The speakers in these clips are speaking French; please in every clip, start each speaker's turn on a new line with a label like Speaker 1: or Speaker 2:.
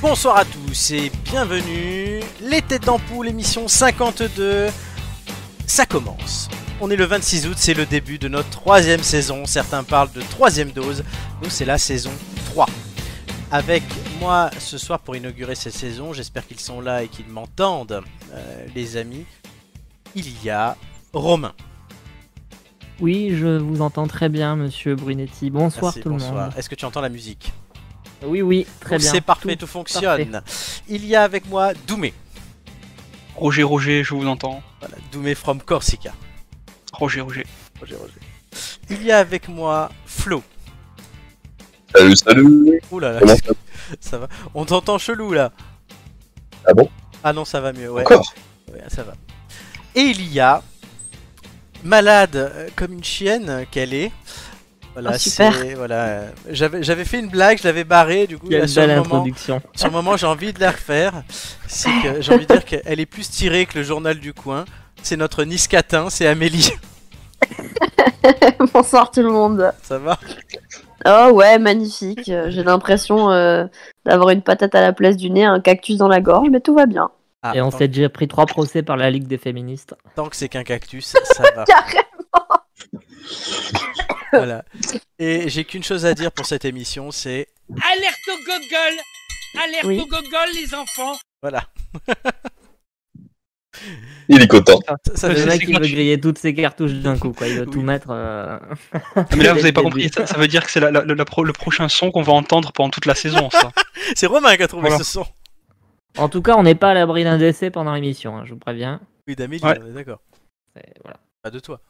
Speaker 1: Bonsoir à tous et bienvenue. Les têtes d'ampoule, émission 52. Ça commence. On est le 26 août, c'est le début de notre troisième saison. Certains parlent de troisième dose. Nous, c'est la saison 3. Avec moi ce soir pour inaugurer cette saison, j'espère qu'ils sont là et qu'ils m'entendent, euh, les amis. Il y a Romain.
Speaker 2: Oui, je vous entends très bien, monsieur Brunetti. Bonsoir
Speaker 1: Merci,
Speaker 2: tout le
Speaker 1: bonsoir.
Speaker 2: monde.
Speaker 1: Est-ce que tu entends la musique
Speaker 2: Oui, oui, très
Speaker 1: Tout-
Speaker 2: bien.
Speaker 1: C'est parfait, tout, fonctionne. Il y a avec moi Doumé.
Speaker 3: Roger, Roger, je vous entends.
Speaker 1: Voilà, Doumé from Corsica.
Speaker 3: Roger, Roger.
Speaker 1: Il y a avec moi Flo.
Speaker 4: Salut, salut
Speaker 1: Ouh là là,
Speaker 4: Comment
Speaker 1: qu'est-ce que- ça va. On t'entend chelou là.
Speaker 4: Ah bon
Speaker 1: Ah non, ça va mieux, ouais.
Speaker 4: Encore
Speaker 1: Ouais, ça va. Et il y a malade euh, comme une chienne qu'elle est. Voilà,
Speaker 2: Ah, super.
Speaker 1: c'est- Voilà, euh, j'avais j'avais fait une blague, je l'avais barrée, du coup, là,
Speaker 2: Quelle
Speaker 1: sur
Speaker 2: belle
Speaker 1: le moment,
Speaker 2: introduction.
Speaker 1: sur le moment, j'ai envie de la refaire. C'est que j'ai envie de dire qu'elle est plus tirée que le journal du coin. C'est notre Niskatin, c'est Amélie.
Speaker 5: Bonsoir tout le monde.
Speaker 1: Ça va
Speaker 5: Oh ouais, magnifique. Euh, J'ai l'impression euh, d'avoir une patate à la place du nez, un cactus dans la gorge, mais tout va bien.
Speaker 1: Ah,
Speaker 2: Et on
Speaker 1: tant,
Speaker 2: s'est déjà pris trois procès par la Ligue des féministes.
Speaker 1: tant que c'est qu'un cactus, ça va. voilà. Et j'ai qu'une chose à dire pour cette émission, c'est
Speaker 6: Alerte au gogol Alerte
Speaker 5: Oui.
Speaker 6: au gogol, les enfants
Speaker 1: voilà.
Speaker 4: Il est content.
Speaker 1: Ça, ça
Speaker 2: Le
Speaker 1: fait-
Speaker 3: c'est
Speaker 2: mec, il veut
Speaker 3: gratuit.
Speaker 2: griller toutes ses cartouches d'un coup, quoi. Il veut
Speaker 1: Oui.
Speaker 2: tout mettre. euh,
Speaker 3: Ah, mais là, vous
Speaker 2: dès
Speaker 3: avez
Speaker 2: le
Speaker 3: pas
Speaker 2: début.
Speaker 3: compris. Ça, ça veut dire que c'est la- la- la pro- le prochain son qu'on va entendre pendant toute la saison, ça.
Speaker 1: c'est Romain qui a trouvé
Speaker 3: Voilà.
Speaker 1: ce son.
Speaker 2: En tout cas, on n'est pas à l'abri d'un décès pendant l'émission, hein, je vous préviens.
Speaker 1: Oui, d'Amélie,
Speaker 3: Ouais.
Speaker 1: on est d'accord.
Speaker 2: Et voilà.
Speaker 1: Pas de toi.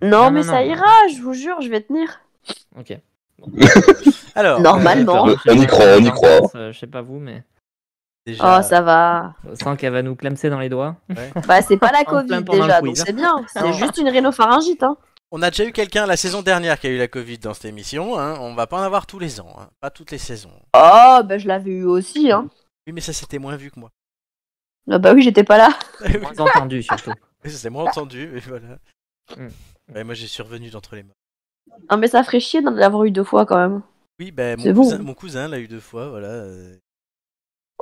Speaker 5: Non,
Speaker 2: Non,
Speaker 5: mais
Speaker 2: non,
Speaker 5: ça
Speaker 2: non.
Speaker 5: ira, je vous jure, je vais tenir.
Speaker 2: Ok. Euh,
Speaker 1: Alors,
Speaker 5: Normalement.
Speaker 2: J'ai peur,
Speaker 4: On y
Speaker 2: j'ai
Speaker 4: croit,
Speaker 2: peur
Speaker 4: on y
Speaker 2: d'un
Speaker 4: croit.
Speaker 2: sens, euh, Je sais pas vous, mais
Speaker 1: déjà,
Speaker 5: Oh, ça va.
Speaker 2: sans qu'elle va nous clamser dans les doigts.
Speaker 5: Bah, c'est pas la
Speaker 2: plein
Speaker 5: Covid
Speaker 2: pendant le
Speaker 5: déjà,
Speaker 2: quiz. hein.
Speaker 5: donc c'est bien.
Speaker 2: Non.
Speaker 5: C'est juste une rhinopharyngite. Hein.
Speaker 1: on a déjà eu quelqu'un la saison dernière qui a eu la Covid dans cette émission. Hein. On va pas en avoir tous les ans, hein. pas toutes les saisons.
Speaker 5: Oh, bah je l'avais eu aussi. Hein.
Speaker 1: Oui, mais ça c'était moins vu que moi.
Speaker 5: Ah bah oui, j'étais pas là.
Speaker 2: Moins entendu, surtout.
Speaker 1: c'est moins entendu, mais voilà.
Speaker 2: Mm.
Speaker 1: Ouais, moi j'ai survenu d'entre les morts.
Speaker 5: Ah, mais ça ferait chier d'en avoir eu deux fois quand même.
Speaker 1: Oui, ben mon
Speaker 5: C'est bon.
Speaker 1: cousin, mon cousin l'a eu deux fois, voilà. euh,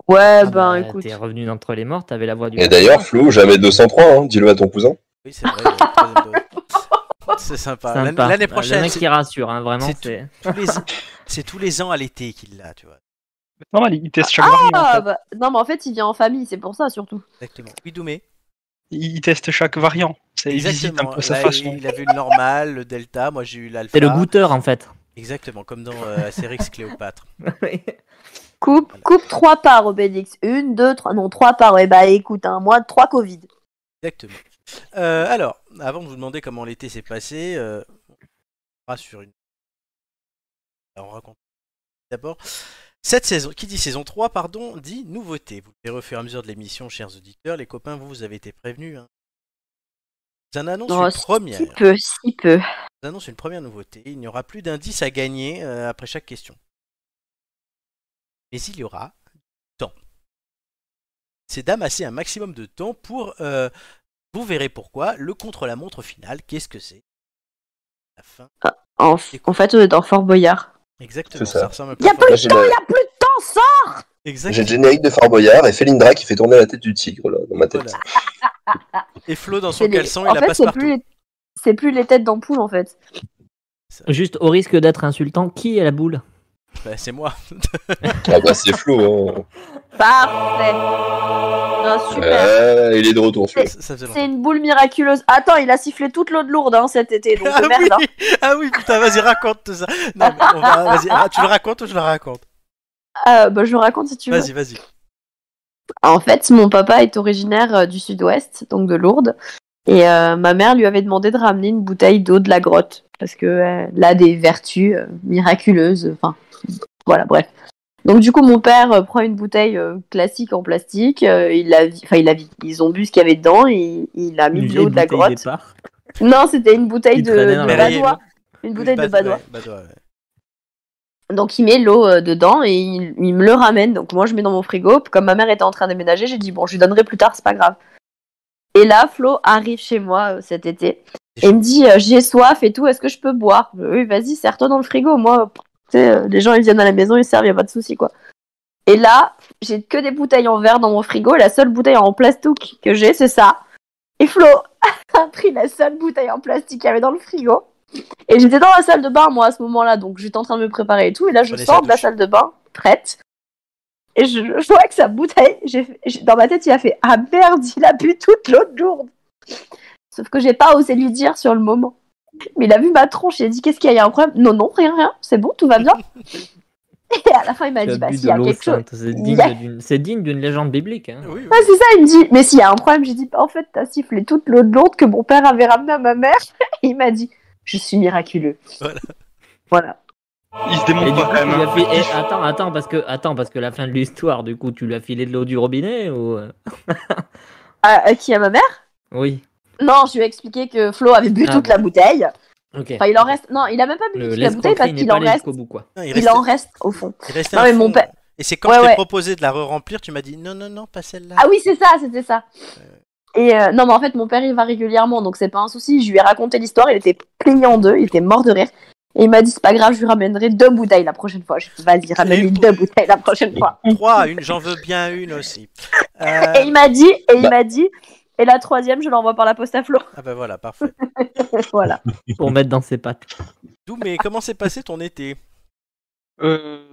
Speaker 5: Ouais,
Speaker 2: Ah
Speaker 5: ben
Speaker 2: bah,
Speaker 5: écoute.
Speaker 2: T'es revenu d'entre les morts, t'avais la voix du.
Speaker 4: Et d'ailleurs, Flo, jamais 200 points, hein, dis-le à ton cousin.
Speaker 1: Oui, c'est vrai. euh, troisième dose. c'est sympa.
Speaker 2: Sympa. Ah,
Speaker 1: L'année- L'année
Speaker 2: Le
Speaker 1: prochaine,
Speaker 2: mec
Speaker 1: c'est
Speaker 2: qui rassure, hein, vraiment.
Speaker 1: c'est tout.
Speaker 2: c'est-
Speaker 1: tous les ans- c'est tous les ans à l'été qu'il l'a, tu vois.
Speaker 3: Normal, il teste chaque variant. en
Speaker 2: hein.
Speaker 5: Ah,
Speaker 3: fait.
Speaker 5: bah, non, mais en fait, il vient en famille, c'est pour ça surtout.
Speaker 1: Exactement. Oui, Doumé.
Speaker 3: Il il teste chaque variant. C'est il visite un
Speaker 1: Exactement. Bah,
Speaker 3: peu sa
Speaker 1: Là,
Speaker 3: façon.
Speaker 1: il avait le normal, le delta. Moi, j'ai eu l'alpha.
Speaker 5: Ah.
Speaker 2: C'est le goûteur, en fait.
Speaker 1: Exactement, comme dans euh, Astérix Cléopâtre.
Speaker 5: Coupe,
Speaker 1: Voilà.
Speaker 5: coupe trois parts, Obélix. Une, deux, trois. Non, trois parts. Eh bah écoute, un mois de trois Covid.
Speaker 1: Exactement. Euh, alors, avant de vous demander comment l'été s'est passé, euh, on va sur une. Alors, on raconte. D'abord, cette saison, qui dit saison 3, pardon, dit nouveauté. Vous le verrez au fur et à mesure de l'émission, chers auditeurs. Les copains, vous, vous avez été prévenus. Hein. Je vous en annonce
Speaker 5: Oh,
Speaker 1: une
Speaker 5: si
Speaker 1: première.
Speaker 5: Si peu, si
Speaker 1: Je
Speaker 5: peu.
Speaker 1: vous annonce une première nouveauté. Il n'y aura plus d'indices à gagner euh, après chaque question. Mais il y aura du temps. C'est d'amasser un maximum de temps pour, euh, vous verrez pourquoi, le contre-la-montre final. Qu'est-ce que c'est La fin.
Speaker 5: En, en fait, on est dans Fort Boyard.
Speaker 1: Exactement,
Speaker 4: C'est ça.
Speaker 1: ressemble à
Speaker 5: Y a
Speaker 1: peu près-
Speaker 4: Là, j'ai la-
Speaker 5: plus de temps, ça
Speaker 4: j'ai
Speaker 1: Exactement.
Speaker 4: le générique de Fort Boyard et Felindra qui fait tourner la tête du tigre, là, dans ma tête.
Speaker 1: Voilà. Et Flo dans son
Speaker 5: C'est les-
Speaker 1: caleçon, il
Speaker 5: En
Speaker 1: la
Speaker 5: fait,
Speaker 1: passe
Speaker 5: c'est
Speaker 1: partout.
Speaker 5: plus, les... c'est plus les têtes d'ampoule, en fait.
Speaker 2: Juste au risque d'être insultant, qui est la boule
Speaker 1: Bah, c'est moi.
Speaker 4: Ah bah, c'est Flo, hein.
Speaker 5: Parfait. Non,
Speaker 1: Euh,
Speaker 5: super.
Speaker 4: Ah, il est de retour, celui-là.
Speaker 1: Ça faisait
Speaker 5: C'est
Speaker 1: longtemps.
Speaker 5: une boule miraculeuse. Attends, il a sifflé toute l'eau de lourde hein, cet été, donc
Speaker 1: Ah
Speaker 5: de merde. hein.
Speaker 1: oui, ah oui, putain, vas-y, raconte tout ça. Non, mais on va- vas-y, ah, tu le racontes ou je le raconte
Speaker 5: Ah, bah, je le raconte si tu veux.
Speaker 1: Vas-y, vas-y.
Speaker 5: En fait, mon papa est originaire euh, du sud-ouest, donc de Lourdes. Et euh, ma mère lui avait demandé de ramener une bouteille d'eau de la grotte. Parce que euh, elle a des vertus euh, miraculeuses. Enfin, voilà, bref. Donc, du coup, mon père euh, prend une bouteille euh, classique en plastique. euh, il la vide- Enfin, il la vide. Ils ont bu ce qu'il y avait dedans et il a mis de l'eau de la grotte.
Speaker 2: départ.
Speaker 5: Non, c'était une bouteille
Speaker 2: Qui
Speaker 5: de,
Speaker 2: traînait dans
Speaker 5: de
Speaker 1: la-
Speaker 5: badois. Une bouteille
Speaker 1: Oui,
Speaker 5: de badois.
Speaker 1: ouais, Badois, ouais.
Speaker 5: Donc il met l'eau euh, dedans et il, il me le ramène. Donc moi je mets dans mon frigo. Comme ma mère était en train de déménager, j'ai dit bon je lui donnerai plus tard, c'est pas grave. Et là Flo arrive chez moi euh, cet été
Speaker 1: C'est
Speaker 5: et me dit euh, j'ai soif et tout, est-ce que je peux boire Euh, Oui vas-y, serre-toi dans le frigo. Moi, pff, tu sais, euh, les gens ils viennent à la maison, ils servent, y a pas de souci quoi. Et là, j'ai que des bouteilles en verre dans mon frigo. La seule bouteille en plastique que j'ai, c'est ça. Et Flo a pris la seule bouteille en plastique qu'il y avait dans le frigo. Et j'étais dans la salle de bain, moi, à ce moment-là. Donc, j'étais en train de me préparer et tout. Et là, je
Speaker 1: Prenez sa
Speaker 5: sors de la
Speaker 1: douche.
Speaker 5: salle de bain, prête. Et je, je vois que sa bouteille, j'ai fait- j'ai- dans ma tête, il a fait Ah merde, il a bu toute l'eau de Lourdes. Sauf que j'ai pas osé lui dire sur le moment. Mais il a vu ma tronche, il a dit Qu'est-ce qu'il y a, il y a un problème Non, non, rien, rien, c'est bon, tout va bien. Et à la fin, il m'a
Speaker 2: Tu as
Speaker 5: dit Bah,
Speaker 2: bu
Speaker 5: s'il
Speaker 2: de hein.
Speaker 5: y a
Speaker 2: l'eau
Speaker 5: quelque chose.
Speaker 2: sainte, C'est
Speaker 5: Il y
Speaker 2: digne
Speaker 5: a-
Speaker 2: d'une- c'est digne d'une légende biblique. hein.
Speaker 1: Oui, oui.
Speaker 5: Ouais, c'est ça, il me dit, mais s'il y a un problème, j'ai dit, bah, en fait, t'as sifflé toute l'eau de l'autre que mon père avait ramenée à ma mère. Et il m'a dit, je suis miraculeux.
Speaker 1: Voilà.
Speaker 5: Voilà.
Speaker 3: Il se
Speaker 2: Et
Speaker 3: démonte
Speaker 2: du
Speaker 3: pas
Speaker 2: coup,
Speaker 3: quand
Speaker 2: tu lui
Speaker 3: même. hein.
Speaker 2: as fait- eh, attends, attends, parce que, attends, parce que la fin de l'histoire, du coup, tu lui as filé de l'eau du robinet ou euh,
Speaker 5: À- à qui à ma mère
Speaker 2: Oui.
Speaker 5: Non, je lui ai expliqué que Flo avait bu
Speaker 2: Ah,
Speaker 5: toute
Speaker 2: bon.
Speaker 5: la bouteille.
Speaker 2: Ok.
Speaker 5: Enfin, il en reste. Non, il a même pas bu
Speaker 2: Le-
Speaker 5: toute la bouteille parce
Speaker 2: L'escroquerie n'est
Speaker 5: qu'il
Speaker 2: pas
Speaker 5: en
Speaker 2: allée
Speaker 5: reste.
Speaker 2: jusqu'au bout, quoi.
Speaker 1: Non, il
Speaker 5: Il
Speaker 1: restait,
Speaker 5: en reste au fond.
Speaker 1: il restait
Speaker 5: Non,
Speaker 1: un
Speaker 5: mais mon
Speaker 1: fond.
Speaker 5: père-
Speaker 1: Et c'est quand
Speaker 5: Ouais,
Speaker 1: je t'ai
Speaker 5: ouais.
Speaker 1: proposé de la re-remplir, tu m'as dit non, non, non, pas celle-là.
Speaker 5: Ah oui, c'est ça, c'était ça. Et euh, non, mais en fait, mon père, il va régulièrement, donc c'est pas un souci. Je lui ai raconté l'histoire, il était plié en deux, il était mort de rire. Et il m'a dit, c'est pas grave, je lui ramènerai deux bouteilles la prochaine fois. Je lui ai dit, vas-y, ramène-lui
Speaker 1: pour-
Speaker 5: deux bouteilles la prochaine fois.
Speaker 1: Trois, une, j'en veux bien une aussi. Euh,
Speaker 5: Et il m'a dit, et il
Speaker 4: Bah.
Speaker 5: m'a dit, et la troisième, je l'envoie par la poste à Flo.
Speaker 1: ah bah voilà, parfait.
Speaker 5: voilà.
Speaker 2: Pour mettre dans ses pattes.
Speaker 1: D'où, mais comment s'est passé ton été
Speaker 3: Euh,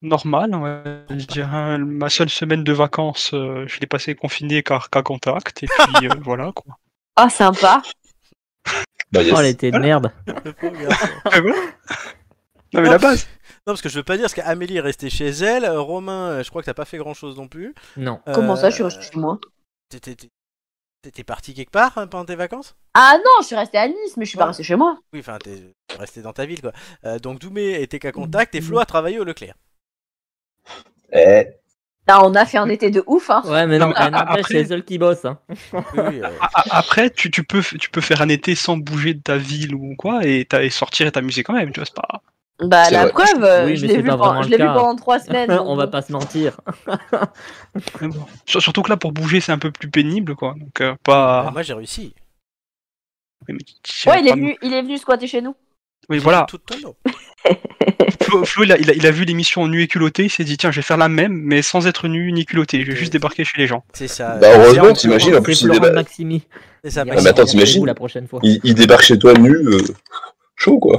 Speaker 3: normal, ouais. je dirais. hein, Ma seule semaine de vacances, euh, je l'ai passée confinée car cas contact. Et puis euh, voilà quoi.
Speaker 5: Ah, sympa.
Speaker 4: Bah, yes.
Speaker 2: Oh, elle était de merde.
Speaker 1: Le pauvre garçon.
Speaker 3: Et voilà. Non mais
Speaker 1: Non,
Speaker 3: la base.
Speaker 1: Non, parce que je veux pas dire, parce qu'Amélie est restée chez elle. euh, Romain, euh, je crois que t'as pas fait grand-chose non plus.
Speaker 2: Non.
Speaker 5: Comment ça,
Speaker 1: Euh,
Speaker 5: je suis restée chez moi
Speaker 1: t'étais- t'étais- T'étais parti quelque part hein, pendant tes vacances
Speaker 5: Ah non, je suis restée à Nice, mais je suis pas
Speaker 1: Ouais.
Speaker 5: restée chez moi.
Speaker 1: Oui, enfin, t'es resté dans ta ville, quoi. Euh, donc Doumé était qu'à contact et
Speaker 5: Mm.
Speaker 1: Flo a travaillé au Leclerc.
Speaker 4: Eh,
Speaker 5: Là, on a fait un été de ouf, hein.
Speaker 2: Ouais, mais
Speaker 3: Non,
Speaker 2: non,
Speaker 3: mais a-
Speaker 2: elle n'empêche,
Speaker 3: après-
Speaker 2: c'est les seuls qui bossent. Hein.
Speaker 1: Oui, oui, euh,
Speaker 3: A- a- Après, tu, tu peux f- tu peux faire un été sans bouger de ta ville ou quoi et, t'as- et sortir et t'amuser quand même. Tu vois, c'est pas.
Speaker 5: Bah,
Speaker 4: C'est
Speaker 5: la
Speaker 4: vrai.
Speaker 5: preuve, euh,
Speaker 2: Oui,
Speaker 5: je
Speaker 2: mais
Speaker 5: l'ai
Speaker 2: c'est
Speaker 5: vu,
Speaker 2: pas
Speaker 5: pendant-
Speaker 2: vraiment
Speaker 5: je
Speaker 2: le
Speaker 5: l'ai vu
Speaker 2: cas.
Speaker 5: pendant trois semaines.
Speaker 2: On
Speaker 5: donc
Speaker 2: va
Speaker 5: bon.
Speaker 2: pas se mentir.
Speaker 3: mais bon. Sur- Surtout que là, pour bouger, c'est un peu plus pénible quoi. Donc euh, pas.
Speaker 1: Moi, j'ai réussi.
Speaker 3: mais- mais je
Speaker 5: Ouais,
Speaker 3: dirais
Speaker 5: il est
Speaker 3: pas non-
Speaker 5: venu, il est venu squatter chez nous.
Speaker 3: Oui, voilà.
Speaker 1: Tout ton nom.
Speaker 3: Flo, Flo, il, a, il a- il a vu l'émission nu et culotté, il s'est dit tiens, je vais faire la même, mais sans être nu ni culotté, je vais juste débarquer chez les gens.
Speaker 1: C'est ça.
Speaker 4: Bah,
Speaker 1: euh,
Speaker 4: heureusement,
Speaker 1: zéro-
Speaker 4: t'imagines, en plus,
Speaker 2: C'est
Speaker 4: il
Speaker 2: Florent
Speaker 4: débat-
Speaker 2: Maximi.
Speaker 1: C'est ça,
Speaker 2: Il
Speaker 4: mais
Speaker 1: Maxime.
Speaker 4: attends,
Speaker 2: revient chez
Speaker 4: t'imagines
Speaker 2: vous la prochaine fois.
Speaker 4: il, il débarque chez toi nu, euh, chaud quoi.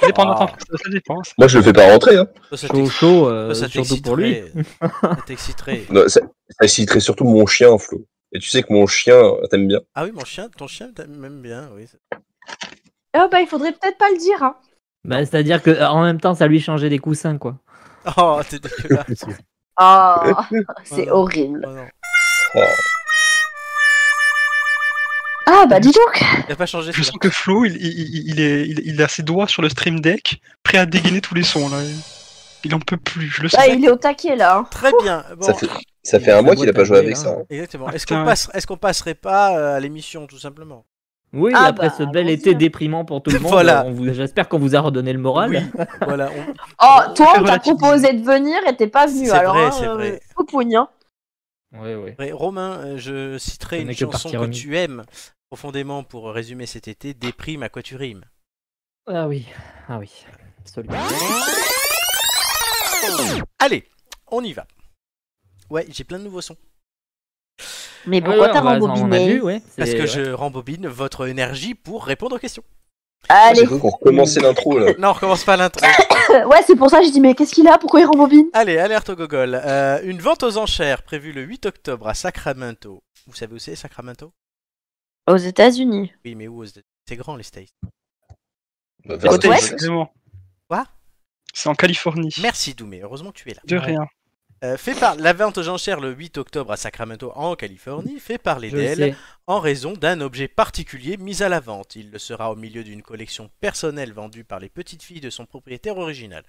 Speaker 3: Ça dépend,
Speaker 1: Ah.
Speaker 3: attends, ça, ça dépend. ça-
Speaker 4: Moi je le fais pas rentrer. Hein.
Speaker 1: Ça, ça
Speaker 2: Chaud,
Speaker 1: t'ex-
Speaker 2: chaud, euh,
Speaker 1: ça
Speaker 2: surtout pour lui.
Speaker 1: t'exciterait. Ça t'exciterait.
Speaker 4: Non, ça, ça exciterait surtout mon chien, Flo. Et tu sais que mon chien, euh, t'aimes bien.
Speaker 1: Ah oui, mon chien, ton chien t'aime même bien, oui.
Speaker 5: Oh, bah, il faudrait peut-être pas le dire, hein.
Speaker 2: Bah, C'est-à-dire que en même temps, ça lui changeait les coussins, quoi.
Speaker 1: Oh, t'es dégueulasse.
Speaker 5: Oh, c'est
Speaker 1: Oh.
Speaker 5: horrible.
Speaker 1: Oh non.
Speaker 4: Oh.
Speaker 5: Ah, bah, dis donc.
Speaker 1: Il a pas changé.
Speaker 3: Je
Speaker 1: celui-là.
Speaker 3: sens que Flo, il, il- il- il est, il, il a ses doigts sur le stream deck, prêt à dégainer tous les sons là. Il en peut plus, je le sens.
Speaker 5: Ah, il est au taquet, là. hein.
Speaker 1: Très bien. Bon,
Speaker 4: Ça fait, ça fait un mois qu'il a pas joué avec ça. hein.
Speaker 1: exactement.
Speaker 3: Ah,
Speaker 1: Est-ce qu'on
Speaker 3: putain.
Speaker 1: passe, est-ce qu'on passerait pas euh, à l'émission tout simplement
Speaker 2: Oui,
Speaker 5: Ah
Speaker 2: après
Speaker 5: bah,
Speaker 2: ce bel
Speaker 5: allons-y,
Speaker 2: été
Speaker 5: hein.
Speaker 2: déprimant pour tout le monde,
Speaker 1: Voilà.
Speaker 2: on vous- j'espère qu'on vous a redonné le moral.
Speaker 1: Oui. Voilà. on-
Speaker 5: Oh, toi, on t'a
Speaker 3: relativement.
Speaker 5: proposé de venir et t'es pas venu.
Speaker 1: C'est
Speaker 5: Alors,
Speaker 1: vrai,
Speaker 5: hein,
Speaker 1: c'est
Speaker 5: euh,
Speaker 1: vrai.
Speaker 5: poupoune, hein.
Speaker 2: Ouais, ouais.
Speaker 1: Ouais, Romain, euh, je citerai
Speaker 2: Ce
Speaker 1: une
Speaker 2: n'est que
Speaker 1: chanson
Speaker 2: partie
Speaker 1: que
Speaker 2: remise.
Speaker 1: tu aimes profondément pour résumer cet été. Déprime à quoi tu rimes.
Speaker 2: Ah oui, ah oui, absolument.
Speaker 1: Allez, on y va. Ouais, j'ai plein de nouveaux sons.
Speaker 5: Mais
Speaker 2: Ouais,
Speaker 5: pourquoi
Speaker 2: ouais,
Speaker 5: t'as
Speaker 2: on va- On a
Speaker 5: rembobiné
Speaker 2: vu, ouais. c'est-
Speaker 1: Parce que
Speaker 2: ouais.
Speaker 1: je rembobine votre énergie pour répondre aux questions.
Speaker 4: J'ai
Speaker 5: Allez,
Speaker 4: cru qu'on recommençait l'intro là.
Speaker 1: Non, on recommence pas l'intro.
Speaker 5: ouais, c'est pour ça que j'ai dit, mais qu'est-ce qu'il a Pourquoi il rembobine
Speaker 1: Allez, alerte au gogol. Euh, une vente aux enchères prévue le 8 octobre à Sacramento. Vous savez où c'est Sacramento
Speaker 5: Aux États-Unis.
Speaker 1: Oui, mais où aux États-Unis C'est grand les States.
Speaker 4: Bah, vers
Speaker 5: Côte
Speaker 4: la
Speaker 5: ouest
Speaker 4: fin.
Speaker 3: Excusez-moi.
Speaker 1: Quoi
Speaker 3: C'est en Californie.
Speaker 1: Merci Doumé, heureusement que tu es là.
Speaker 3: De rien.
Speaker 1: Euh, fait par la vente aux enchères le 8 octobre à Sacramento en Californie fait parler
Speaker 2: Je
Speaker 1: d'elle
Speaker 2: sais.
Speaker 1: en raison d'un objet particulier mis à la vente. Il le sera au milieu d'une collection personnelle vendue par les petites filles de son propriétaire original.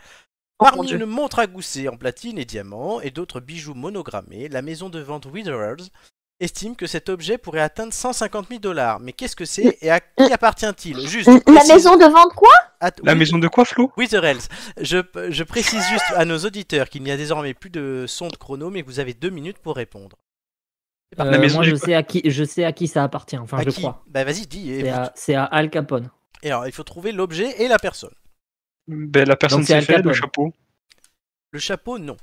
Speaker 5: Oh, mon
Speaker 1: Parmi
Speaker 5: Dieu.
Speaker 1: une montre à gousset en platine et diamants et d'autres bijoux monogrammés, la maison de vente Witherers estime que cet objet pourrait atteindre 150 000 dollars. Mais qu'est-ce que c'est et à qui appartient-il Juste.
Speaker 5: La
Speaker 1: précise-
Speaker 5: maison de vente, quoi
Speaker 1: Att-
Speaker 3: La
Speaker 1: oui,
Speaker 3: maison de quoi, Flo
Speaker 1: Witherells, je, je précise juste à nos auditeurs qu'il n'y a désormais plus de son de chrono, mais que vous avez deux minutes pour répondre.
Speaker 2: Euh,
Speaker 3: La maison
Speaker 2: moi,
Speaker 3: du-
Speaker 2: je sais, à qui, je sais à qui ça appartient, enfin,
Speaker 1: À
Speaker 2: je
Speaker 1: qui
Speaker 2: crois.
Speaker 1: Bah vas-y, dis. Et,
Speaker 2: C'est à, c'est à Al Capone.
Speaker 1: et alors, il faut trouver l'objet et la personne.
Speaker 3: ben, La personne
Speaker 2: Donc, c'est
Speaker 3: s'est
Speaker 2: Al
Speaker 3: fait, le
Speaker 2: Capone.
Speaker 3: chapeau.
Speaker 1: Le chapeau, non.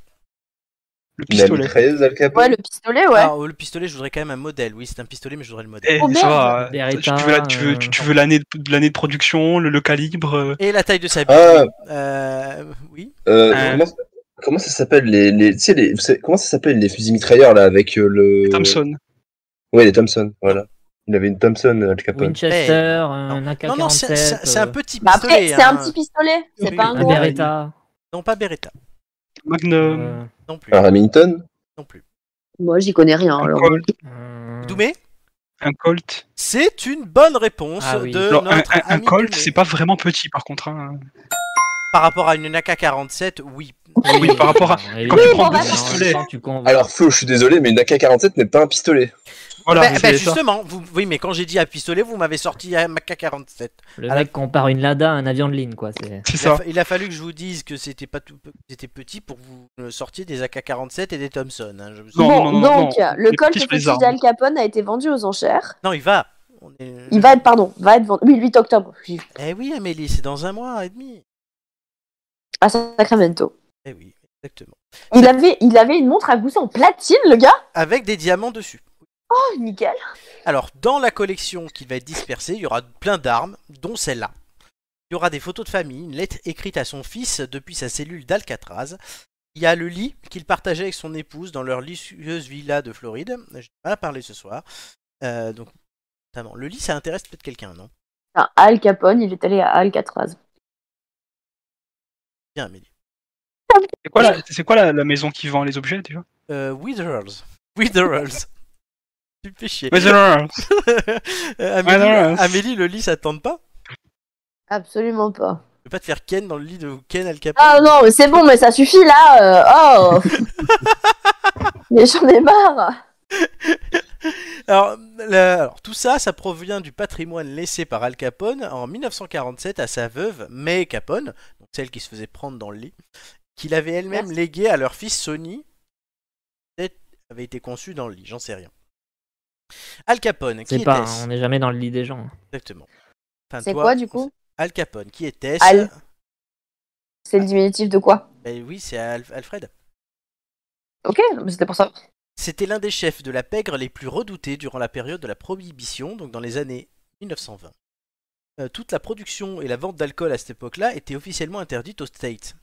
Speaker 3: Le
Speaker 4: La
Speaker 3: pistolet.
Speaker 4: mitrailleuse d'Al Capone.
Speaker 5: Ouais, le pistolet, ouais.
Speaker 1: Alors, le pistolet, je voudrais quand même un modèle. Oui, c'est un pistolet, mais je voudrais le modèle.
Speaker 3: Eh,
Speaker 5: Oh,
Speaker 3: ça
Speaker 5: merde.
Speaker 3: va,
Speaker 2: Des
Speaker 3: euh, tu
Speaker 2: Rita,
Speaker 3: veux la- tu veux- tu- tu veux l'année de, l'année de production, le, le calibre. euh,
Speaker 1: Et la taille de sa bite.
Speaker 4: Ah,
Speaker 1: Euh, oui.
Speaker 4: euh,
Speaker 3: Euh.
Speaker 4: comment, comment ça s'appelle les, les, tu sais, les, vous savez- comment ça s'appelle les fusils mitrailleurs là avec euh, le.
Speaker 3: Thompson.
Speaker 4: Ouais, les Thompson. Voilà. Il avait une Thompson Al Capone.
Speaker 2: Winchester, un AK-47.
Speaker 1: Non, non, c'est c'est- c'est
Speaker 2: euh.
Speaker 1: un petit
Speaker 5: Bah
Speaker 1: pistolet.
Speaker 5: après, c'est un
Speaker 1: hein.
Speaker 5: petit pistolet, c'est
Speaker 1: Oui,
Speaker 5: pas un
Speaker 2: un
Speaker 5: gros.
Speaker 3: Beretta.
Speaker 2: Beretta.
Speaker 1: Non, pas Beretta.
Speaker 3: Magnum.
Speaker 2: euh,
Speaker 1: Non plus.
Speaker 3: Ah.
Speaker 4: Un Remington.
Speaker 1: Non plus.
Speaker 5: Moi, j'y connais rien.
Speaker 3: un,
Speaker 5: alors.
Speaker 3: Colt,
Speaker 2: euh,
Speaker 1: Doumé,
Speaker 3: un Colt.
Speaker 1: c'est une bonne réponse
Speaker 2: Ah oui.
Speaker 1: de
Speaker 3: Alors, un,
Speaker 1: euh, notre
Speaker 3: un- un
Speaker 1: ami
Speaker 3: Colt,
Speaker 1: Doumé.
Speaker 3: c'est pas vraiment petit par contre. hein.
Speaker 1: Par rapport à une AK-47, oui.
Speaker 3: Oui, par rapport à-
Speaker 2: et
Speaker 3: quand
Speaker 5: tu
Speaker 2: les-
Speaker 5: prends deux
Speaker 2: alors,
Speaker 3: pistolets.
Speaker 2: quand tu convoques-
Speaker 4: Alors feu, je suis désolé, mais une AK-47 n'est pas un pistolet.
Speaker 3: Voilà,
Speaker 1: Bah-
Speaker 3: c'est
Speaker 1: bah,
Speaker 3: ça.
Speaker 1: justement, vous, oui, mais quand j'ai dit à pistolet, vous m'avez sorti un AK-47.
Speaker 2: le mec compare une Lada à un avion de ligne, quoi. C'est
Speaker 3: C'est
Speaker 1: Il a,
Speaker 3: ça.
Speaker 1: fa- il a fallu que je vous dise que c'était pas tout, c'était petit pour que vous me sortiez des AK-47 et des Thompson. hein, je me suis-
Speaker 3: Non,
Speaker 5: Bon,
Speaker 3: non, non, non,
Speaker 5: donc, euh,
Speaker 3: non.
Speaker 5: le
Speaker 3: Les
Speaker 5: Colt
Speaker 3: petits
Speaker 5: petit
Speaker 3: plaisirs.
Speaker 5: d'Al Capone a été vendu aux enchères.
Speaker 1: Non, il va. On est-
Speaker 5: Il va être, pardon, va être vendu. Oui, le 8 octobre. Oui.
Speaker 1: Eh oui, Amélie, c'est dans un mois et demi.
Speaker 5: À Sacramento.
Speaker 1: Eh oui, exactement.
Speaker 5: Il avait, il avait une montre à gousset en platine, le gars.
Speaker 1: Avec des diamants dessus.
Speaker 5: Oh, nickel.
Speaker 1: Alors, dans la collection qui va être dispersée, il y aura plein d'armes, dont celle-là. Il y aura des photos de famille, une lettre écrite à son fils depuis sa cellule d'Alcatraz. Il y a le lit qu'il partageait avec son épouse dans leur luxueuse villa de Floride. Je n'ai pas parlé ce soir. Euh, donc, notamment, le lit, ça intéresse peut-être quelqu'un, non
Speaker 5: Enfin, Ah, Al Capone, il est allé à Alcatraz.
Speaker 1: Bien, Amélie.
Speaker 3: C'est quoi, la, c'est quoi la, la maison qui vend les objets déjà
Speaker 1: Euh, Witherals. Witherals. tu me fais chier.
Speaker 3: Witherers.
Speaker 1: Euh, Amélie,
Speaker 3: Witherals.
Speaker 1: Amélie, le lit, ça te tente pas
Speaker 5: Absolument pas.
Speaker 1: Je vais pas te faire Ken dans le lit de Ken Al Capone.
Speaker 5: Ah non, mais c'est bon, mais ça suffit là. euh, oh. mais j'en ai marre.
Speaker 1: Alors, la- alors, tout ça, ça provient du patrimoine laissé par Al Capone en 1947 à sa veuve May Capone, donc celle qui se faisait prendre dans le lit, qu'il avait elle-même
Speaker 5: Merci.
Speaker 1: légué à leur fils Sonny. Peut-être avait été conçu dans le lit, j'en sais rien. Al Capone, qui
Speaker 2: c'est
Speaker 1: était
Speaker 2: pas, hein, on n'est jamais dans le lit des gens. hein.
Speaker 1: exactement Enfin,
Speaker 5: C'est
Speaker 1: toi,
Speaker 5: quoi, du coup
Speaker 1: Al Capone, qui était
Speaker 5: Al. C'est le diminutif de quoi
Speaker 1: Ben oui, c'est Al- Alfred.
Speaker 5: Ok, non, mais c'était pour ça.
Speaker 1: C'était l'un des chefs de la pègre les plus redoutés durant la période de la Prohibition, donc dans les années 1920. Euh, toute la production et la vente d'alcool à cette époque-là était officiellement interdite aux States.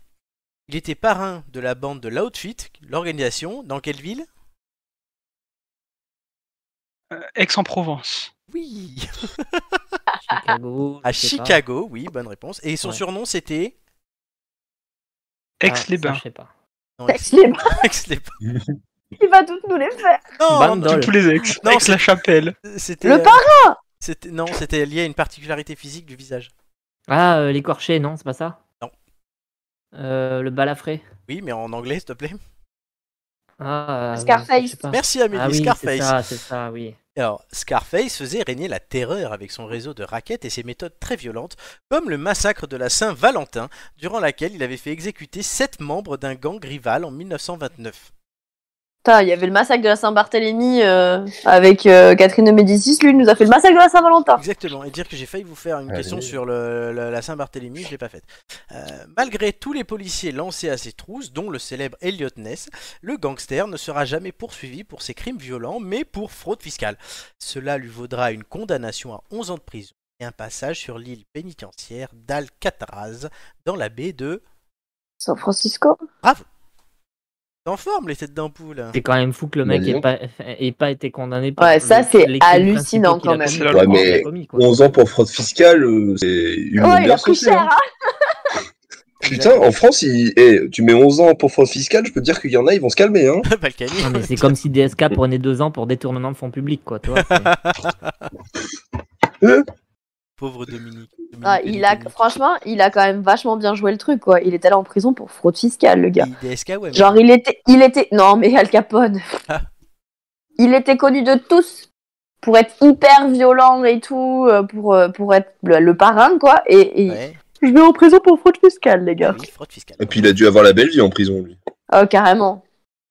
Speaker 1: Il était parrain de la bande de l'Outfit, l'organisation, dans quelle ville
Speaker 3: Euh, Aix-en-Provence.
Speaker 1: Oui
Speaker 5: Ah,
Speaker 2: Chicago.
Speaker 1: À
Speaker 2: je sais pas. Ah,
Speaker 1: Chicago, oui, bonne réponse. Et son
Speaker 2: Ouais.
Speaker 1: surnom c'était.
Speaker 2: Ah,
Speaker 3: Aix-les-Bains.
Speaker 2: ça, je sais pas.
Speaker 1: Non,
Speaker 5: Sex libre,
Speaker 1: Aix-les-
Speaker 5: il va toutes nous les faire.
Speaker 1: Non, non,
Speaker 2: Bandol.
Speaker 3: Tous les ex.
Speaker 1: Non, c'est-
Speaker 3: la chapelle.
Speaker 1: c'était.
Speaker 5: Le
Speaker 1: euh,
Speaker 5: parrain
Speaker 1: c'était- Non, c'était lié à une particularité physique du visage.
Speaker 2: Ah, euh, l'écorché, non, c'est pas ça
Speaker 1: Non.
Speaker 2: Euh, le balafré.
Speaker 1: Oui, mais en anglais, s'il te plaît.
Speaker 2: Ah, euh,
Speaker 5: Scarface.
Speaker 2: je sais pas.
Speaker 1: Merci Amélie,
Speaker 2: Ah oui, c'est
Speaker 1: Scarface.
Speaker 2: ça, c'est ça, oui.
Speaker 1: Alors, Scarface faisait régner la terreur avec son réseau de raquettes et ses méthodes très violentes, comme le massacre de la Saint-Valentin, durant laquelle il avait fait exécuter sept membres d'un gang rival en 1929.
Speaker 5: Putain, il y avait le massacre de la Saint-Barthélemy euh, avec euh, Catherine de Médicis. Lui, il nous a fait le massacre de la Saint-Valentin.
Speaker 1: Exactement, et dire que j'ai failli vous faire une
Speaker 4: Allez.
Speaker 1: question sur le- le- la Saint-Barthélemy, je l'ai pas faite. Euh, malgré tous les policiers lancés à ses trousses, dont le célèbre Elliot Ness, le gangster ne sera jamais poursuivi pour ses crimes violents, mais pour fraude fiscale. Cela lui vaudra une condamnation à 11 ans de prison et un passage sur l'île pénitentiaire d'Alcatraz, dans la baie de...
Speaker 5: San Francisco
Speaker 1: en forme les têtes hein. d'ampoule.
Speaker 2: C'est quand même fou que le mec
Speaker 4: Mais
Speaker 2: ait
Speaker 4: non.
Speaker 2: pas, ait pas été condamné pour.
Speaker 5: Ouais, ça,
Speaker 2: le-
Speaker 5: c'est
Speaker 2: les crimes principaux
Speaker 5: hallucinant, quand même.
Speaker 2: qu'il a
Speaker 3: Ouais,
Speaker 2: commis,
Speaker 4: mais
Speaker 2: qu'il a commis, quoi.
Speaker 4: 11 ans pour fraude fiscale, euh, c'est une
Speaker 5: Ouais, Oh, il a
Speaker 4: ambiance
Speaker 5: pris
Speaker 4: aussi,
Speaker 5: cher,
Speaker 4: hein.
Speaker 5: hein
Speaker 4: Putain, en France, il... eh, tu mets 11 ans pour fraude fiscale, je peux te dire qu'il y en a, ils vont se calmer. Hein.
Speaker 1: Balkany.
Speaker 2: Non, mais c'est comme si DSK prenait deux ans pour détournement de fonds publics, quoi. tu vois, c'est-
Speaker 5: Euh.
Speaker 1: Pauvre Dominique. Dominique
Speaker 5: Ah, il a,
Speaker 1: Dominique.
Speaker 5: franchement, il a quand même vachement bien joué le truc, quoi. Il est allé en prison pour fraude fiscale, le gars.
Speaker 1: IDSK, ouais. mais-
Speaker 5: Genre, il était, il était, non, mais Al Capone.
Speaker 1: Ah.
Speaker 5: Il était connu de tous pour être hyper violent et tout, euh, pour, euh, pour être le, le parrain, quoi. Et, et
Speaker 1: Ouais,
Speaker 5: je vais en prison pour fraude fiscale, les gars.
Speaker 1: oui, fraude fiscale.
Speaker 4: Et puis il a dû avoir la belle vie en prison, lui.
Speaker 5: Ah, carrément.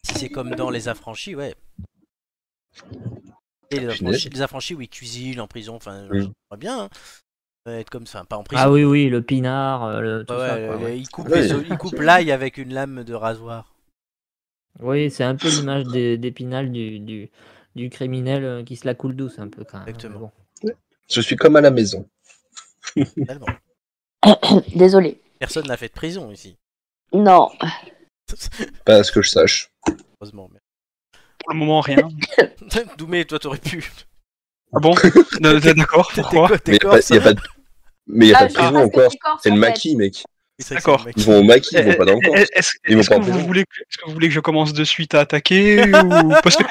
Speaker 1: Si c'est comme dans Les Affranchis, ouais. Et les, affranchis, les affranchis, oui, cuisine en prison, enfin,
Speaker 4: Mm.
Speaker 1: je vois bien. hein. Euh, Être comme ça, enfin, pas en prison.
Speaker 2: Ah oui, oui, le pinard, euh, le, tout
Speaker 1: Ouais, Ah
Speaker 2: ça.
Speaker 1: ouais,
Speaker 2: quoi, ouais.
Speaker 1: Il coupe,
Speaker 4: Oui.
Speaker 1: les os- il coupe l'ail avec une lame de rasoir.
Speaker 2: Oui, c'est un peu l'image des- d'Épinal du, du, du criminel euh, qui se la coule douce un peu quand même. hein,
Speaker 1: Exactement.
Speaker 2: Bon.
Speaker 4: Je suis comme à la maison.
Speaker 1: finalement.
Speaker 5: Désolé.
Speaker 1: Personne n'a fait de prison ici.
Speaker 5: Non.
Speaker 4: Pas à ce que je sache.
Speaker 1: Heureusement. mais-
Speaker 3: Pour le moment, rien.
Speaker 1: Doumé, toi, t'aurais pu.
Speaker 3: Ah bon D- d- D'accord,
Speaker 1: T'es
Speaker 3: pourquoi
Speaker 1: quoi, t'es
Speaker 4: Mais y a pas-
Speaker 1: corse hein
Speaker 4: y a pas de- mais y a
Speaker 5: Ah,
Speaker 4: pas de
Speaker 5: je sais
Speaker 4: prison
Speaker 5: pas,
Speaker 4: en Corse.
Speaker 5: des Corses,
Speaker 4: C'est le
Speaker 5: en fait.
Speaker 4: maquis, mec.
Speaker 1: C'est vrai que
Speaker 3: D'accord.
Speaker 1: c'est le mec.
Speaker 4: Ils vont au maquis, ils vont pas dans le Corse.
Speaker 3: Eh, Est-ce
Speaker 4: Ils vont
Speaker 3: est-ce
Speaker 4: pas en
Speaker 3: que, vous
Speaker 4: prison.
Speaker 3: voulez que- est-ce que vous voulez que je commence de suite à attaquer ou... Parce que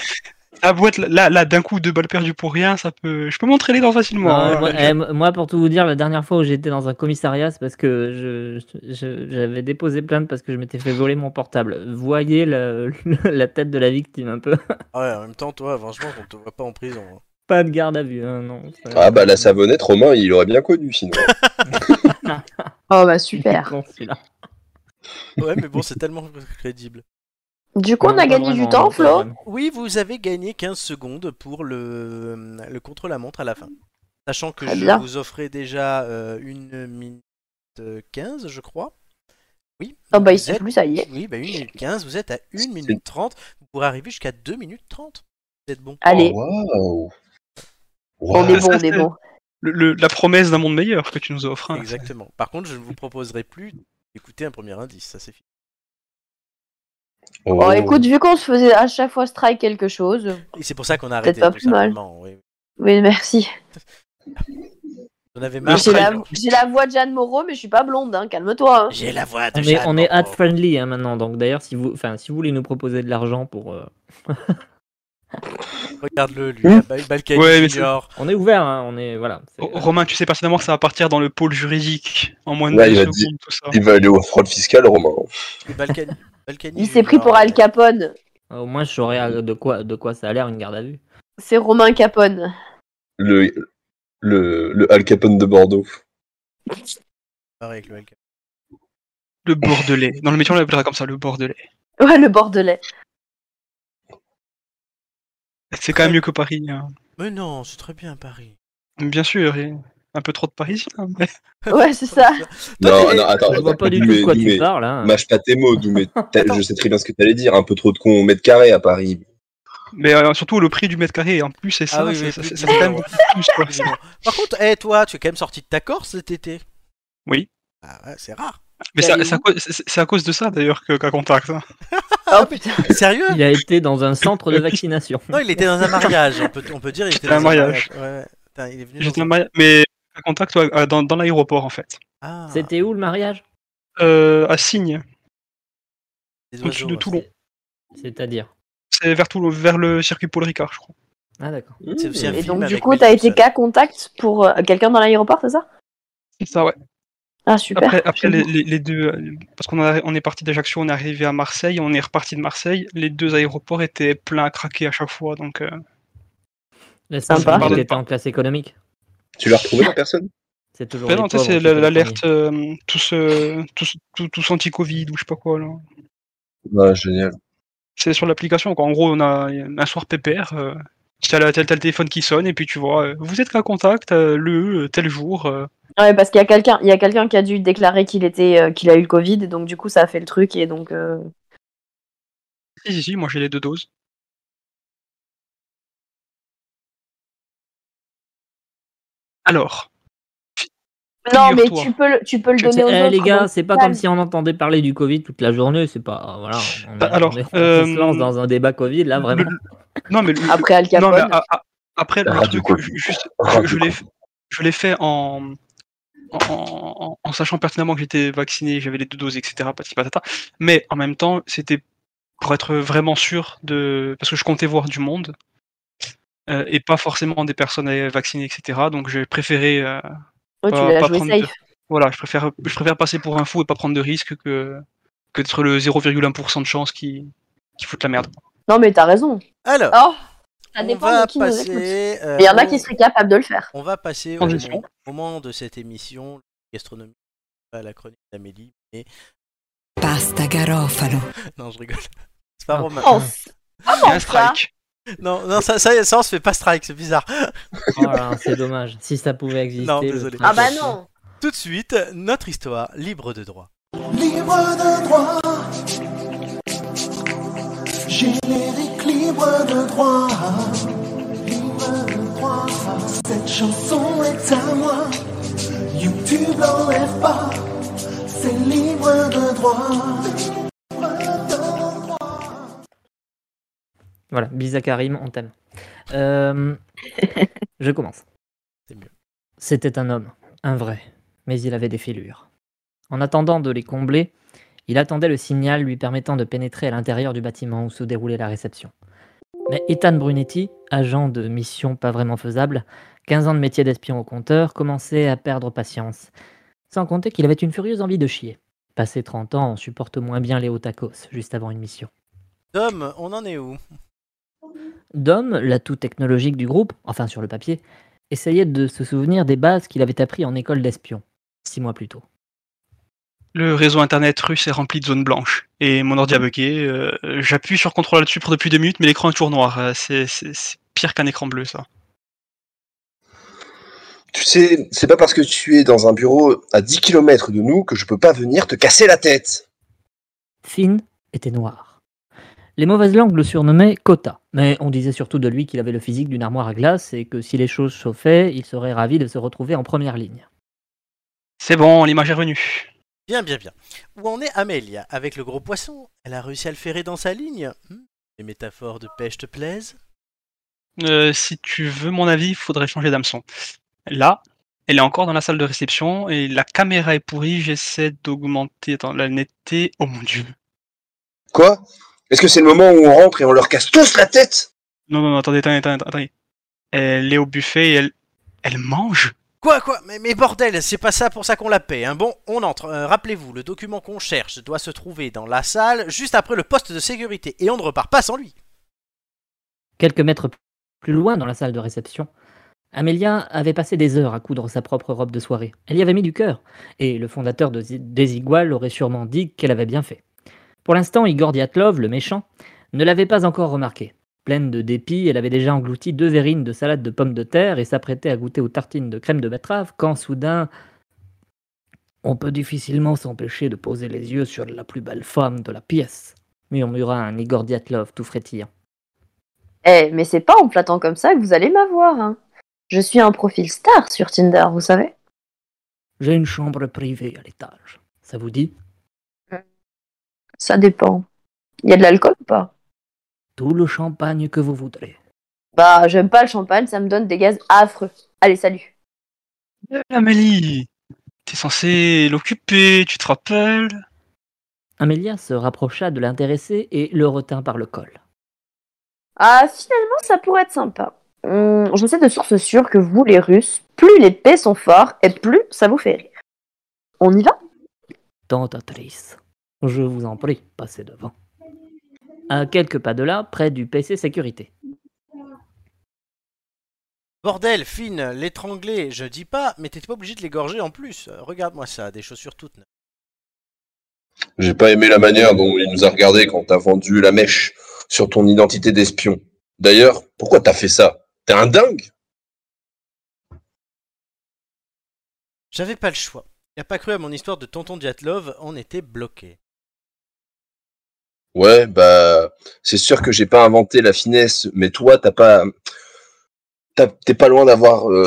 Speaker 3: la boîte, là, là d'un coup, deux balles perdues pour rien, ça peut... Je peux montrer les dents facilement.
Speaker 2: Non,
Speaker 3: hein.
Speaker 2: moi, eh, moi, pour tout vous dire, la dernière fois où j'étais dans un commissariat, c'est parce que je- je- j'avais déposé plainte parce que je m'étais fait voler mon portable. Voyez le- la tête de la victime un peu.
Speaker 1: Ah Ouais, en même temps, toi, franchement, on te voit pas en prison. hein.
Speaker 2: Pas de garde à vue, hein, non. ça-
Speaker 4: Ah bah la savonnette, Romain, il aurait bien connu sinon.
Speaker 5: Oh bah
Speaker 2: Il est
Speaker 5: super.
Speaker 2: con, celui-là.
Speaker 1: Ouais, mais bon, c'est tellement crédible.
Speaker 5: Du coup, on
Speaker 2: Non,
Speaker 5: a
Speaker 2: pas
Speaker 5: gagné du
Speaker 2: vraiment,
Speaker 5: temps,
Speaker 2: pas
Speaker 5: Flo.
Speaker 2: vraiment.
Speaker 1: Oui, vous avez gagné 15 secondes pour le, euh, le contre-la-montre à la fin. Sachant que
Speaker 5: Très
Speaker 1: je
Speaker 5: bien.
Speaker 1: vous offrais déjà euh, une minute euh, 15, je crois. Oui.
Speaker 5: Oh bah il
Speaker 1: vous
Speaker 5: sait
Speaker 1: êtes-
Speaker 5: plus, ça y est.
Speaker 1: Oui, bah 1 minute 15, vous êtes à 1 minute 30. Vous pourrez arriver jusqu'à 2 minutes 30. Vous êtes bon.
Speaker 2: Oh,
Speaker 5: Allez,
Speaker 4: Waouh.
Speaker 5: on
Speaker 4: Waouh.
Speaker 5: est bon, on est bon.
Speaker 3: Le- le- la promesse d'un monde meilleur que tu nous offres. hein.
Speaker 1: Exactement. Par contre, je ne vous proposerai plus d'écouter un premier indice. Ça, c'est fini.
Speaker 4: Oh.
Speaker 5: Bon,
Speaker 2: Oh.
Speaker 5: oh, écoute, vu qu'on se faisait à chaque fois strike quelque chose.
Speaker 1: Et c'est pour ça qu'on a arrêté.
Speaker 5: Peut-être pas
Speaker 1: tout
Speaker 5: plus mal.
Speaker 1: simplement, oui.
Speaker 5: Oui, merci.
Speaker 1: On avait marre.
Speaker 5: J'ai la,
Speaker 3: Strike.
Speaker 5: j'ai la voix de Jeanne Moreau, mais je suis pas blonde, hein, calme-toi. hein.
Speaker 1: J'ai la voix de
Speaker 2: On est,
Speaker 1: Jeanne
Speaker 2: on est ad
Speaker 1: Moreau.
Speaker 2: friendly hein, maintenant, donc d'ailleurs, si vous, enfin, si vous voulez nous proposer de l'argent pour, euh,
Speaker 1: Regarde-le, lui,
Speaker 5: Mmh.
Speaker 1: la Bal- Balkany
Speaker 3: Ouais, mais c'est-
Speaker 1: Junior.
Speaker 2: on est ouvert, hein, on est voilà. c'est-
Speaker 3: Oh, Romain, tu sais personnellement que ça va partir dans le pôle juridique en moins de
Speaker 4: Ouais, il
Speaker 3: deux
Speaker 4: va dire-
Speaker 3: secondes, tout ça.
Speaker 4: Il va aller au fraude fiscale, Romain.
Speaker 1: Le Balkany. Balkany
Speaker 5: Il s'est pris
Speaker 1: Junior.
Speaker 5: pour Al Capone.
Speaker 2: Au moins, je saurais euh, de quoi, de quoi ça a l'air une garde à vue.
Speaker 5: C'est Romain Capone.
Speaker 4: Le, le, le Al Capone de Bordeaux.
Speaker 1: Pareil avec le Al Capone.
Speaker 3: Le bordelais. Dans le métier, on l'appellera comme ça, le bordelais.
Speaker 5: Ouais, le bordelais.
Speaker 3: C'est quand même mieux que Paris. hein.
Speaker 1: Mais non, c'est très bien Paris.
Speaker 3: Bien sûr, il y a un peu trop de Parisiens. hein, mais-
Speaker 5: Ouais, c'est ça.
Speaker 1: Toi,
Speaker 4: Non,
Speaker 1: t'es-
Speaker 4: non, attends.
Speaker 2: Je
Speaker 4: attends,
Speaker 2: vois pas du tout
Speaker 4: Doumé,
Speaker 2: de quoi
Speaker 4: Doumé,
Speaker 2: tu parles. hein.
Speaker 4: Mâche pas tes mots, Doumé. T'as-
Speaker 1: Attends.
Speaker 4: Je sais très bien ce que t'allais dire. Un peu trop de cons au mètre carré à Paris.
Speaker 3: Mais euh, surtout le prix du mètre carré, en plus, c'est ça.
Speaker 1: Ah oui,
Speaker 3: ça-
Speaker 1: oui,
Speaker 3: ça-
Speaker 1: plus
Speaker 3: ça-
Speaker 1: de
Speaker 3: ça fait quand même
Speaker 1: zéro.
Speaker 3: beaucoup plus, quoi.
Speaker 1: Excusez-moi. Par contre, eh, toi, tu es quand même sorti de ta Corse cet été.
Speaker 3: Oui.
Speaker 1: Ah ouais, c'est rare.
Speaker 3: Mais
Speaker 5: Et
Speaker 3: c'est à-
Speaker 5: allez-vous
Speaker 3: c'est à cause- c'est- c'est à cause de ça, d'ailleurs, que- qu'à contact. hein.
Speaker 5: Oh putain.
Speaker 1: Sérieux
Speaker 2: Il a été dans un centre de vaccination.
Speaker 1: Non,
Speaker 5: Ah.
Speaker 1: il était dans un mariage. On peut, on peut dire, il était
Speaker 3: C'était
Speaker 1: dans
Speaker 3: un
Speaker 1: un mariage.
Speaker 3: mariage.
Speaker 1: Ouais, ouais. Putain, il est venu.
Speaker 3: J'étais
Speaker 1: dans
Speaker 3: en mari- Mais à contact, ouais, euh, dans, dans l'aéroport, en fait.
Speaker 1: Ah,
Speaker 2: C'était où le mariage
Speaker 3: Euh, à Signe,
Speaker 1: des
Speaker 3: au-dessus de
Speaker 1: oiseaux,
Speaker 3: Toulon.
Speaker 2: C'est-à-dire.
Speaker 3: C'est vers Toulon, vers le circuit Paul Ricard, je crois.
Speaker 2: Ah d'accord.
Speaker 1: ouais. C'est aussi un
Speaker 5: Et
Speaker 1: film
Speaker 5: donc, du
Speaker 1: avec
Speaker 5: coup,
Speaker 1: Mel
Speaker 5: t'as été
Speaker 1: Gibson.
Speaker 5: cas contact pour euh, quelqu'un dans l'aéroport, c'est ça
Speaker 3: C'est ça, ouais.
Speaker 5: Ah, super.
Speaker 3: Après, après
Speaker 5: Chez
Speaker 3: les,
Speaker 5: nous.
Speaker 3: les- les deux, euh, parce qu'on a- on est parti d'Ajaccio, on est arrivé à Marseille, on est reparti de Marseille. Les deux aéroports étaient pleins à craquer à chaque fois, donc euh,
Speaker 2: Sympa.
Speaker 5: Sympa.
Speaker 2: T'étais en classe économique.
Speaker 4: Tu l'as retrouvé la personne
Speaker 2: C'est toujours.
Speaker 3: Ben
Speaker 2: les
Speaker 3: non, tu sais,
Speaker 2: pauvres
Speaker 3: c'est
Speaker 2: qui payent
Speaker 3: la-
Speaker 2: le
Speaker 3: l'alerte, euh, tout ce, tout, ce- tout, tout ce anti-Covid ou je sais pas quoi. là.
Speaker 4: Ouais, génial.
Speaker 3: C'est sur l'application. quoi. En gros, on a un soir PPR. Euh, t'as, la- t'as- t'as le téléphone qui sonne et puis tu vois, euh, vous êtes qu'à contact euh, le euh, tel jour. euh.
Speaker 5: Ouais, parce qu'il y a quelqu'un, il y a quelqu'un qui a dû déclarer qu'il était, euh, qu'il a eu le Covid, et donc du coup, ça a fait le truc, et donc. euh,
Speaker 3: Si, si, si, moi j'ai les deux doses. Alors,
Speaker 5: Non, mais
Speaker 3: Figure-toi.
Speaker 5: tu peux le, tu peux le
Speaker 3: Je
Speaker 5: donner
Speaker 2: premier.
Speaker 5: aux
Speaker 2: Eh,
Speaker 5: autres. hein.
Speaker 2: les gars,
Speaker 5: donc-
Speaker 2: c'est pas comme si on entendait parler du Covid toute la journée. C'est pas oh, voilà. On,
Speaker 3: Bah,
Speaker 2: on
Speaker 3: alors,
Speaker 2: est- on
Speaker 3: euh,
Speaker 2: se lance dans un débat Covid là vraiment.
Speaker 3: non, mais le-
Speaker 5: Après Al
Speaker 3: Non,
Speaker 5: Capone.
Speaker 3: mais a- a- après, le
Speaker 4: Ah, du
Speaker 3: truc,
Speaker 4: coup.
Speaker 3: ju- juste,
Speaker 4: Ah,
Speaker 3: je, je
Speaker 4: du
Speaker 3: l'ai, f- je l'ai fait en, en, en- en sachant pertinemment que j'étais vacciné, j'avais les deux doses, etc. patati patata. Mais en même temps, c'était pour être vraiment sûr de. Parce que je comptais voir du monde. euh, et pas forcément des personnes euh, vaccinées, etc. Donc j'ai préféré. euh,
Speaker 5: Ouais, tu
Speaker 3: pas-
Speaker 5: l'as
Speaker 3: pas
Speaker 5: joué
Speaker 3: prendre de-
Speaker 5: safe.
Speaker 3: voilà, je préfère, je préfère passer pour un fou et pas prendre de risques que, que d'être le 0,1% de chance qui, qui fout la merde.
Speaker 5: Non, mais t'as raison.
Speaker 1: Alors,
Speaker 5: Oh, ça
Speaker 1: on
Speaker 5: dépend
Speaker 1: va
Speaker 5: de qui nous écoute.
Speaker 1: passer. euh,
Speaker 5: Il y en a
Speaker 1: au-
Speaker 5: qui seraient capables de le faire.
Speaker 1: On va passer au
Speaker 3: Transition.
Speaker 1: moment, au moment de cette émission gastronomique, pas la chronique d'Amélie, mais
Speaker 7: Pasta garofalo.
Speaker 1: non, je rigole. C'est pas
Speaker 2: Ah.
Speaker 1: Romain.
Speaker 5: Oh, c'est-
Speaker 3: Il y a
Speaker 5: oh,
Speaker 3: un
Speaker 5: ça.
Speaker 3: strike.
Speaker 1: Non, non, ça, ça, ça, on se fait pas strike, c'est bizarre.
Speaker 2: Oh là là, c'est dommage. Si ça pouvait exister.
Speaker 1: Non,
Speaker 2: le
Speaker 1: désolé.
Speaker 2: train
Speaker 5: Ah bah
Speaker 2: de-
Speaker 5: non.
Speaker 1: Tout de suite, notre histoire libre de droit.
Speaker 8: Libre de droit. Générique libre de droit. Libre de droit. Cette chanson est à moi. YouTube l'enlève pas. C'est libre de droit.
Speaker 2: Voilà, bis à Karim, on t'aime. Euh, je commence.
Speaker 1: C'est mieux.
Speaker 2: C'était un homme, un vrai, mais il avait des fêlures. En attendant de les combler, il attendait le signal lui permettant de pénétrer à l'intérieur du bâtiment où se déroulait la réception. Mais Ethan Brunetti, agent de mission pas vraiment faisable, 15 ans de métier d'espion au compteur, commençait à perdre patience. Sans compter qu'il avait une furieuse envie de chier. Passé 30 ans, on supporte moins bien les hauts tacos, juste avant une mission.
Speaker 1: Dom, on en est où
Speaker 2: Dom, l'atout technologique du groupe, enfin sur le papier, essayait de se souvenir des bases qu'il avait apprises en école d'espion, six mois plus tôt.
Speaker 3: Le réseau internet russe est rempli de zones blanches. Et mon ordi a bugué. euh, J'appuie sur contrôle là-dessus pour depuis deux minutes, mais l'écran est toujours noir. Euh, C'est c'est- c'est pire qu'un écran bleu, ça.
Speaker 4: Tu sais, c'est pas parce que tu es dans un bureau à 10 km de nous que je peux pas venir te casser la tête.
Speaker 2: Finn était noir. Les mauvaises langues le surnommaient Kota, mais on disait surtout de lui qu'il avait le physique d'une armoire à glace et que si les choses chauffaient, il serait ravi de se retrouver en première ligne.
Speaker 3: C'est bon, l'image est revenue.
Speaker 1: Bien, bien, bien. Où en est Amélia Avec le gros poisson, elle a réussi à le ferrer dans sa ligne Hmm Les métaphores de pêche te plaisent
Speaker 3: Euh, si tu veux mon avis, il faudrait changer d'hameçon. Là, elle est encore dans la salle de réception et la caméra est pourrie. J'essaie d'augmenter attends, la netteté. Oh mon dieu.
Speaker 4: Quoi Est-ce que c'est le moment où on rentre et on leur casse tous la tête
Speaker 3: Non, non, non, attendez, attendez, attendez. attendez. Elle est au buffet et elle, elle mange.
Speaker 1: Quoi, quoi mais, mais bordel, c'est pas ça pour ça qu'on la paie. Hein. Bon, on entre. Euh, Rappelez-vous, le document qu'on cherche doit se trouver dans la salle, juste après le poste de sécurité, et on ne repart pas sans lui.
Speaker 2: Quelques mètres plus loin dans la salle de réception, Amélia avait passé des heures à coudre sa propre robe de soirée. Elle y avait mis du cœur, et le fondateur de Zi- des Iguales aurait sûrement dit qu'elle avait bien fait. Pour l'instant, Igor Diatlov, le méchant, ne l'avait pas encore remarqué. Pleine de dépit, elle avait déjà englouti deux verrines de salade de pommes de terre et s'apprêtait à goûter aux tartines de crème de betterave quand soudain. On peut difficilement s'empêcher de poser les yeux sur la plus belle femme de la pièce, murmura un Igor Diatlov tout frétillant.
Speaker 5: Eh, mais c'est pas en me flattant comme ça que vous allez m'avoir. Hein. Je suis un profil star sur Tinder, vous savez.
Speaker 2: J'ai une chambre privée à l'étage. Ça vous dit
Speaker 5: Ça dépend. Y a de l'alcool ou pas
Speaker 2: Tout le champagne que vous voudrez.
Speaker 5: Bah, j'aime pas le champagne, ça me donne des gaz affreux. Allez, salut.
Speaker 3: Euh, Amélie, t'es censé l'occuper, tu te rappelles
Speaker 2: Amélia se rapprocha de l'intéressé et le retint par le col.
Speaker 5: Ah, finalement, ça pourrait être sympa. Hum, je sais de source sûre que vous, les Russes, plus les paix sont forts et plus ça vous fait rire. On y va
Speaker 2: Tentatrice, je vous en prie, passez devant. À quelques pas de là, près du PC sécurité.
Speaker 1: Bordel, fine, l'étrangler, je dis pas, mais t'es pas obligé de l'égorger en plus. Euh, Regarde-moi ça, des chaussures toutes neuves.
Speaker 4: J'ai pas aimé la manière dont il nous a regardé quand t'as vendu la mèche sur ton identité d'espion. D'ailleurs, pourquoi t'as fait ça T'es un dingue
Speaker 1: J'avais pas le choix. Il a pas cru à mon histoire de tonton Diatlov, on était bloqué.
Speaker 4: Ouais, bah, c'est sûr que j'ai pas inventé la finesse, mais toi, t'as pas, t'as- t'es pas loin d'avoir euh,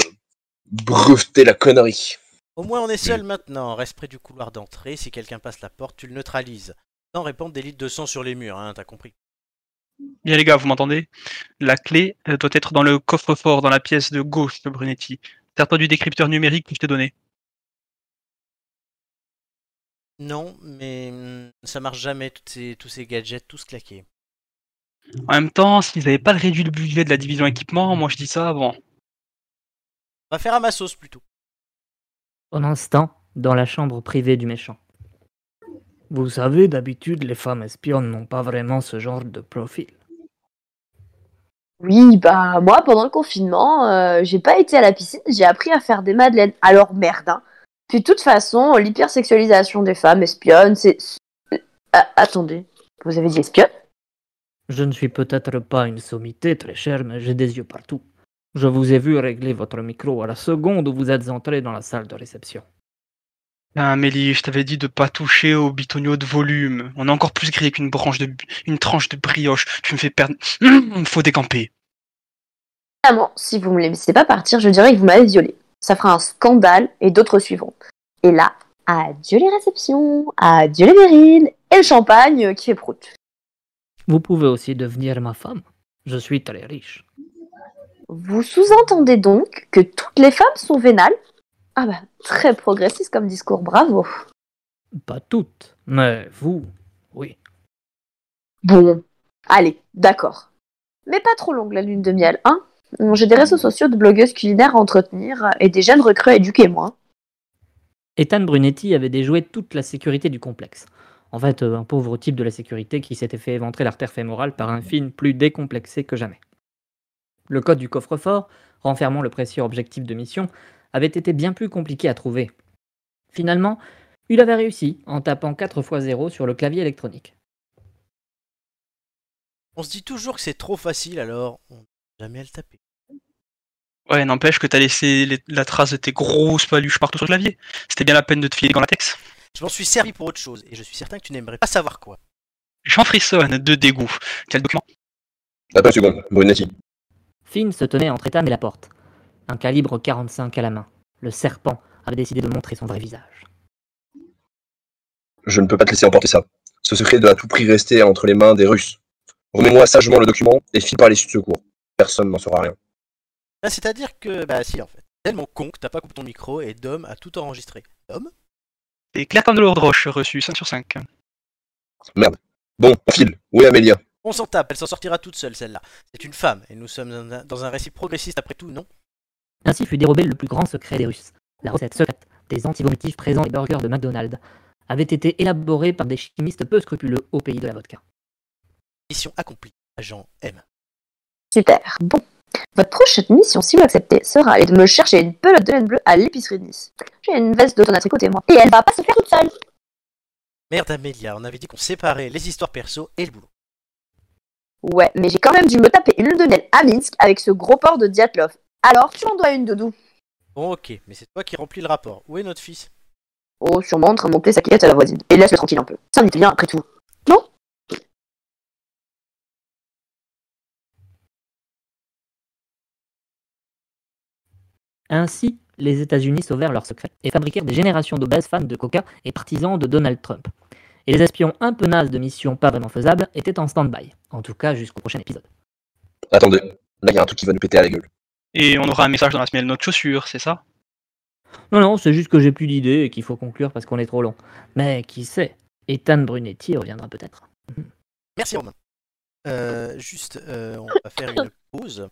Speaker 4: breveté la connerie.
Speaker 1: Au moins on est seul maintenant, reste près du couloir d'entrée, si quelqu'un passe la porte, tu le neutralises. Sans répandre des litres de sang sur les murs, hein, t'as compris.
Speaker 3: Bien les gars, vous m'entendez La clé euh, doit être dans le coffre-fort, dans la pièce de gauche de Brunetti. Sers-toi du décrypteur numérique que je t'ai donné.
Speaker 1: Non, mais hum, ça marche jamais, toutes ces- tous ces gadgets, tous claqués.
Speaker 3: En même temps, s'ils n'avaient pas réduit le budget de la division équipement, moi je dis ça, bon.
Speaker 1: On va faire à ma sauce plutôt.
Speaker 2: Pendant ce temps, dans la chambre privée du méchant. Vous savez, d'habitude, les femmes espionnes n'ont pas vraiment ce genre de profil.
Speaker 5: Oui, bah, moi, pendant le confinement, euh, j'ai pas été à la piscine, j'ai appris à faire des madeleines. Alors, merde, hein. Puis, de toute façon, l'hypersexualisation des femmes, espionnes, c'est... c'est- Ah, attendez, vous avez dit espionne
Speaker 2: Je ne suis peut-être pas une sommité, très chère, mais j'ai des yeux partout. Je vous ai vu régler votre micro à la seconde où vous êtes entré dans la salle de réception.
Speaker 3: Ah, Amélie, je t'avais dit de pas toucher au bitonio de volume. On est encore plus grillé qu'une branche de, une tranche de brioche. Tu me fais perdre. Hum, faut décamper.
Speaker 5: Évidemment, si vous me laissez pas partir, je dirais que vous m'avez violée. Ça fera un scandale et d'autres suivront. Et là, adieu les réceptions, adieu les verrines et le champagne euh, qui fait prout.
Speaker 2: Vous pouvez aussi devenir ma femme. Je suis très riche.
Speaker 5: Vous sous-entendez donc que toutes les femmes sont vénales Ah bah, très progressiste comme discours, bravo.
Speaker 2: Pas toutes, mais vous, oui.
Speaker 5: Bon, allez, d'accord. Mais pas trop longue la lune de miel, hein J'ai des réseaux sociaux de blogueuses culinaires à entretenir et des jeunes recrues à éduquer, moi. hein.
Speaker 2: Ethan Brunetti avait déjoué toute la sécurité du complexe. En fait, euh, un pauvre type de la sécurité qui s'était fait éventrer l'artère fémorale par un film plus décomplexé que jamais. Le code du coffre-fort, renfermant le précieux objectif de mission, avait été bien plus compliqué à trouver. Finalement, il avait réussi en tapant 4 x 0 sur le clavier électronique.
Speaker 1: On se dit toujours que c'est trop facile, alors on n'a jamais à le taper.
Speaker 3: Ouais, n'empêche que t'as laissé les- la trace de tes grosses paluches partout sur le clavier. C'était bien la peine de te filer des gants latex.
Speaker 1: Je m'en suis servi pour autre chose, et je suis certain que tu n'aimerais pas savoir quoi.
Speaker 3: J'en frissonne de dégoût. Tiens le document.
Speaker 4: Attends une seconde, Brunetti.
Speaker 2: Finn se tenait entre Ethan et la porte, un calibre 45 à la main. Le serpent avait décidé de montrer son vrai visage.
Speaker 4: Je ne peux pas te laisser emporter ça. Ce secret doit à tout prix rester entre les mains des Russes. Remets-moi sagement le document et file par les de secours. Personne n'en saura rien.
Speaker 1: Bah, c'est-à-dire que, bah si en fait. Tellement con que t'as pas coupé ton micro et Dom a tout enregistré. Dom
Speaker 3: C'est Claire de Roche reçu 5 sur 5.
Speaker 4: Bon, on file. Où est Amélia
Speaker 1: On s'en tape, elle s'en sortira toute seule celle-là. C'est une femme, et nous sommes dans un- dans un récit progressiste après tout, non
Speaker 2: Ainsi fut dérobé le plus grand secret des Russes. La recette secrète des antivomitifs présents dans les burgers de McDonald's avait été élaborée par des chimistes peu scrupuleux au pays de la vodka.
Speaker 1: Mission accomplie. Agent M.
Speaker 5: Super, bon. Votre prochaine mission, si vous l'acceptez, sera aller de me chercher une pelote de laine bleue à l'épicerie de Nice. J'ai une veste de ton à tricoter, moi. Et elle va pas se faire toute seule.
Speaker 1: Merde Amélia, on avait dit qu'on séparait les histoires perso et le boulot.
Speaker 5: Ouais, mais j'ai quand même dû me taper une lune de miel à Minsk avec ce gros porc de Diatlov. Alors, tu en dois une, Doudou
Speaker 1: Bon ok, mais c'est toi qui remplis le rapport. Où est notre fils
Speaker 5: Oh, sûrement en train de monter sa quillette à la voisine. Et laisse-le tranquille un peu. Ça me dit bien après tout. Non
Speaker 2: Ainsi, les États-Unis sauvèrent leurs secrets et fabriquèrent des générations d'obèses fans de coca et partisans de Donald Trump. Et les espions un peu nazes de missions pas vraiment faisables étaient en stand-by, en tout cas jusqu'au prochain épisode.
Speaker 4: Attendez. Là, il y a un truc qui va nous péter à la gueule.
Speaker 3: Et on aura un message dans la semaine de notre chaussure, c'est ça
Speaker 2: Non, non, c'est juste que j'ai plus d'idées et qu'il faut conclure parce qu'on est trop long. Mais qui sait, Ethan Brunetti reviendra peut-être.
Speaker 1: Merci Romain. Euh, juste, euh, on va faire une pause,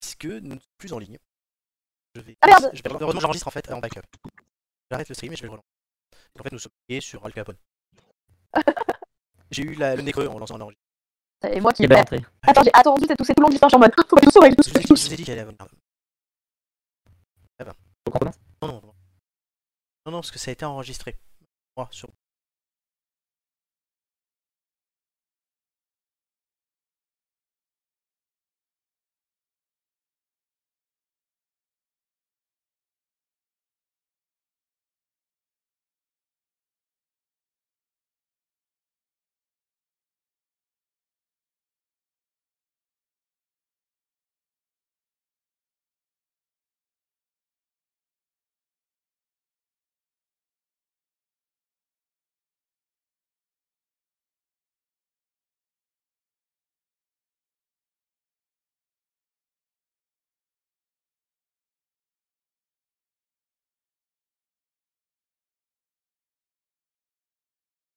Speaker 1: puisque nous ne sommes plus en ligne. Je vais...
Speaker 5: Ah, merde
Speaker 1: je vais- Heureusement j'enregistre en fait en backup. J'arrête le stream et je vais le relancer. En fait nous sommes liés sur Al Capone. J'ai eu la... le nez creux en lançant un enregistrement.
Speaker 5: Et moi qui
Speaker 2: Eh ben, rentrez.
Speaker 5: Attends, j'ai attendu, c'est tout, c'est tout long, j'étais en mode. Faut pas tout sauver, tout
Speaker 1: Je vous ai dit- je vous ai dit qu'elle allait avoir-
Speaker 2: Faut qu'on recommence
Speaker 1: Non, non, non. Non, non, parce que ça a été enregistré. Moi, sur...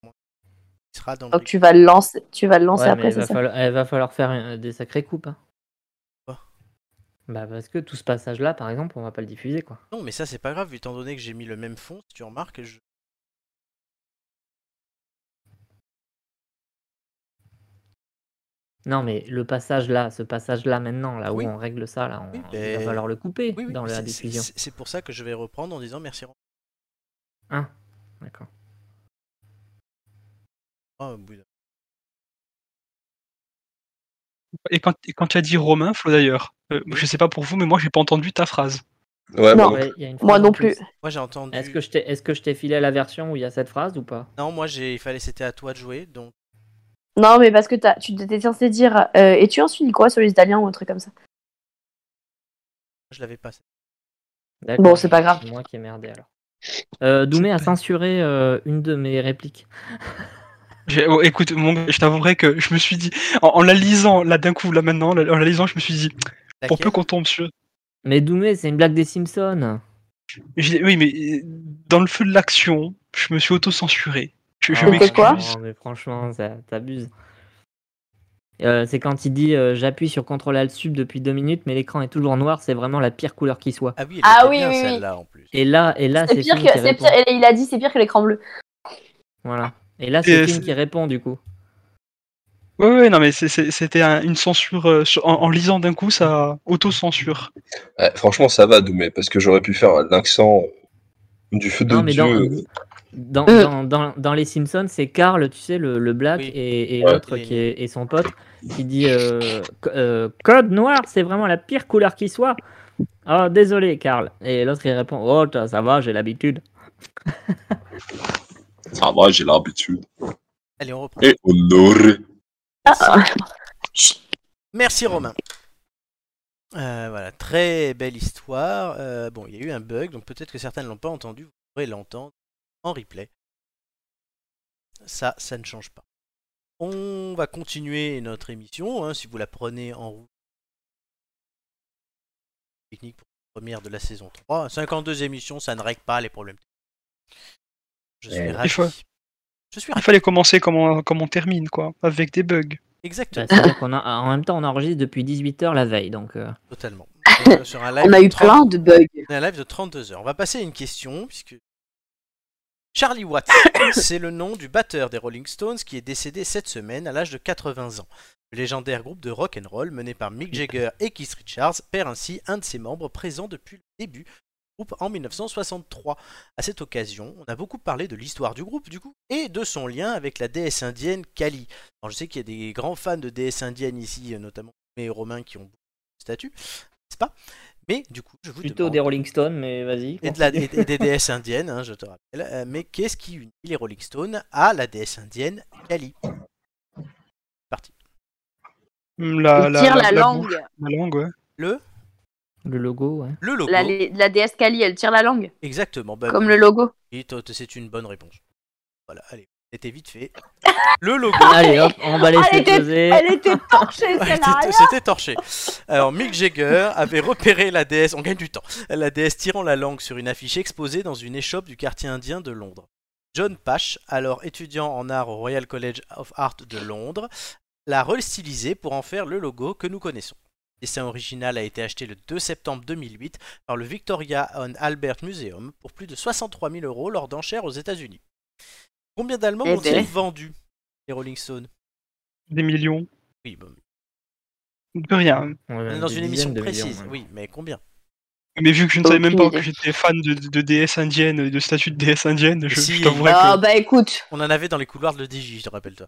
Speaker 1: Il sera dans le...
Speaker 5: Donc tu vas le lancer, tu vas le lancer
Speaker 2: Ouais, mais
Speaker 5: après,
Speaker 2: il va
Speaker 5: c'est ça
Speaker 2: falloir- il va falloir faire euh, des sacrées coupes. hein.
Speaker 1: Pourquoi
Speaker 2: Bah parce que tout ce passage-là, par exemple, on va pas le diffuser, quoi.
Speaker 1: Non, mais ça, c'est pas grave, étant donné que j'ai mis le même fond, si tu remarques, je...
Speaker 2: Non, mais le passage-là, ce passage-là maintenant, là
Speaker 1: Oui.
Speaker 2: où on règle ça, là, on-
Speaker 1: Oui,
Speaker 2: il
Speaker 1: ben-
Speaker 2: va falloir le couper
Speaker 1: Oui, oui,
Speaker 2: dans la
Speaker 1: c'est- c'est
Speaker 2: diffusion.
Speaker 1: c'est- c'est pour ça que je vais reprendre en disant merci Romain.
Speaker 2: D'accord.
Speaker 1: au bout d'un-
Speaker 3: Et quand, et quand tu as dit Romain, Flo d'ailleurs, euh, je sais pas pour vous, mais moi j'ai pas entendu ta phrase.
Speaker 4: Ouais,
Speaker 5: Non.
Speaker 4: bon,
Speaker 2: Ouais, il y a une
Speaker 5: Moi
Speaker 2: phrase
Speaker 5: non
Speaker 2: en
Speaker 5: plus.
Speaker 1: Moi j'ai entendu.
Speaker 2: Est-ce que je t'ai- est-ce que je t'ai filé la version où il y a cette phrase ou pas
Speaker 1: Non, moi j'ai. Il fallait c'était à toi de jouer, donc.
Speaker 5: Non, mais parce que t'as- tu étais censé dire. euh, et tu ensuite quoi sur les Italiens ou un truc comme ça
Speaker 1: Je l'avais pas.
Speaker 2: D'accord.
Speaker 5: Bon, c'est pas grave.
Speaker 2: C'est moi qui ai merdé alors. Euh, Doumé a censuré euh, une de mes répliques.
Speaker 3: J'ai- oh, écoute, mon gars, je t'avouerai que je me suis dit, en, en la lisant là d'un coup, là maintenant, là- en la lisant, je me suis dit, pour peu
Speaker 1: Laquelle
Speaker 3: qu'on tombe sur. Mais
Speaker 2: Mais Doumé, c'est une blague des Simpsons.
Speaker 3: j'ai- Oui, mais euh, dans le feu de l'action, je me suis auto-censuré. Je, je
Speaker 2: Ah,
Speaker 5: C'était quoi
Speaker 3: m'excuse.
Speaker 2: non, mais franchement, ça t'abuse. Euh, c'est quand il dit euh, j'appuie sur CTRL ALT SUB depuis deux minutes, mais l'écran est toujours noir, c'est vraiment la pire couleur qui soit.
Speaker 1: Ah oui, elle
Speaker 5: Ah
Speaker 1: était
Speaker 5: oui,
Speaker 1: bien,
Speaker 5: oui, oui.
Speaker 1: celle-là en plus.
Speaker 2: Et là, et là,
Speaker 5: C'est
Speaker 2: c'est
Speaker 5: pire
Speaker 2: Finn
Speaker 5: que.
Speaker 2: qui
Speaker 5: c'est
Speaker 2: répond.
Speaker 5: pire- et Il a dit c'est pire que l'écran bleu.
Speaker 2: Voilà. Et là,
Speaker 3: Et
Speaker 2: c'est Finn
Speaker 3: c'est-
Speaker 2: qui répond du coup.
Speaker 3: Ouais, ouais, non, mais c'est- c'est- c'était un- une censure. euh, sur- en, en lisant d'un coup, ça auto-censure.
Speaker 4: ouais, Eh, franchement, ça va, Doumé, parce que j'aurais pu faire l'accent du feu de
Speaker 2: Non, mais
Speaker 4: Dieu.
Speaker 2: dans, dans,
Speaker 5: Euh.
Speaker 2: dans, dans- dans les Simpsons, c'est Carl, tu sais, le, le black
Speaker 1: Oui.
Speaker 2: et, et
Speaker 4: Ouais.
Speaker 2: l'autre qui est et son pote qui dit euh, co- euh, Code noir, c'est vraiment la pire couleur qui soit. Ah, désolé, Carl. Et l'autre, il répond Oh, t'as- ça va, j'ai l'habitude.
Speaker 4: Ça va, j'ai l'habitude.
Speaker 1: Allez, on reprend.
Speaker 4: Et honoré.
Speaker 5: Ah,
Speaker 1: Merci Romain. Euh, voilà, très belle histoire. Euh, bon, il y a eu un bug, donc peut-être que certains ne l'ont pas entendu. Vous pourrez l'entendre en replay. Ça, ça ne change pas. On va continuer notre émission. hein, si vous la prenez en route, technique pour la première de la saison 3. 52 émissions, ça ne règle pas les problèmes. Je suis
Speaker 4: Ouais.
Speaker 1: ravi.
Speaker 3: faut-
Speaker 1: Je suis
Speaker 3: Il
Speaker 1: ravi.
Speaker 3: fallait commencer comme on, comme on termine, quoi, avec des bugs.
Speaker 1: Exactement.
Speaker 2: Bah, c'est-à-dire qu'on a- en même temps, on enregistre depuis 18h la veille. Donc, euh,
Speaker 1: Totalement. On est sur un live
Speaker 5: On a
Speaker 1: de
Speaker 5: eu
Speaker 1: 30
Speaker 5: plein de bugs.
Speaker 1: On a un live de 32 heures. On va passer à une question, puisque Charlie Watts, c'est le nom du batteur des Rolling Stones qui est décédé cette semaine à l'âge de 80 ans. Le légendaire groupe de rock and roll mené par Mick Jagger et Keith Richards perd ainsi un de ses membres présents depuis le début du groupe en 1963. À cette occasion, on a beaucoup parlé de l'histoire du groupe du coup et de son lien avec la déesse indienne Kali. Alors, je sais qu'il y a des grands fans de déesse indienne ici, euh, notamment mes Romains qui ont beaucoup de statues, n'est-ce pas Mais du coup, je vous
Speaker 2: plutôt
Speaker 1: demande
Speaker 2: des Rolling Stones, mais vas-y.
Speaker 1: et, de la- et- et des déesses indiennes, hein, je te rappelle. Euh, Mais qu'est-ce qui unit les Rolling Stones à la déesse indienne Kali
Speaker 3: Hum, La,
Speaker 5: Il tire la
Speaker 3: bouche,
Speaker 5: langue.
Speaker 3: la langue, ouais.
Speaker 1: Le,
Speaker 2: Le logo, ouais.
Speaker 1: le logo.
Speaker 5: La la déesse Kali, elle tire la langue.
Speaker 1: Exactement. bah,
Speaker 5: Comme
Speaker 1: bah,
Speaker 5: le logo.
Speaker 1: oui, toi, t- C'est une bonne réponse. Voilà, allez, c'était vite fait. Le logo.
Speaker 2: Allez, hop, on va
Speaker 5: Elle
Speaker 2: laisser
Speaker 5: était-
Speaker 2: poser.
Speaker 5: Elle était torchée,
Speaker 1: Ouais,
Speaker 5: celle-là.
Speaker 1: c'était-
Speaker 5: rien.
Speaker 1: C'était torché. Alors Mick Jagger avait repéré la déesse, on gagne du temps, la déesse tirant la langue sur une affiche exposée dans une échoppe du quartier indien de Londres. John Pash, alors étudiant en art au Royal College of Art de Londres, l'a restylisé pour en faire le logo que nous connaissons. Le dessin original a été acheté le 2 septembre 2008 par le Victoria and Albert Museum pour plus de 63 000 euros lors d'enchères aux États-Unis. Combien d'Allemands
Speaker 5: Eh
Speaker 1: ont-ils
Speaker 5: ben.
Speaker 1: vendu les Rolling Stones
Speaker 3: Des millions.
Speaker 1: Oui, bon,
Speaker 3: De rien.
Speaker 1: on est dans une émission précise. Oui, mais combien
Speaker 3: Mais vu que je ne savais même
Speaker 5: Aucune
Speaker 3: pas
Speaker 5: idée.
Speaker 3: que j'étais fan de, de, de déesse indienne et de statue de déesse indienne, je,
Speaker 1: Si.
Speaker 3: je t'avouerai
Speaker 5: Ah
Speaker 3: que
Speaker 5: bah écoute,
Speaker 1: On en avait dans les couloirs de le DJ, je te rappelle toi.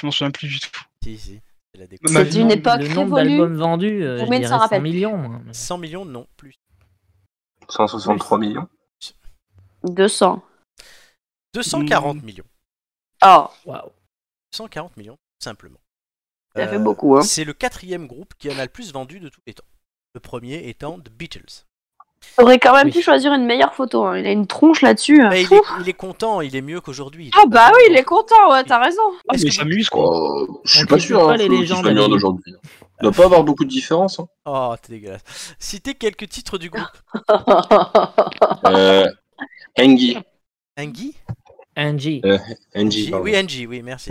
Speaker 3: je m'en souviens plus du tout.
Speaker 1: Si, si, c'est la déco.
Speaker 3: Ma
Speaker 5: c'est
Speaker 3: vie,
Speaker 5: une
Speaker 3: non,
Speaker 5: époque
Speaker 2: Le nombre
Speaker 5: révolue.
Speaker 2: d'albums vendus, euh, je
Speaker 5: Doumé ne
Speaker 2: dirais
Speaker 5: s'en
Speaker 2: 100
Speaker 5: rappelle
Speaker 2: millions. moi.
Speaker 1: 100 millions, non, plus.
Speaker 4: 163 millions.
Speaker 5: 200.
Speaker 1: 240
Speaker 5: Mmh.
Speaker 1: millions.
Speaker 5: Oh,
Speaker 1: 240 millions, tout simplement.
Speaker 5: ça fait
Speaker 1: Euh,
Speaker 5: beaucoup, hein.
Speaker 1: C'est le quatrième groupe qui en a le plus vendu de tous les temps. Le premier étant The Beatles.
Speaker 5: T'aurais quand même
Speaker 2: oui.
Speaker 5: pu choisir une meilleure photo. hein. Il a une tronche là-dessus. hein.
Speaker 1: Bah, il, est, il est content, il est mieux qu'aujourd'hui.
Speaker 5: Ah bah oui, il est content, ouais, t'as raison.
Speaker 3: Ah,
Speaker 1: Est-ce
Speaker 3: mais
Speaker 1: que
Speaker 3: ça
Speaker 1: vous-
Speaker 3: m'amuse, quoi.
Speaker 4: Oh, je
Speaker 2: On
Speaker 4: suis pas
Speaker 2: critique
Speaker 4: sûr
Speaker 2: pas
Speaker 4: hein,
Speaker 2: les
Speaker 4: que- qu'il
Speaker 2: légendes,
Speaker 4: soit meilleur
Speaker 2: Amélie.
Speaker 4: d'aujourd'hui. Il doit pas avoir beaucoup de différence. Hein.
Speaker 1: Oh, t'es dégueulasse. Citez quelques titres du groupe.
Speaker 4: Euh, Engie.
Speaker 5: Ah.
Speaker 1: Angie
Speaker 2: Angie.
Speaker 4: Engie, pardon.
Speaker 1: Oui, Angie, oui, merci.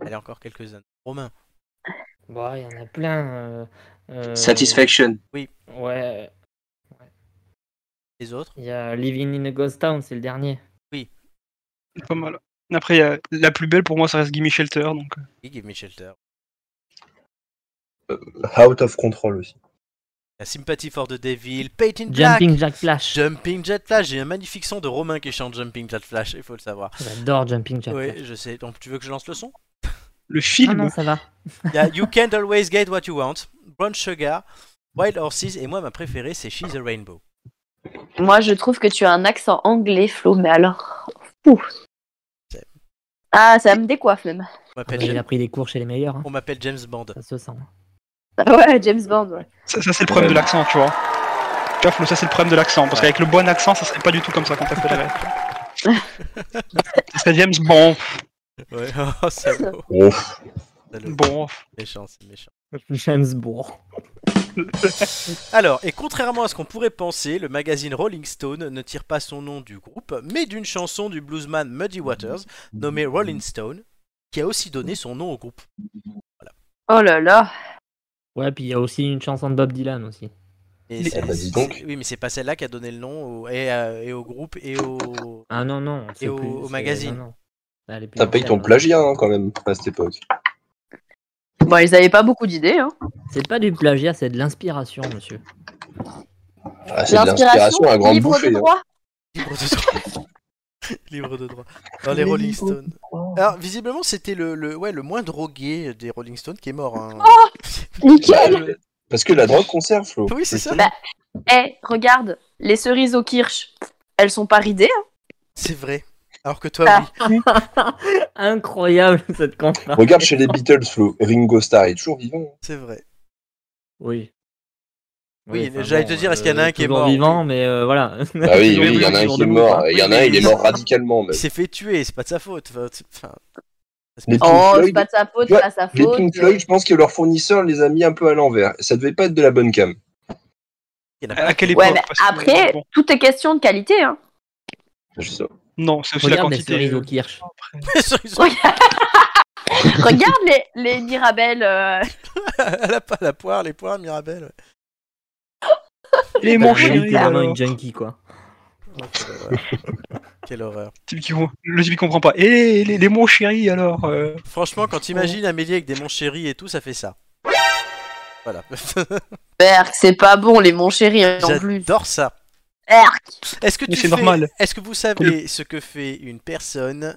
Speaker 1: Allez, encore quelques-uns. Romain.
Speaker 2: Bon, Bah, il y en a plein. euh, euh,
Speaker 4: Satisfaction.
Speaker 2: Ouais,
Speaker 1: Les autres
Speaker 2: il y a Living in a Ghost Town, c'est le dernier.
Speaker 3: C'est Pas mal. Après, il y a- la plus belle pour moi, ça reste Gimme Shelter. Donc... euh,
Speaker 1: Oui, Give Me Shelter.
Speaker 4: Out of control aussi.
Speaker 1: La Sympathy for the Devil. Peyton Black.
Speaker 2: Jumping Jack Flash.
Speaker 1: Jumping Jet Flash, j'ai un magnifique son de Romain qui chante Jumping Jet Flash, il faut le savoir.
Speaker 2: J'adore Jumping Jack Flash.
Speaker 1: Oui, je sais. Donc tu veux que je lance le son
Speaker 3: Le
Speaker 2: Ah
Speaker 3: film,
Speaker 2: non, ça va.
Speaker 1: Il y a You Can't Always Get What You Want, Brown Sugar, Wild Horses, et moi, ma préférée, c'est She's a Rainbow.
Speaker 5: Moi, je trouve que tu as un accent anglais, Flo, mais alors. Ouh.
Speaker 1: C'est-
Speaker 5: Ah, ça me décoiffe même.
Speaker 1: On m'appelle
Speaker 2: Il
Speaker 1: James,
Speaker 2: a pris des cours chez les meilleurs, hein.
Speaker 1: on m'appelle James Bond.
Speaker 2: ça se sent.
Speaker 5: Ah Ouais, James Bond, ouais.
Speaker 3: Ça, ça, c'est le problème de l'accent, tu vois. Tu vois, Flo, ça c'est le problème de l'accent, parce qu'avec le bon accent, ça serait pas du tout comme ça qu'on t'appellerait. ça serait James Bon.
Speaker 1: Ouais, oh, c'est beau.
Speaker 4: Ouf.
Speaker 1: Salaud.
Speaker 3: Bon.
Speaker 1: Méchant, c'est méchant.
Speaker 2: James Bond.
Speaker 1: Alors, et contrairement à ce qu'on pourrait penser, le magazine Rolling Stone ne tire pas son nom du groupe, mais d'une chanson du bluesman Muddy Waters, nommée Rolling Stone, qui a aussi donné son nom au groupe.
Speaker 5: Oh là là.
Speaker 2: Ouais, puis il y a aussi une chanson de Bob Dylan aussi.
Speaker 1: Et
Speaker 3: Mais-
Speaker 1: c'est-
Speaker 4: Eh ben, dis
Speaker 1: c'est-
Speaker 4: donc.
Speaker 1: Oui, mais c'est pas celle-là qui a donné le nom au, et, à- et au groupe et au.
Speaker 2: Ah non, non. c'est
Speaker 1: Et au-
Speaker 2: plus-
Speaker 1: au
Speaker 2: c'est-
Speaker 1: magazine.
Speaker 2: non, non. Ah, elle est plus
Speaker 4: Ça paye ton
Speaker 2: ancienne, hein.
Speaker 4: plagiat hein, quand même à cette époque.
Speaker 5: Bon, ils avaient pas beaucoup d'idées, hein.
Speaker 2: C'est pas du plagiat, c'est de l'inspiration, monsieur.
Speaker 4: Ah, c'est de l'inspiration à grande
Speaker 5: livre
Speaker 4: bouffée.
Speaker 5: de
Speaker 4: hein.
Speaker 5: droit.
Speaker 1: Libre de droit. Libre de droit. Dans les
Speaker 4: Les
Speaker 1: Rolling
Speaker 4: libres
Speaker 1: Stones.
Speaker 4: droits.
Speaker 1: Alors, visiblement, c'était le, le- ouais, le moins drogué des Rolling Stones qui est mort. hein.
Speaker 5: Nickel.
Speaker 4: Bah, Parce que la drogue conserve, Flo.
Speaker 1: Oui, c'est ça.
Speaker 5: Bah, Eh, regarde, les cerises au kirsch, elles sont pas ridées. hein.
Speaker 1: C'est vrai. Alors que toi,
Speaker 5: Ah.
Speaker 1: oui.
Speaker 2: Incroyable cette comparaison.
Speaker 4: Regarde chez les Beatles, Flo. Ringo Starr est toujours vivant.
Speaker 1: C'est vrai.
Speaker 2: Oui.
Speaker 1: Oui, j'allais te dire, est-ce qu'il y en a un qui est
Speaker 2: euh, toujours
Speaker 1: mort
Speaker 2: vivant, mais euh, voilà.
Speaker 4: Ah oui,
Speaker 3: Oui,
Speaker 4: oui, il y en
Speaker 3: oui,
Speaker 4: a un
Speaker 3: toujours
Speaker 4: qui est
Speaker 3: debout,
Speaker 4: mort. euh,
Speaker 3: quoi.
Speaker 4: Il y en
Speaker 3: Oui,
Speaker 4: a un, il est
Speaker 3: oui.
Speaker 4: mort radicalement.
Speaker 1: Il
Speaker 4: Même.
Speaker 1: s'est fait tuer, c'est pas de sa faute. Enfin, c'est- enfin, c'est
Speaker 4: Les
Speaker 1: pas-
Speaker 4: Pink
Speaker 5: Oh, c'est
Speaker 4: Floyd-
Speaker 5: pas de sa faute,
Speaker 4: Ouais,
Speaker 5: c'est pas sa
Speaker 4: Les
Speaker 5: faute.
Speaker 4: Pink Floyd, je pense que leur fournisseur les a mis un peu à l'envers. Ça devait pas être de la bonne cam.
Speaker 1: il y en a pas.
Speaker 3: À quelle époque
Speaker 5: Ouais, mais
Speaker 3: Parce que,
Speaker 5: après,
Speaker 3: bon,
Speaker 5: tout est question de qualité, hein.
Speaker 4: Je sais pas.
Speaker 3: Non, c'est aussi la
Speaker 2: Regarde les
Speaker 3: quantité.
Speaker 2: cerises au kirsch.
Speaker 3: Après,
Speaker 1: Cerise-
Speaker 5: Regarde les, les Mirabelles. euh,
Speaker 1: Elle a pas la poire, les poires, Mirabelle.
Speaker 3: Et
Speaker 2: T'as le
Speaker 3: mon
Speaker 2: mec,
Speaker 3: chéri,
Speaker 2: t'es vraiment
Speaker 3: alors.
Speaker 2: une junkie, quoi.
Speaker 1: Oh, quelle horreur. Quelle horreur.
Speaker 3: Type qui- oh, Le type qui comprend pas. Et les, les mots chéri alors euh,
Speaker 1: Franchement, quand t'imagines Amélie avec des mon chéri et tout, ça fait ça. Voilà.
Speaker 5: Berk, c'est pas bon, les mon chéri, en plus.
Speaker 1: J'adore ça.
Speaker 5: Berk.
Speaker 1: Est-ce que
Speaker 3: Mais
Speaker 1: tu
Speaker 3: c'est
Speaker 1: fais-
Speaker 3: normal.
Speaker 1: Est-ce que vous savez ce que fait une personne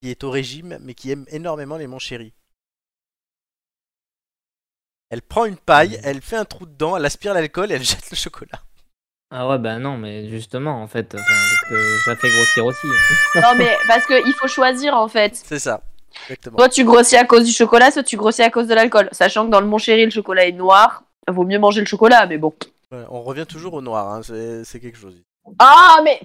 Speaker 1: qui est au régime mais qui aime énormément les mon chéri Elle prend une
Speaker 3: Euh.
Speaker 1: paille, elle fait un trou dedans, elle aspire l'alcool et elle jette le chocolat.
Speaker 2: Ah ouais, bah non, mais justement, en fait, enfin, parce que ça fait grossir aussi.
Speaker 5: Non, mais parce qu'il faut choisir, en fait.
Speaker 1: C'est ça. Exactement.
Speaker 5: Soit tu grossis à cause du chocolat, soit tu grossis à cause de l'alcool. Sachant que dans le Mon Chéri, le chocolat est noir. Vaut mieux manger le chocolat, mais bon.
Speaker 1: Voilà, on revient toujours au noir, hein, c'est c'est quelque chose.
Speaker 5: Ah, mais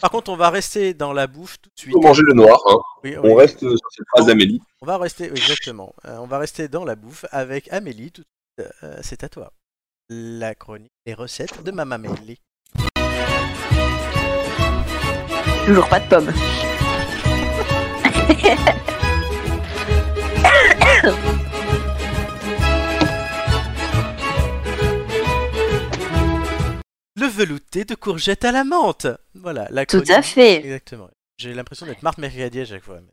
Speaker 1: Par contre, on va rester dans la bouffe tout de suite.
Speaker 4: Faut manger le noir. Hein.
Speaker 1: Oui, oui.
Speaker 4: On reste euh, sur cette phrase d'Amélie.
Speaker 1: On va rester, oui, exactement. Euh, on va rester dans la bouffe avec Amélie. Tout de suite, euh, c'est à toi. La chronique, les recettes de Mama Amélie.
Speaker 5: toujours pas de pommes.
Speaker 1: Le velouté de courgettes à la menthe. Voilà, la
Speaker 5: Tout
Speaker 1: chronique.
Speaker 5: à fait.
Speaker 1: Exactement. J'ai l'impression d'être Marthe Mercadier à chaque fois. mais-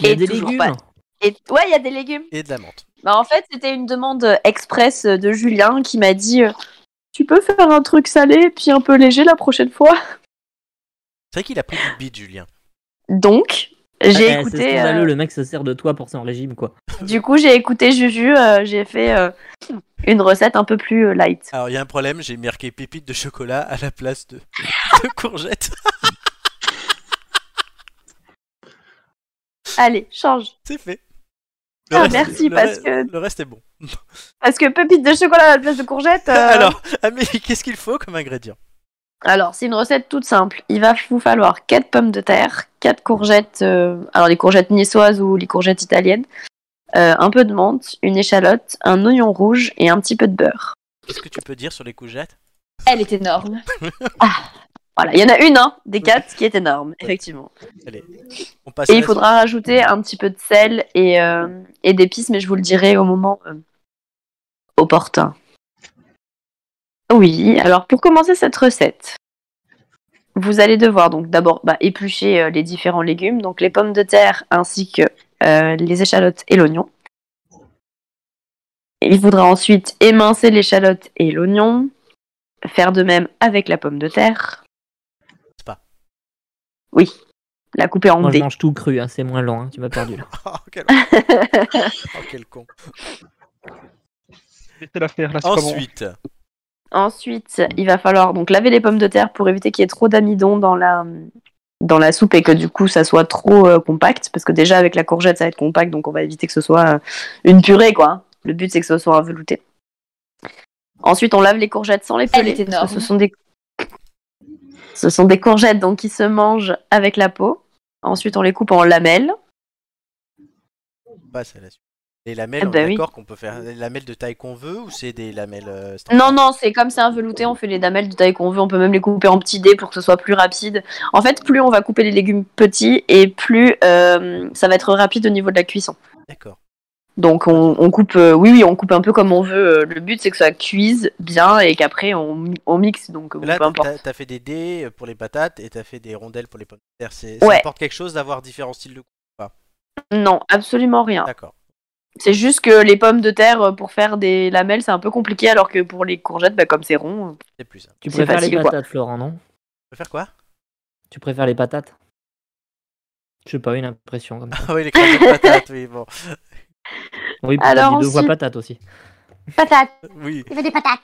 Speaker 2: Il y a
Speaker 5: Et
Speaker 2: des
Speaker 5: toujours
Speaker 2: légumes.
Speaker 5: pas. Et ouais, il y a des légumes.
Speaker 1: Et de la menthe.
Speaker 5: Bah, en fait, c'était une demande euh, express de Julien qui m'a dit euh, Tu peux faire un truc salé puis un peu léger la prochaine fois
Speaker 1: C'est vrai qu'il a pris du bide, Julien.
Speaker 5: Donc,
Speaker 2: Ah,
Speaker 5: j'ai
Speaker 2: eh, C'est
Speaker 5: écouté.
Speaker 2: scandaleux,
Speaker 5: euh,
Speaker 2: le mec se sert de toi pour son régime, quoi.
Speaker 5: du coup, j'ai écouté Juju, euh, j'ai fait euh, une recette un peu plus euh, light.
Speaker 1: Alors, il y a un problème, j'ai marqué pépites de chocolat à la place de, de courgettes.
Speaker 5: Allez, change.
Speaker 1: C'est fait.
Speaker 5: Ah, merci,
Speaker 1: le
Speaker 5: parce
Speaker 1: re-
Speaker 5: que-
Speaker 1: Le reste est bon.
Speaker 5: Parce que pépite de chocolat à la place de courgette. euh,
Speaker 1: Alors, Amélie, qu'est-ce qu'il faut comme ingrédient
Speaker 5: Alors, c'est une recette toute simple. Il va vous falloir 4 pommes de terre, 4 courgettes, euh, alors les courgettes niçoises ou les courgettes italiennes, euh, un peu de menthe, une échalote, un oignon rouge et un petit peu de beurre.
Speaker 1: Qu'est-ce que tu peux dire sur les courgettes
Speaker 5: Elle est énorme. ah, voilà, il y en a une, hein, des 4 qui est énorme, effectivement.
Speaker 1: Allez, on passe
Speaker 5: Et
Speaker 1: à
Speaker 5: il
Speaker 1: la-
Speaker 5: faudra rajouter un petit peu de sel et, euh, et d'épices, mais je vous le dirai au moment euh, opportun. Oui, alors pour commencer cette recette, vous allez devoir donc d'abord bah, éplucher euh, les différents légumes, donc les pommes de terre ainsi que euh, les échalotes et l'oignon. Et Il faudra ensuite émincer l'échalote et l'oignon, faire de même avec la pomme de terre.
Speaker 1: C'est pas.
Speaker 5: Oui, la couper en
Speaker 2: Moi, je
Speaker 5: dés.
Speaker 2: mange tout cru, hein, c'est moins lent, hein, tu m'as perdu là.
Speaker 1: Oh, quel... oh, quel con.
Speaker 3: laissez la faire, là, c'est pas bon.
Speaker 1: Ensuite,
Speaker 5: Ensuite, il va falloir donc laver les pommes de terre pour éviter qu'il y ait trop d'amidon dans la, dans la soupe et que du coup ça soit trop euh, compact. Parce que déjà avec la courgette ça va être compact, donc on va éviter que ce soit euh, une purée quoi. Le but c'est que ce soit velouté. Ensuite, on lave les courgettes sans les
Speaker 9: Elle
Speaker 5: peler.
Speaker 9: est
Speaker 5: parce que ce sont des ce sont des courgettes donc qui se mangent avec la peau. Ensuite, on les coupe en lamelles.
Speaker 1: on passe à la suite. Les lamelles,
Speaker 5: Ah
Speaker 1: on
Speaker 5: bah
Speaker 1: est
Speaker 5: oui.
Speaker 1: d'accord qu'on peut faire des lamelles de taille qu'on veut ou c'est des lamelles euh,
Speaker 5: Non,
Speaker 1: standards
Speaker 5: non, c'est comme c'est un velouté, on fait les lamelles de taille qu'on veut, on peut même les couper en petits dés pour que ce soit plus rapide. En fait, plus on va couper les légumes petits et plus euh, ça va être rapide au niveau de la cuisson.
Speaker 1: D'accord.
Speaker 5: Donc on, on coupe, euh, oui, oui, on coupe un peu comme on veut. euh, Le but c'est que ça cuise bien et qu'après on, mi- on mixe, donc euh,
Speaker 1: Là,
Speaker 5: peu importe.
Speaker 1: t'as t'as fait des dés euh, pour les patates et t'as fait des rondelles pour les pommes de terre. C'est- Ça
Speaker 5: Ouais.
Speaker 1: apporte quelque chose d'avoir différents styles de coupe.
Speaker 5: Non, absolument rien.
Speaker 1: D'accord.
Speaker 5: C'est juste que les pommes de terre euh, pour faire des lamelles c'est un peu compliqué, alors que pour les courgettes, bah, comme c'est rond, euh,
Speaker 1: C'est plus simple.
Speaker 2: Tu
Speaker 5: C'est
Speaker 2: préfères les
Speaker 5: facile, quoi.
Speaker 2: patates, Florent, non
Speaker 1: On peut faire quoi
Speaker 2: Tu préfères les patates Je sais pas, une impression comme ça.
Speaker 1: Ah oui, les crêpes de patates, oui, bon.
Speaker 2: Oui,
Speaker 5: Alors
Speaker 2: Alors, deux voix
Speaker 5: ensuite-
Speaker 2: patates aussi.
Speaker 9: Patates,
Speaker 1: Oui,
Speaker 9: il veut des patates.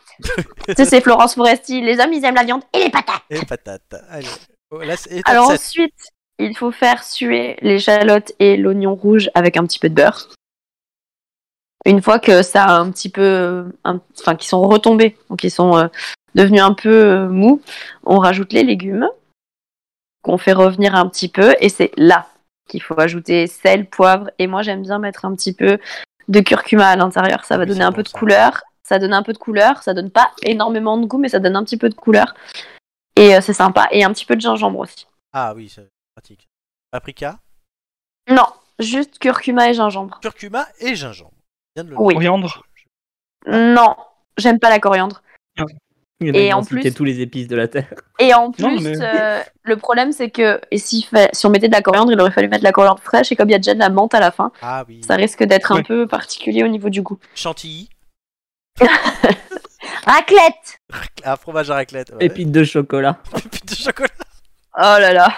Speaker 5: Tu sais, c'est Florence Foresti, les amis.
Speaker 9: Ils aiment la viande et les patates.
Speaker 1: et patates. Allez. Oh, là, c'est étape
Speaker 5: Alors
Speaker 1: 7.
Speaker 5: ensuite, il faut faire suer l'échalote et l'oignon rouge avec un petit peu de beurre. Une fois que ça a un petit peu, un- enfin, qu'ils sont retombés, donc ils sont euh, devenus un peu euh, mous, on rajoute les légumes qu'on fait revenir un petit peu, et c'est là qu'il faut ajouter sel, poivre, et moi j'aime bien mettre un petit peu de curcuma à l'intérieur, ça va
Speaker 1: Oui,
Speaker 5: donner
Speaker 1: c'est
Speaker 5: un
Speaker 1: bon,
Speaker 5: peu de
Speaker 1: ça.
Speaker 5: couleur, ça donne un peu de couleur, ça donne pas énormément de goût, mais ça donne un petit peu de couleur, et euh, c'est sympa, et un petit peu de gingembre aussi.
Speaker 1: Ah oui, c'est pratique. Paprika,
Speaker 5: Non, juste curcuma et gingembre.
Speaker 1: curcuma et gingembre. Bien
Speaker 3: Euh,
Speaker 1: de le
Speaker 5: Oui.
Speaker 3: Coriandre
Speaker 5: Non, j'aime pas la coriandre.
Speaker 2: Il y en
Speaker 5: Et
Speaker 2: qui ont
Speaker 5: en
Speaker 2: cité
Speaker 5: plus-
Speaker 2: tous les épices de la terre.
Speaker 5: Et en plus,
Speaker 3: Non, mais-
Speaker 5: euh, le problème c'est que et si, fa- si on mettait de la coriandre, il aurait fallu mettre de la coriandre fraîche et comme il y a déjà de la menthe à la fin,
Speaker 1: Ah oui.
Speaker 5: ça risque d'être
Speaker 3: Ouais.
Speaker 5: un peu particulier au niveau du goût.
Speaker 1: Chantilly,
Speaker 9: Raclette.
Speaker 1: ah, fromage à raclette. ouais.
Speaker 2: Épices de chocolat.
Speaker 1: Pépite de chocolat.
Speaker 5: Oh là là.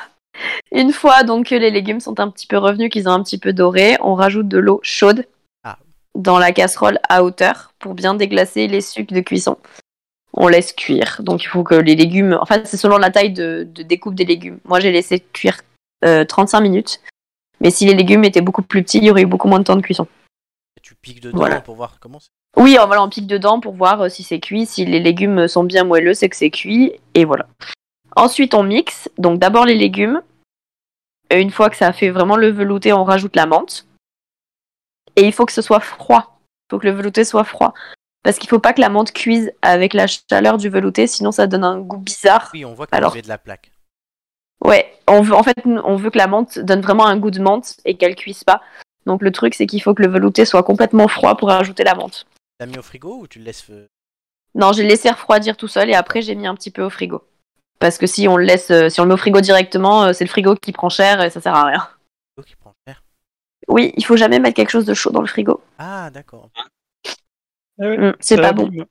Speaker 5: Une fois donc que les légumes sont un petit peu revenus, qu'ils ont un petit peu doré, on rajoute de l'eau chaude
Speaker 1: Ah.
Speaker 5: dans la casserole à hauteur pour bien déglacer les sucs de cuisson. On laisse cuire. Donc il faut que les légumes. Enfin, c'est selon la taille de, de découpe des légumes. Moi, j'ai laissé cuire euh, 35 minutes. Mais si les légumes étaient beaucoup plus petits, il y aurait eu beaucoup moins de temps de cuisson.
Speaker 1: Et tu piques dedans
Speaker 5: Voilà.
Speaker 1: pour voir comment c'est.
Speaker 5: Oui, on, voilà, on pique dedans pour voir euh, si c'est cuit. Si les légumes sont bien moelleux, c'est que c'est cuit. Et voilà. Ensuite, on mixe. Donc d'abord les légumes. Et une fois que ça a fait vraiment le velouté, on rajoute la menthe. Et il faut que ce soit froid. Il faut que le velouté soit froid. Parce qu'il faut pas que la menthe cuise avec la chaleur du velouté, sinon ça donne un goût bizarre.
Speaker 1: Oui, on voit que tu
Speaker 5: Alors.
Speaker 1: avait de la plaque.
Speaker 5: Ouais, on veut, en fait, nous, on veut que la menthe donne vraiment un goût de menthe et qu'elle cuise pas. Donc le truc, c'est qu'il faut que le velouté soit complètement froid pour rajouter la menthe.
Speaker 1: T'as mis au frigo ou tu le laisses euh,
Speaker 5: Non, j'ai laissé refroidir tout seul et après j'ai mis un petit peu au frigo. Parce que si on le laisse, euh, si on le met au frigo directement, euh, c'est le frigo qui prend cher et ça sert à rien.
Speaker 1: frigo qui prend cher
Speaker 5: Oui, il faut jamais mettre quelque chose de chaud dans le frigo.
Speaker 1: Ah d'accord.
Speaker 3: Eh ouais,
Speaker 5: Mm, c'est
Speaker 3: ça
Speaker 5: pas bon.
Speaker 3: abîme.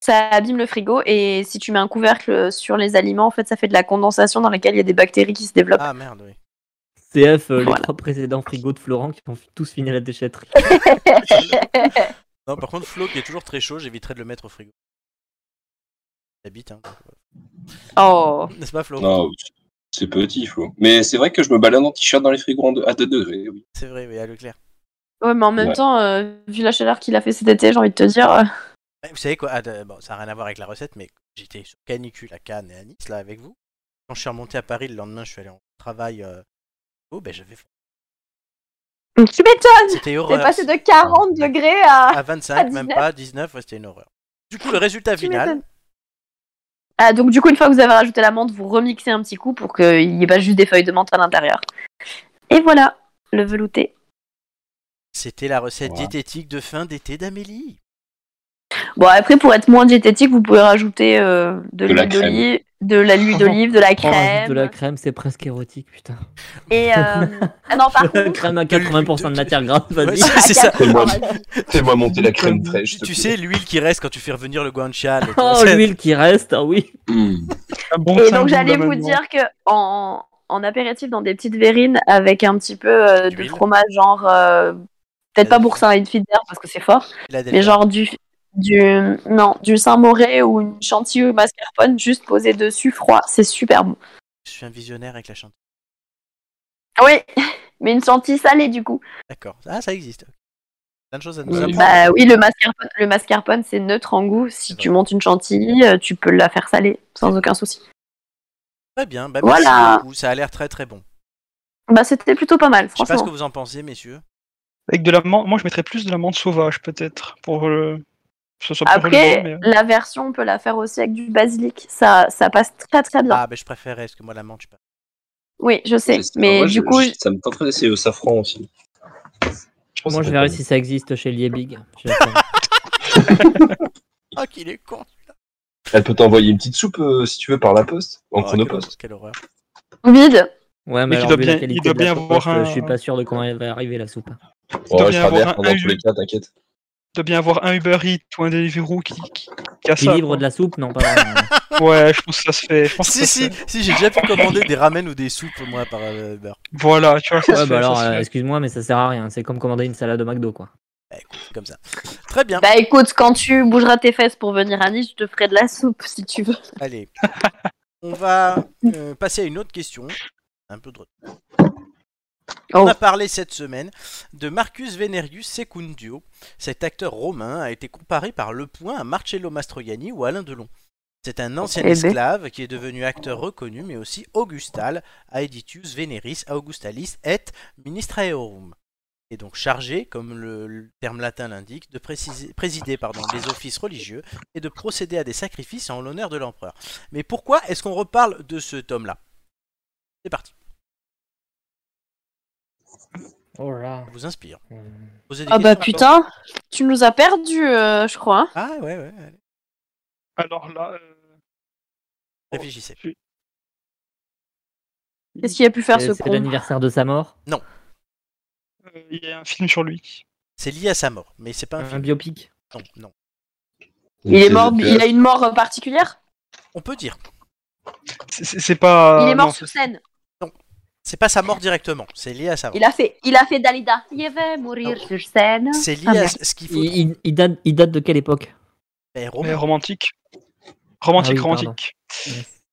Speaker 5: Ça abîme le frigo et si tu mets un couvercle euh, sur les aliments, en fait, ça fait de la condensation dans laquelle il y a des bactéries qui se développent.
Speaker 1: Ah merde oui.
Speaker 2: CF, euh, les
Speaker 5: Voilà.
Speaker 2: trois précédents frigos de Florent qui ont fi- tous fini à la déchetterie.
Speaker 1: Non par contre Flo qui est toujours très chaud, j'éviterai de le mettre au frigo. T'habites hein. donc, euh,
Speaker 5: Oh,
Speaker 1: N'est-ce pas Flo
Speaker 4: Non, c'est petit, Flo. Mais c'est vrai que je me balade en t-shirt dans les frigos en deux- à 2 degrés. Oui.
Speaker 1: C'est vrai, oui, à Leclerc.
Speaker 5: ouais, mais en même
Speaker 4: Ouais.
Speaker 5: temps, euh, vu la chaleur qu'il a fait cet été, j'ai envie de te dire, euh,
Speaker 1: Eh, Vous savez quoi ah, de- Bon, ça n'a rien à voir avec la recette, mais j'étais sur canicule à Cannes et à Nice là avec vous. Quand je suis remonté à Paris le lendemain, je suis allé en travail. euh, Oh ben j'avais froid.
Speaker 5: tu m'étonnes.
Speaker 1: C'était
Speaker 9: T'es
Speaker 1: horreur.
Speaker 9: passé de 40 degrés à.
Speaker 1: à 25,
Speaker 9: à
Speaker 1: même
Speaker 9: 19.
Speaker 1: pas 19, ouais, c'était une horreur. Du coup, le résultat
Speaker 5: Tu
Speaker 1: final,
Speaker 5: m'étonnes. Ah, donc du coup, une fois que vous avez rajouté la menthe, vous remixez un petit coup pour qu'il n'y ait pas juste des feuilles de menthe à l'intérieur. Et voilà, le velouté.
Speaker 1: c'était la recette
Speaker 4: Voilà.
Speaker 1: diététique de fin d'été d'Amélie.
Speaker 5: Bon, après, pour être moins diététique, vous pouvez rajouter euh, de
Speaker 4: De la
Speaker 5: l'huile
Speaker 4: crème.
Speaker 5: d'olive, de la l'huile d'olive, de la
Speaker 2: Oh, rajoute
Speaker 5: crème.
Speaker 2: de la crème, c'est presque érotique, putain.
Speaker 5: Et euh, ah non, par contre,
Speaker 2: crème à 80% de matière grasse,
Speaker 1: Ouais,
Speaker 2: vas-y.
Speaker 1: c'est- c'est ça.
Speaker 4: Fais-moi fais-moi monter la crème fraîche. s'il te
Speaker 1: Tu
Speaker 4: plaît.
Speaker 1: sais, l'huile qui reste quand tu fais revenir le guanciale. tu vois,
Speaker 2: Oh,
Speaker 1: c'est-
Speaker 2: l'huile qui reste, ah oui.
Speaker 4: Mm.
Speaker 3: Un bon
Speaker 5: et
Speaker 3: cinq
Speaker 5: donc j'allais
Speaker 3: boules
Speaker 5: vous
Speaker 3: maintenant.
Speaker 5: dire que en, en apéritif, dans des petites verrines avec un petit peu euh, de
Speaker 1: D'huile.
Speaker 5: fromage, genre euh, peut-être pas boursin et une fille d'air parce que c'est fort,
Speaker 1: Il a des
Speaker 5: mais genre du du non du Saint-Moré ou une chantilly au mascarpone juste posée dessus froid. C'est super bon.
Speaker 1: Je suis un visionnaire avec la chantilly.
Speaker 5: Oui, mais une chantilly salée du coup.
Speaker 1: D'accord. Ah, ça existe. Plein de choses à nous
Speaker 4: Oui.
Speaker 1: apprendre.
Speaker 5: Bah oui, le mascarpone, le mascarpone c'est neutre en goût. Si tu montes une chantilly, euh, tu peux la faire salée sans aucun souci.
Speaker 1: Très bien. Bah, merci
Speaker 5: Voilà.
Speaker 1: beaucoup. Ça a l'air très très bon.
Speaker 5: Bah c'était plutôt pas mal,
Speaker 1: Je sais pas ce que
Speaker 5: franchement.
Speaker 1: vous en pensez, messieurs.
Speaker 3: Avec de l'amande, moi je mettrais plus de l'amande sauvage peut-être pour le. que Ce soit plus
Speaker 5: Après,
Speaker 3: relevant, mais, euh,
Speaker 5: la version, on peut la faire aussi avec du basilic. Ça, ça passe très très bien.
Speaker 1: Ah, bah, je préférais, parce que moi, la menthe, je sais pas.
Speaker 5: Oui, je sais.
Speaker 4: Mais c'est pas
Speaker 5: Mais
Speaker 4: mal,
Speaker 5: du
Speaker 4: je-
Speaker 5: coup,
Speaker 4: je- ça me tenterait d'essayer au safran aussi. Je pense
Speaker 2: Moi,
Speaker 4: que
Speaker 2: je
Speaker 4: ça
Speaker 2: verrai
Speaker 4: peut-
Speaker 2: si ça existe chez Liebig. Je vais attendre.
Speaker 1: Ah, qu'il est con.
Speaker 4: Elle peut t'envoyer une petite soupe euh, si tu veux par la poste, en
Speaker 1: Oh, quelle,
Speaker 4: chronopost.
Speaker 1: quelle horreur.
Speaker 5: vide.
Speaker 2: Ouais,
Speaker 3: Mais
Speaker 2: mais
Speaker 3: il
Speaker 2: alors,
Speaker 3: doit
Speaker 2: vu
Speaker 3: bien-
Speaker 2: la
Speaker 3: il
Speaker 2: qualité
Speaker 3: doit
Speaker 2: de la
Speaker 3: bien
Speaker 2: soupe,
Speaker 3: avoir
Speaker 2: euh,
Speaker 3: un-
Speaker 2: je suis pas sûr de comment elle va arriver la soupe.
Speaker 3: doit
Speaker 4: Oh, je
Speaker 3: bien
Speaker 4: traverse
Speaker 3: avoir un-
Speaker 4: pendant tous
Speaker 3: un-
Speaker 4: les cas, t'inquiète.
Speaker 3: de bien avoir un Uber Eats ou un Deliveroo qui, qui, qui a
Speaker 2: Qui
Speaker 3: ça,
Speaker 2: livre de la soupe Non, pas vraiment.
Speaker 3: quoi. Ouais, je pense que ça se fait. Je pense que
Speaker 1: Si,
Speaker 3: ça
Speaker 1: si,
Speaker 3: se fait.
Speaker 1: si, j'ai déjà pu commander des ramen ou des soupes, moi, par euh, Uber.
Speaker 3: Voilà, tu vois, ça se
Speaker 2: Ouais,
Speaker 3: fait,
Speaker 2: bah
Speaker 3: ça
Speaker 2: alors,
Speaker 3: se
Speaker 2: euh,
Speaker 3: fait.
Speaker 2: excuse-moi, mais ça sert à rien. C'est comme commander une salade au McDo, quoi.
Speaker 1: Bah, écoute, comme ça. Très bien.
Speaker 5: Bah écoute, quand tu bougeras tes fesses pour venir à Nice, je te ferai de la soupe si tu veux.
Speaker 1: Allez. On va euh, passer à une autre question. Un peu de retard. On
Speaker 5: Oh.
Speaker 1: a parlé cette semaine de Marcus Venerius Secundio. Cet acteur romain a été comparé par Le Point à Marcello Mastroianni ou Alain Delon. C'est un ancien
Speaker 5: Eh ben.
Speaker 1: esclave qui est devenu acteur reconnu, mais aussi augustal, aeditius veneris augustalis et ministraeorum. Et donc chargé, comme le, le terme latin l'indique, de préciser- présider pardon, les offices religieux et de procéder à des sacrifices en l'honneur de l'empereur. Mais pourquoi est-ce qu'on reparle de ce tome-là C'est parti,
Speaker 2: Oh là.
Speaker 1: ça vous inspire. Posez des
Speaker 5: Ah bah
Speaker 1: questions.
Speaker 5: putain, tu nous as perdu, euh, je crois. hein.
Speaker 1: Ah ouais, ouais, allez.
Speaker 3: Alors là, euh,
Speaker 1: réfléchissez.
Speaker 5: Qu'est-ce qu'il a pu faire ce
Speaker 2: C'est
Speaker 5: con
Speaker 2: l'anniversaire de sa mort.
Speaker 3: euh, il y a un film sur lui.
Speaker 1: C'est lié à sa mort, mais c'est pas un
Speaker 2: Un
Speaker 1: film.
Speaker 2: biopic.
Speaker 1: Non, non.
Speaker 5: Il est mort, il a une mort euh, particulière
Speaker 1: On peut dire.
Speaker 3: C'est- C'est c'est pas.
Speaker 4: Ah,
Speaker 3: euh,
Speaker 5: Il est mort
Speaker 3: non,
Speaker 5: sur
Speaker 3: c'est-
Speaker 5: scène.
Speaker 1: C'est pas sa mort directement, c'est lié à sa mort.
Speaker 5: Il a fait, il a fait Dalida. Il va mourir
Speaker 1: Ah
Speaker 5: sur scène.
Speaker 1: C'est lié
Speaker 5: Ah
Speaker 1: à
Speaker 5: merde.
Speaker 1: ce qu'il faut.
Speaker 2: Il, il- il date, il date de quelle époque
Speaker 1: faire
Speaker 3: Mais
Speaker 1: romain.
Speaker 3: romantique. Romantique,
Speaker 2: Ah oui, pardon.
Speaker 3: romantique.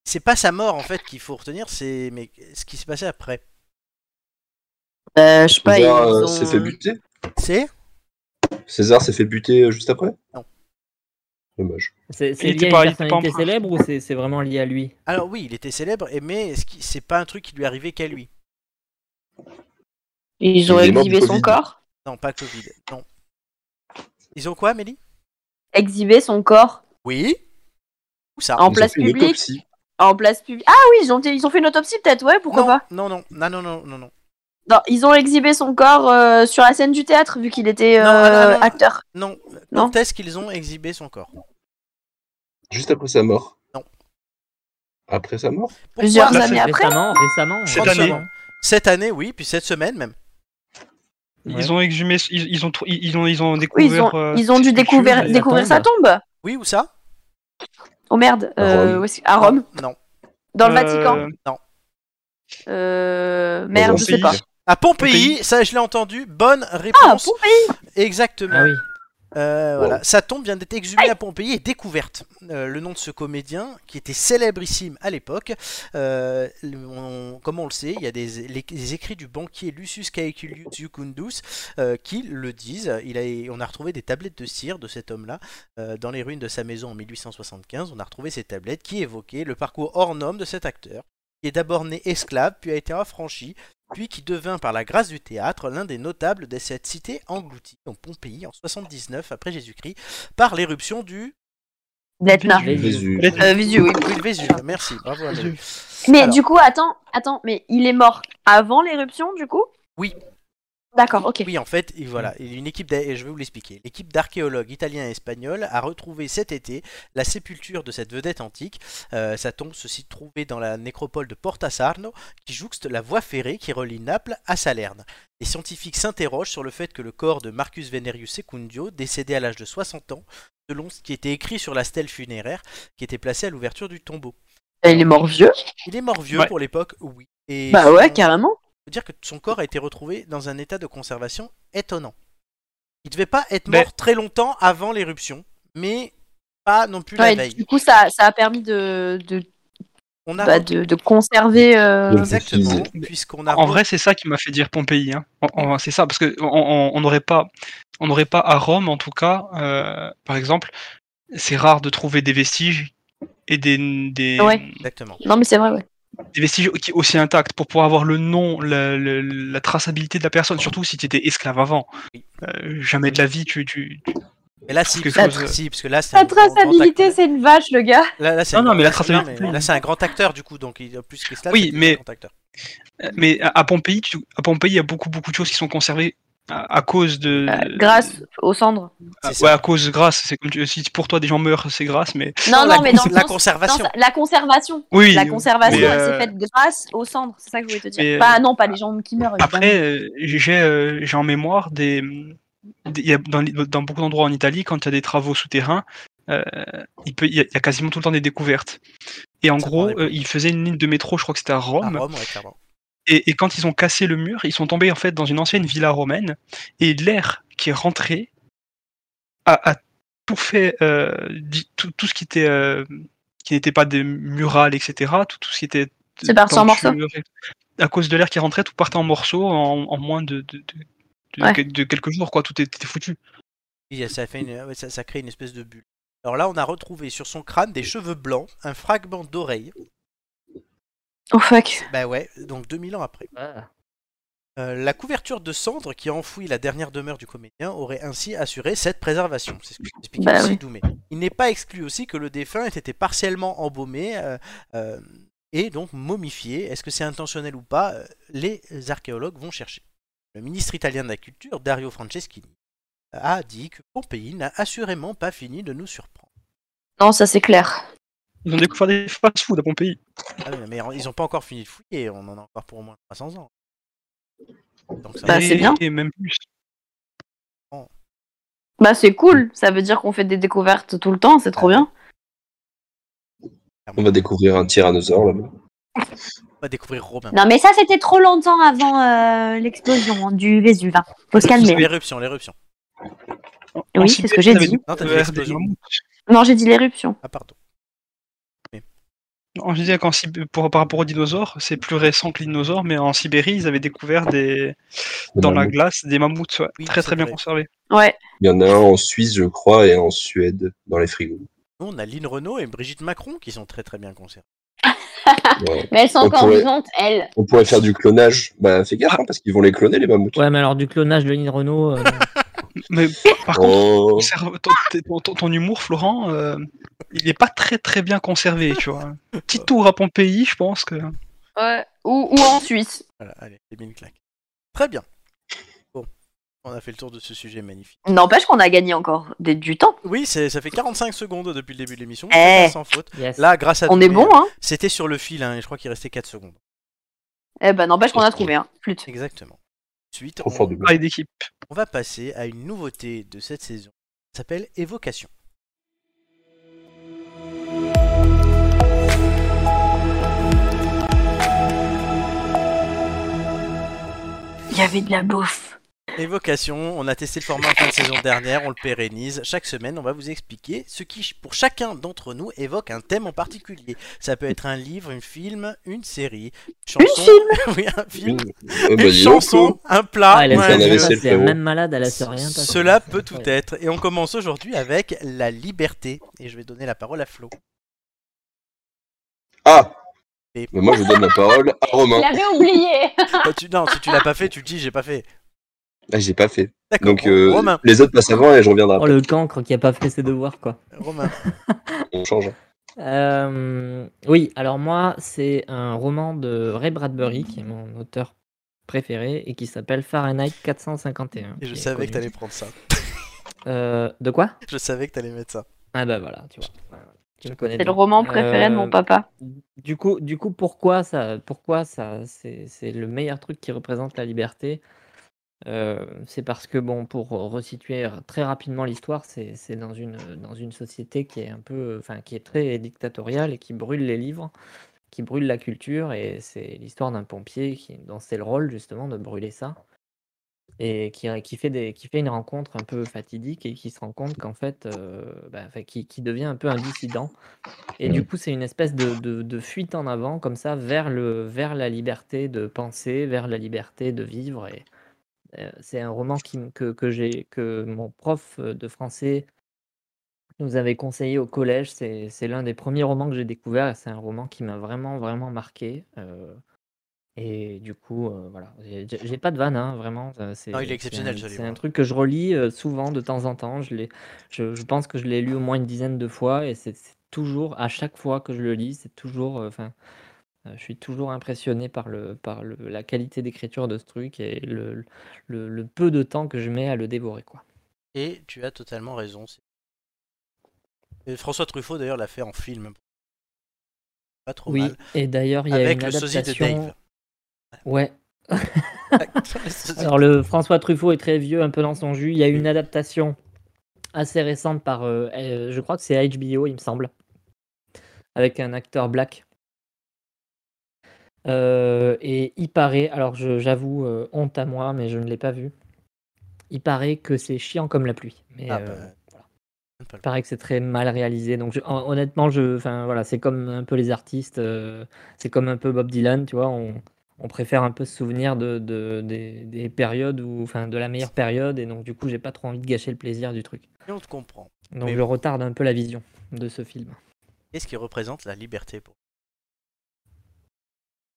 Speaker 1: C'est pas sa mort en fait qu'il faut retenir, c'est mais ce qui s'est passé après.
Speaker 5: Euh, je sais pas, ils
Speaker 4: César euh,
Speaker 5: ont-
Speaker 4: s'est fait buter.
Speaker 1: C'est
Speaker 4: César s'est fait buter euh, juste après
Speaker 1: Non.
Speaker 4: Dommage.
Speaker 2: C'est c'est
Speaker 3: Il était
Speaker 2: lié
Speaker 3: pas-
Speaker 2: à
Speaker 3: il
Speaker 2: une
Speaker 3: était pas
Speaker 2: personnalité
Speaker 3: empereur.
Speaker 2: célèbre ou c'est c'est vraiment lié à lui
Speaker 1: alors oui, il était célèbre, et mais ce qui- c'est pas un truc qui lui arrivait qu'à lui.
Speaker 5: Ils ont
Speaker 4: Il est mort
Speaker 5: exhibé
Speaker 4: du
Speaker 5: son
Speaker 4: Covid.
Speaker 5: corps.
Speaker 1: Non, pas Covid. Non. Ils ont quoi, Amélie
Speaker 5: Exhibé son corps
Speaker 1: Oui. Où ça
Speaker 5: en
Speaker 4: Ils ont
Speaker 5: place
Speaker 4: fait une
Speaker 5: publique.
Speaker 4: autopsie.
Speaker 5: En place publique. Ah oui, ils ont, ils ont fait une autopsie peut-être, ouais, pourquoi
Speaker 1: non,
Speaker 5: pas
Speaker 1: non, non, non, non, non, non, non.
Speaker 5: Non, ils ont exhibé son corps euh, sur la scène du théâtre vu qu'il était
Speaker 1: Non,
Speaker 5: euh,
Speaker 1: non, non, non.
Speaker 5: acteur.
Speaker 1: Non.
Speaker 5: Non.
Speaker 1: Quand est-ce qu'ils ont exhibé son corps
Speaker 4: Juste après sa mort
Speaker 1: Non.
Speaker 4: Après sa mort
Speaker 5: Plusieurs
Speaker 1: Pourquoi
Speaker 3: Là,
Speaker 5: années
Speaker 3: c'est-
Speaker 5: Ah, après.
Speaker 2: Récemment, récemment.
Speaker 3: Cette
Speaker 2: ouais.
Speaker 3: année.
Speaker 1: Cette année, oui, puis cette semaine même.
Speaker 2: Ouais.
Speaker 3: Ils ont exhumé, ils, ils ont, trou- ils, ils ont, ils ont
Speaker 5: Oui, ils
Speaker 3: découvert.
Speaker 5: ont,
Speaker 3: euh,
Speaker 5: ils ont dû
Speaker 3: cette
Speaker 5: découvrir,
Speaker 3: culture,
Speaker 2: et la
Speaker 5: découvrir sa tombe.
Speaker 1: Oui, où ça
Speaker 5: Oh merde,
Speaker 4: À
Speaker 5: euh,
Speaker 4: Rome.
Speaker 5: où est-ce- à Rome,
Speaker 1: Non.
Speaker 5: dans le
Speaker 3: euh,
Speaker 5: Vatican.
Speaker 1: Non.
Speaker 5: Euh,
Speaker 4: Dans
Speaker 5: merde,
Speaker 4: un
Speaker 5: je sais
Speaker 4: pays.
Speaker 5: pas. Ah,
Speaker 1: À Pompéi, ça je l'ai entendu. Bonne réponse.
Speaker 5: Pompéi
Speaker 1: Exactement.
Speaker 2: Ah oui.
Speaker 1: Euh, voilà.
Speaker 4: Wow.
Speaker 1: Sa tombe vient d'être exhumée à Pompéi et découverte. Euh, le nom de ce comédien, qui était célébrissime à l'époque, euh, on- comme on le sait, il y a des, les- les écrits du banquier Lucius Caeculius Jucundus euh, qui le disent. Il a, on a retrouvé des tablettes de cire de cet homme-là euh, dans les ruines de sa maison en 1875. On a retrouvé ces tablettes qui évoquaient le parcours hors norme de cet acteur, qui est d'abord né esclave, puis a été affranchi, puis qui devint par la grâce du théâtre l'un des notables de cette cité engloutie, en Pompéi, en 79 après Jésus-Christ, par l'éruption du
Speaker 5: L'Etna.
Speaker 2: Vésuve.
Speaker 4: Jésus.
Speaker 3: Vésuve.
Speaker 5: Euh, Visu, oui.
Speaker 1: oui, le Vésuve. Merci, bravo. Amélie.
Speaker 5: Mais
Speaker 1: Alors,
Speaker 5: du coup, attends, attends, mais il est mort avant l'éruption, du coup
Speaker 1: Oui.
Speaker 5: D'accord, ok.
Speaker 1: Oui, en fait, et voilà, et une équipe, d'a- et je vais vous l'expliquer. L'équipe d'archéologues italiens et espagnols a retrouvé cet été la sépulture de cette vedette antique. Euh, sa tombe se situe trouvée dans la nécropole de Porta Sarno, qui jouxte la voie ferrée qui relie Naples à Salerne. Les scientifiques s'interrogent sur le fait que le corps de Marcus Venerius Secundio, décédé à l'âge de 60 ans, selon ce qui était écrit sur la stèle funéraire qui était placée à l'ouverture du tombeau.
Speaker 5: Il est mort vieux
Speaker 1: Il est mort vieux
Speaker 3: Ouais.
Speaker 1: pour l'époque, oui. Et
Speaker 5: Bah
Speaker 1: son-
Speaker 5: ouais, carrément.
Speaker 1: faut dire que son corps a été retrouvé dans un état de conservation étonnant. Il devait pas être mort
Speaker 3: Mais-
Speaker 1: très longtemps avant l'éruption, mais pas non plus
Speaker 5: Ouais,
Speaker 1: la veille.
Speaker 5: du coup, ça, ça a permis de, de,
Speaker 1: On a
Speaker 5: bah, de, de conserver. euh,
Speaker 4: De-
Speaker 1: exactement, puisqu'on a
Speaker 3: En vrai, c'est ça qui m'a fait dire Pompéi. Hein. En- en- C'est ça, parce que on- on on n'aurait pas, on n'aurait pas à Rome, en tout cas, euh, par exemple, c'est rare de trouver des vestiges et des, des,
Speaker 5: Ouais.
Speaker 1: exactement.
Speaker 5: Non, mais c'est vrai, ouais.
Speaker 3: des vestiges qui- aussi intacts pour pouvoir avoir le nom, la, le- la traçabilité de la personne, surtout si tu étais esclave avant. Euh, jamais de la vie, tu, tu, tu-
Speaker 1: Et là, si,
Speaker 3: Quelque
Speaker 1: parce
Speaker 3: chose-
Speaker 1: que- si, parce que là, c'est un
Speaker 9: Sa
Speaker 1: grand- grand
Speaker 9: traçabilité,
Speaker 1: acteur.
Speaker 9: c'est une vache, le gars.
Speaker 1: Là, là, c'est
Speaker 3: Non,
Speaker 1: un-
Speaker 3: non, mais la
Speaker 1: là, c'est-
Speaker 3: traçabilité-
Speaker 1: non, mais Là, c'est un grand acteur, du coup, donc il a plus que cela.
Speaker 3: Oui,
Speaker 1: c'est un
Speaker 3: mais-
Speaker 1: grand acteur.
Speaker 3: Euh, Mais à à Pompéi, tu- à Pompéi, il y a beaucoup, beaucoup de choses qui sont conservées à, à cause de.
Speaker 5: Euh, grâce aux cendres.
Speaker 3: à,
Speaker 1: C'est
Speaker 3: ouais,
Speaker 1: ça.
Speaker 3: à cause grâce. C'est comme tu- si pour toi des gens meurent, c'est grâce, mais
Speaker 5: Non,
Speaker 1: la,
Speaker 5: non, mais dans le
Speaker 1: la
Speaker 5: sens-
Speaker 1: conservation.
Speaker 5: non, ça- la conservation.
Speaker 3: oui.
Speaker 5: La conservation,
Speaker 3: mais,
Speaker 5: elle
Speaker 3: euh,
Speaker 5: s'est faite grâce aux cendres. C'est ça que je voulais te dire.
Speaker 3: mais,
Speaker 5: Pas, non, pas les gens qui meurent. évidemment.
Speaker 3: Après, euh, j'ai euh, j'ai en mémoire des, des- il y a dans, les- dans beaucoup d'endroits en Italie, quand il y a des travaux souterrains, euh, il, peut, il, y a, il y a quasiment tout le temps des découvertes. Et en
Speaker 1: Ça
Speaker 3: gros,
Speaker 1: dépend des
Speaker 3: euh, ils faisaient une ligne de métro, je crois que c'était à
Speaker 1: À
Speaker 3: Rome.
Speaker 1: Rome, ouais, clairement.
Speaker 3: Et, et quand ils ont cassé le mur, ils sont tombés en fait dans une ancienne villa romaine et l'air qui est rentré a, a tout fait, euh, di- tout, tout ce qui était euh, qui n'était pas des murales, etc. Tout, tout ce qui était
Speaker 5: C'est parti en morceaux.
Speaker 3: tenture, et- À cause de l'air qui rentrait, tout partait en morceaux en, en moins de, de, de- de-
Speaker 5: Ouais.
Speaker 3: que- de quelques jours, quoi. Tout était foutu.
Speaker 1: Oui, ça, fait une- ouais, ça- ça crée une espèce de bulle. Alors là, on a retrouvé sur son crâne des cheveux blancs, un fragment d'oreille.
Speaker 5: Oh fuck.
Speaker 1: Bah ouais, donc 2000 ans après.
Speaker 2: Ah.
Speaker 1: Euh, la couverture de cendres qui enfouit la dernière demeure du comédien aurait ainsi assuré cette préservation. C'est ce que j'expliquais
Speaker 5: Bah
Speaker 1: aussi
Speaker 5: oui.
Speaker 1: Doumé. Il n'est pas exclu aussi que le défunt ait été partiellement embaumé euh, euh, et donc momifié. Est-ce que c'est intentionnel ou pas Euh, Les archéologues vont chercher. Le ministre italien de la Culture, Dario Franceschini, euh, a dit que Pompéi n'a assurément pas fini de nous surprendre.
Speaker 5: Non, ça c'est clair.
Speaker 3: Ils ont découvert des fast-food à Pompéi.
Speaker 1: Ah oui, mais ils n'ont pas encore fini de fouiller, on en a encore pour au moins 300 ans. Donc ça
Speaker 5: Bah,
Speaker 1: y est,
Speaker 5: c'est
Speaker 3: Et-
Speaker 5: bien.
Speaker 3: Et même plus.
Speaker 5: Bah c'est cool. Ça veut dire qu'on fait des découvertes tout le temps. C'est trop bien.
Speaker 4: On va découvrir un tyrannosaure là-bas.
Speaker 1: on va découvrir Romain.
Speaker 9: Non, mais ça, c'était trop longtemps avant euh, l'explosion du Vésuve. hein. Faut se calmer.
Speaker 1: L'éruption, l'éruption.
Speaker 3: En-
Speaker 5: Oui,
Speaker 3: en
Speaker 5: c'est ce
Speaker 3: Sibérie,
Speaker 5: que j'ai
Speaker 3: t'avais
Speaker 5: dit.
Speaker 3: des-
Speaker 1: Non, t'as dit
Speaker 3: euh,
Speaker 1: l'explosion.
Speaker 5: Non, j'ai dit l'éruption.
Speaker 1: Ah, pardon.
Speaker 3: Non, je disais qu'en Sib- pour, par rapport aux dinosaures, c'est plus récent que les dinosaures, mais en Sibérie, ils avaient découvert des,
Speaker 4: Des
Speaker 3: dans la
Speaker 4: mammouths.
Speaker 3: glace des mammouths ouais,
Speaker 1: Oui,
Speaker 3: très
Speaker 1: c'est
Speaker 3: très bien
Speaker 1: vrai.
Speaker 3: conservés.
Speaker 5: Ouais.
Speaker 4: Il y en a un en Suisse, je crois, et en Suède, dans les frigos.
Speaker 1: Nous, on a Lynn Renault et Brigitte Macron qui sont très très bien conservées.
Speaker 5: Ah.
Speaker 4: Ouais.
Speaker 9: Mais elles sont
Speaker 4: On
Speaker 9: encore
Speaker 4: pourrait-
Speaker 9: vivantes, elles.
Speaker 4: On pourrait faire du clonage. Bah, fais gaffe, hein, parce qu'ils vont les cloner, les mammouths.
Speaker 2: Ouais, mais alors du clonage de Lynn Renault. euh,
Speaker 3: Mais par contre,
Speaker 4: Oh.
Speaker 3: conserve- ton, t'es- ton- ton- ton humour, Florent, euh, il n'est pas très très bien conservé, tu vois. Petit tour à Pompéi, je pense que.
Speaker 5: Ouais. Ou, ou en Suisse.
Speaker 1: Voilà, allez, j'ai mis une claque. Très bien. Bon, on a fait le tour de ce sujet magnifique.
Speaker 5: N'empêche qu'on a gagné encore des- du temps.
Speaker 1: Oui, c'est- ça fait 45 secondes depuis le début de l'émission.
Speaker 5: Eh.
Speaker 1: c'est pas Sans faute.
Speaker 2: yes.
Speaker 1: Là, grâce à
Speaker 5: On est
Speaker 1: Doumé,
Speaker 5: bon,
Speaker 1: euh,
Speaker 5: hein
Speaker 1: C'était sur le fil, hein, et je crois qu'il restait 4 secondes.
Speaker 5: Eh ben n'empêche qu'on a trouvé, hein. Flûte.
Speaker 1: Exactement. Ensuite,
Speaker 4: Trop fort
Speaker 1: on,
Speaker 4: du
Speaker 3: Pareil d'équipe.
Speaker 1: on va passer à une nouveauté de cette saison. Ça s'appelle Évocation.
Speaker 5: Il y avait de la bouffe.
Speaker 1: Évocation, on a testé le format en fin de saison dernière, on le pérennise. Chaque semaine, on va vous expliquer ce qui, pour chacun d'entre nous, évoque un thème en particulier. Ça peut être un livre, un film, une série, une chanson. oui, un film,
Speaker 4: Euh, bah,
Speaker 1: une
Speaker 4: dis donc,
Speaker 1: chanson, un plat,
Speaker 2: Ah,
Speaker 1: ou
Speaker 2: elle
Speaker 4: bien
Speaker 1: un
Speaker 2: a
Speaker 4: adressé,
Speaker 1: jeu.
Speaker 4: le
Speaker 2: c'est
Speaker 4: frérot.
Speaker 2: même malade, elle a fait rien. passer.
Speaker 1: Cela peut tout être. Et on commence aujourd'hui avec la liberté. Et je vais donner la parole à Flo.
Speaker 4: Ah
Speaker 1: Et-
Speaker 4: Bah, Moi, je donne la parole à Romain.
Speaker 9: Il avait oublié.
Speaker 1: Ah, tu- non, si tu l'as pas fait, tu le dis, j'ai pas fait.
Speaker 4: Ah, j'ai pas fait.
Speaker 1: D'accord.
Speaker 4: Donc, euh,
Speaker 1: Romain,
Speaker 4: les autres passent avant et je reviendrai
Speaker 2: Oh
Speaker 4: après.
Speaker 2: le cancre qui a pas fait ses devoirs quoi.
Speaker 1: Romain. Oh
Speaker 4: On change. hein.
Speaker 2: Euh, oui, alors moi, c'est un roman de Ray Bradbury, qui est mon auteur préféré, et qui s'appelle Fahrenheit 451.
Speaker 1: Et je
Speaker 2: qui est
Speaker 1: savais que
Speaker 2: connu.
Speaker 1: t'allais prendre ça.
Speaker 2: Euh, de quoi
Speaker 1: Je savais que t'allais mettre ça.
Speaker 2: Ah bah voilà, tu vois. voilà, Tu me connais
Speaker 5: C'est le
Speaker 2: bien.
Speaker 5: roman préféré de mon
Speaker 2: Euh,
Speaker 5: papa.
Speaker 2: Du coup, du coup pourquoi ça, pourquoi ça, c'est c'est le meilleur truc qui représente la liberté Euh, C'est parce que, bon, pour resituer très rapidement l'histoire, c'est c'est dans une, dans une société qui est un peu, enfin, qui est très dictatoriale et qui brûle les livres, qui brûle la culture, et c'est l'histoire d'un pompier qui, dont c'est le rôle justement de brûler ça. et qui, qui, fait des, qui fait une rencontre un peu fatidique et qui se rend compte qu'en fait, euh, bah, enfin, qui, qui devient un peu un dissident. Et du coup, c'est une espèce de, de, de fuite en avant, comme ça, vers, le, vers la liberté de penser, vers la liberté de vivre. Et, euh, c'est un roman qui, m- que, que, j'ai, que mon prof euh, de français nous avait conseillé au collège. C'est, c'est l'un des premiers romans que j'ai découvert et c'est un roman qui m'a vraiment, vraiment marqué. euh, et du coup, euh, voilà. J'ai- J'ai j'ai pas de vanne, hein, vraiment. euh, C'est,
Speaker 1: Non, il est
Speaker 2: c'est
Speaker 1: exceptionnel,
Speaker 2: un-
Speaker 1: ce
Speaker 2: C'est
Speaker 1: livre.
Speaker 2: un truc que je relis euh, souvent, de temps en temps. Je, l'ai- je, je pense que je l'ai lu au moins une dizaine de fois et c'est c'est toujours, à chaque fois que je le lis, c'est toujours. euh, 'fin, euh, je suis toujours impressionné par, le, par le, la qualité d'écriture de ce truc et le, le, le peu de temps que je mets à le dévorer. Quoi.
Speaker 1: Et tu as totalement raison. c'est- Et François Truffaut d'ailleurs l'a fait en film. Pas trop
Speaker 2: Oui,
Speaker 1: mal.
Speaker 2: et d'ailleurs, il y a
Speaker 1: Avec
Speaker 2: une
Speaker 1: le sosie de
Speaker 2: adaptation...
Speaker 1: Dave.
Speaker 2: Ouais.
Speaker 1: Le sosie-
Speaker 2: Alors, le François Truffaut est très vieux, un peu dans son jus. Il y a une adaptation assez récente par, euh, euh, je crois que c'est HBO, il me semble, avec un acteur black. Euh, et il paraît, alors je- j'avoue, euh, honte à moi, mais je ne l'ai pas vu. Il paraît que c'est chiant comme la pluie. Mais
Speaker 1: Ah,
Speaker 2: euh,
Speaker 1: bah,
Speaker 2: Il paraît que c'est très mal réalisé. Donc je- hon- honnêtement, je, enfin voilà, c'est comme un peu les artistes, euh, c'est comme un peu Bob Dylan, tu vois. On, on préfère un peu se souvenir de, de- des, des périodes ou enfin de la meilleure période, et donc du coup, j'ai pas trop envie de gâcher le plaisir du truc.
Speaker 1: Et on te comprend.
Speaker 2: Donc
Speaker 1: Mais
Speaker 2: je
Speaker 1: bon.
Speaker 2: retarde un peu la vision de ce film.
Speaker 1: Qu'est-ce qui représente la liberté pour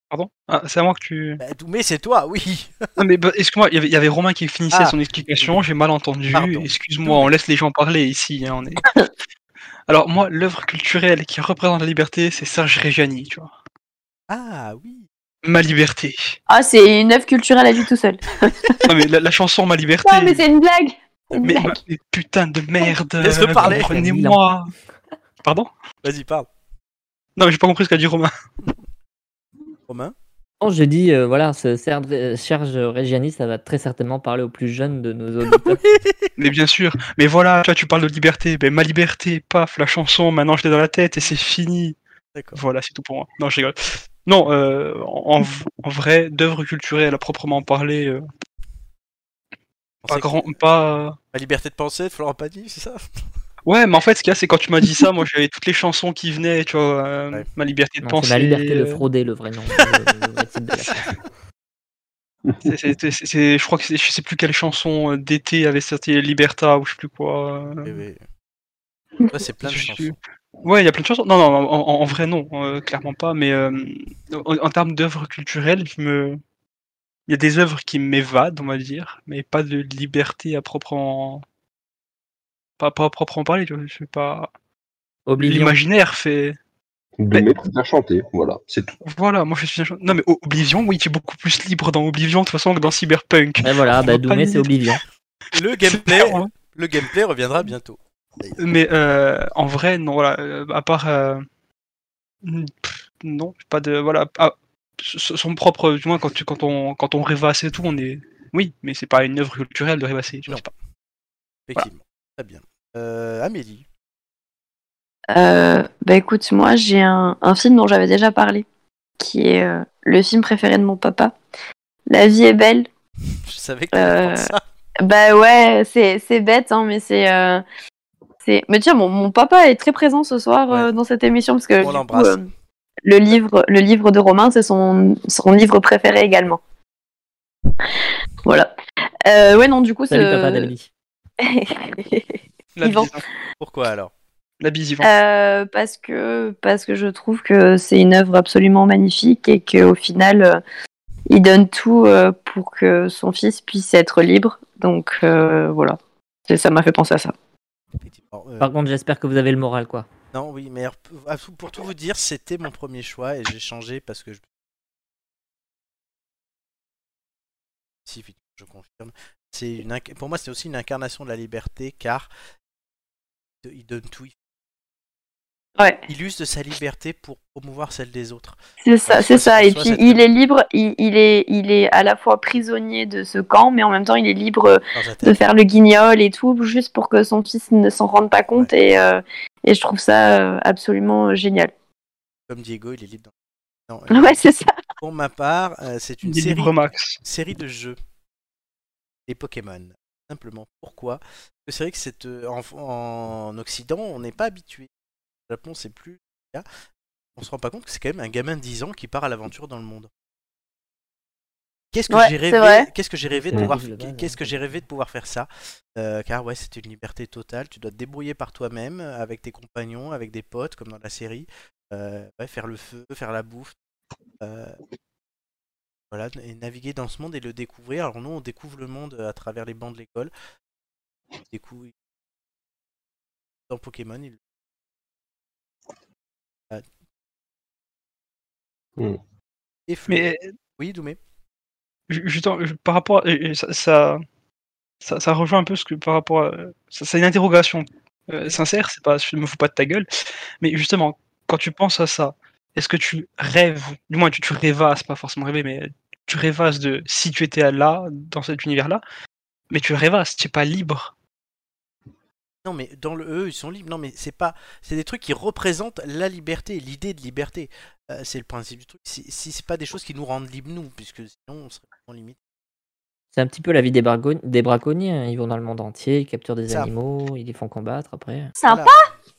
Speaker 3: Pardon Ah, C'est à moi que tu.
Speaker 1: bah, Doumé, c'est toi, oui.
Speaker 3: Ah, mais bah, excuse-moi, il y avait- il y avait Romain qui finissait
Speaker 1: Ah.
Speaker 3: son explication, j'ai mal entendu.
Speaker 1: Pardon.
Speaker 3: Excuse-moi, on laisse les gens parler ici. hein, on est... Alors, moi, l'œuvre culturelle qui représente la liberté, c'est Serge Reggiani, tu vois.
Speaker 1: Ah oui.
Speaker 3: Ma liberté.
Speaker 5: Ah, c'est une œuvre culturelle à lui tout seul.
Speaker 3: Non, mais la, la chanson Ma liberté.
Speaker 5: Non, mais c'est une blague C'est une
Speaker 3: Mais,
Speaker 5: blague.
Speaker 3: mais putain de merde.
Speaker 1: Laisse-le parler.
Speaker 3: Comprenez-moi. Pardon
Speaker 1: Vas-y, parle.
Speaker 3: Non, mais j'ai pas compris ce qu'a dit Romain.
Speaker 1: Romain.
Speaker 2: Non, je dis euh, voilà, ce Serge, euh, Serge Reggiani, ça va très certainement parler aux plus jeunes de nos auditeurs.
Speaker 3: Mais bien sûr. Mais voilà, tu vois, tu parles de liberté. Ben, ma liberté, paf, la chanson, maintenant je l'ai dans la tête et c'est fini.
Speaker 1: D'accord.
Speaker 3: Voilà, c'est tout pour moi. Non, je rigole. Non, euh, en, en vrai, d'œuvre culturelle à proprement parler, euh,
Speaker 1: On
Speaker 3: pas
Speaker 1: sait que-
Speaker 3: grand, pas.
Speaker 1: La liberté de penser, Florent Pagny, c'est ça
Speaker 3: Ouais, mais en fait, ce qu'il y a, c'est quand tu m'as dit ça, moi j'avais toutes les chansons qui venaient, tu vois, euh,
Speaker 1: Ouais.
Speaker 3: ma liberté de
Speaker 2: Non,
Speaker 3: penser.
Speaker 2: c'est ma liberté de
Speaker 3: euh,
Speaker 2: frauder le vrai nom. le- le vrai titre de la chanson.
Speaker 3: c'est- c'est- c'est- c'est- je crois que c'est- je sais plus quelle chanson euh, d'été avait sorti Liberta ou je sais plus quoi. euh,
Speaker 1: Eh oui. Là, c'est plein de
Speaker 3: Je suis-
Speaker 1: chansons.
Speaker 3: Ouais, il y a plein de chansons. Non, non, en, en- en vrai, non, euh, clairement pas. Mais euh, en, en termes d'œuvres culturelles, je me... il y a des œuvres qui m'évadent, on va dire, mais pas de liberté à proprement. Pas, pas à proprement parler, tu vois. Je sais pas.
Speaker 2: Oblivion.
Speaker 3: L'imaginaire fait.
Speaker 4: Doumé préfère chanter, voilà, c'est tout.
Speaker 3: Voilà, moi je suis. Non, mais O- Oblivion, oui, tu es beaucoup plus libre dans Oblivion, de toute façon, que dans Cyberpunk.
Speaker 2: Et voilà,
Speaker 3: On
Speaker 2: bah,
Speaker 3: va pas
Speaker 2: Doumé,
Speaker 3: le
Speaker 2: c'est
Speaker 3: dire.
Speaker 2: Oblivion.
Speaker 1: Le gameplay,
Speaker 3: C'est-
Speaker 1: le gameplay reviendra bientôt.
Speaker 3: Mais euh, en vrai, non, voilà, euh, à part. euh, mm, pff, non, pas de. Voilà, ah, s- son propre. Du moins, quand, tu, quand, on, quand on rêvasse et tout, on est. Oui, mais c'est pas une œuvre culturelle de rêvasser. Tu vois,
Speaker 1: Non.
Speaker 3: c'est pas. Bah.
Speaker 1: Effectivement. Très bien. Euh, Amélie.
Speaker 5: Euh, bah écoute, moi j'ai un, un film dont j'avais déjà parlé, qui est euh, le film préféré de mon papa. La vie est belle.
Speaker 1: Je savais que t'allais prendre
Speaker 5: Euh,
Speaker 1: ça.
Speaker 5: Bah ouais, c'est c'est bête, hein, mais c'est... euh, c'est- mais tiens, mon, mon papa est très présent ce soir
Speaker 1: Ouais.
Speaker 5: euh, dans cette émission, parce que
Speaker 1: On
Speaker 5: du coup,
Speaker 1: l'embrasse.
Speaker 5: euh, le, livre, le livre de Romain, c'est son, son livre préféré également. Voilà. Euh, ouais, non, du coup,
Speaker 2: Salut
Speaker 5: c'est-
Speaker 2: papa d'Amélie.
Speaker 3: La
Speaker 5: Yvan.
Speaker 3: bise, hein.
Speaker 1: Pourquoi alors
Speaker 3: La bise, Yvan.
Speaker 5: Euh, parce que parce que je trouve que c'est une œuvre absolument magnifique et qu'au final euh, il donne tout euh, pour que son fils puisse être libre donc euh, voilà C'est- ça m'a fait penser à ça
Speaker 1: Effectivement. euh,
Speaker 2: Par contre, j'espère que vous avez le moral, quoi.
Speaker 1: Non, oui, mais alors, pour- à tout- pour tout vous dire, c'était mon premier choix et j'ai changé parce que je. Si, effectivement, je confirme. C'est une inc- Pour moi, c'est aussi une incarnation de la liberté car il donne tout.
Speaker 5: ouais
Speaker 1: Il use de sa liberté pour promouvoir celle des autres.
Speaker 5: c'est ça
Speaker 1: Ouais,
Speaker 5: c'est
Speaker 1: ça,
Speaker 5: ça
Speaker 1: c'est
Speaker 5: et
Speaker 1: pour
Speaker 5: puis
Speaker 1: soi,
Speaker 5: il
Speaker 1: c'est-
Speaker 5: est libre il, il est il est à la fois prisonnier de ce camp mais en même temps il est libre
Speaker 1: Dans sa
Speaker 5: de
Speaker 1: tête.
Speaker 5: faire le guignol et tout juste pour que son fils ne s'en rende pas compte et euh, et je trouve ça euh, absolument génial
Speaker 1: Comme Diego, il est libre dans. Non, euh,
Speaker 5: ouais c'est ça
Speaker 1: Pour ma part, euh, c'est une
Speaker 3: Il est
Speaker 1: série,
Speaker 3: libre max.
Speaker 1: série de jeux. les Pokémon. Simplement pourquoi Parce que C'est vrai que c'est, euh, en, en Occident, on n'est pas habitué. Au Japon, c'est plus le cas. On se rend pas compte que c'est quand même un gamin de 10 ans qui part à l'aventure dans le monde. Qu'est-ce que
Speaker 5: Ouais,
Speaker 1: j'ai
Speaker 5: c'est vrai.
Speaker 1: rêvé Qu'est-ce que j'ai rêvé de
Speaker 2: Ouais.
Speaker 1: pouvoir
Speaker 2: Vive le bal,
Speaker 1: Qu'est-ce que
Speaker 2: ouais.
Speaker 1: j'ai rêvé de pouvoir faire ça Euh, Car ouais, c'est une liberté totale. Tu dois te débrouiller par toi-même, avec tes compagnons, avec des potes, comme dans la série. Euh, ouais, faire le feu, faire la bouffe. Euh, voilà, et naviguer dans ce monde et le découvrir. Alors nous, on découvre le monde euh, à travers les bancs de l'école. On découvre dans Pokémon. il- Ah.
Speaker 4: Hmm.
Speaker 1: Et Flo.
Speaker 3: Mais
Speaker 1: Oui, Doumé.
Speaker 3: ju- justement, je- par rapport à, et- et ça, ça, ça- ça rejoint un peu ce que par rapport à. ça- C'est une interrogation euh, sincère, c'est pas je me fous pas de ta gueule. Mais justement, quand tu penses à ça, est-ce que tu rêves, du moins tu, tu rêvasses, pas forcément rêver, mais tu rêvasses de si tu étais là, dans cet univers-là, mais tu rêvasses, tu es pas libre.
Speaker 1: Non, mais dans le E, ils sont libres. Non, mais c'est pas. C'est des trucs qui représentent la liberté, l'idée de liberté. Euh, c'est le principe du truc. Si, si c'est pas des choses qui nous rendent libres, nous, puisque sinon, on serait en limite.
Speaker 2: C'est un petit peu la vie des, bargo- des braconniers. hein. Ils vont dans le monde entier, ils capturent des
Speaker 1: Ça.
Speaker 2: animaux, ils les font combattre après.
Speaker 9: Sympa.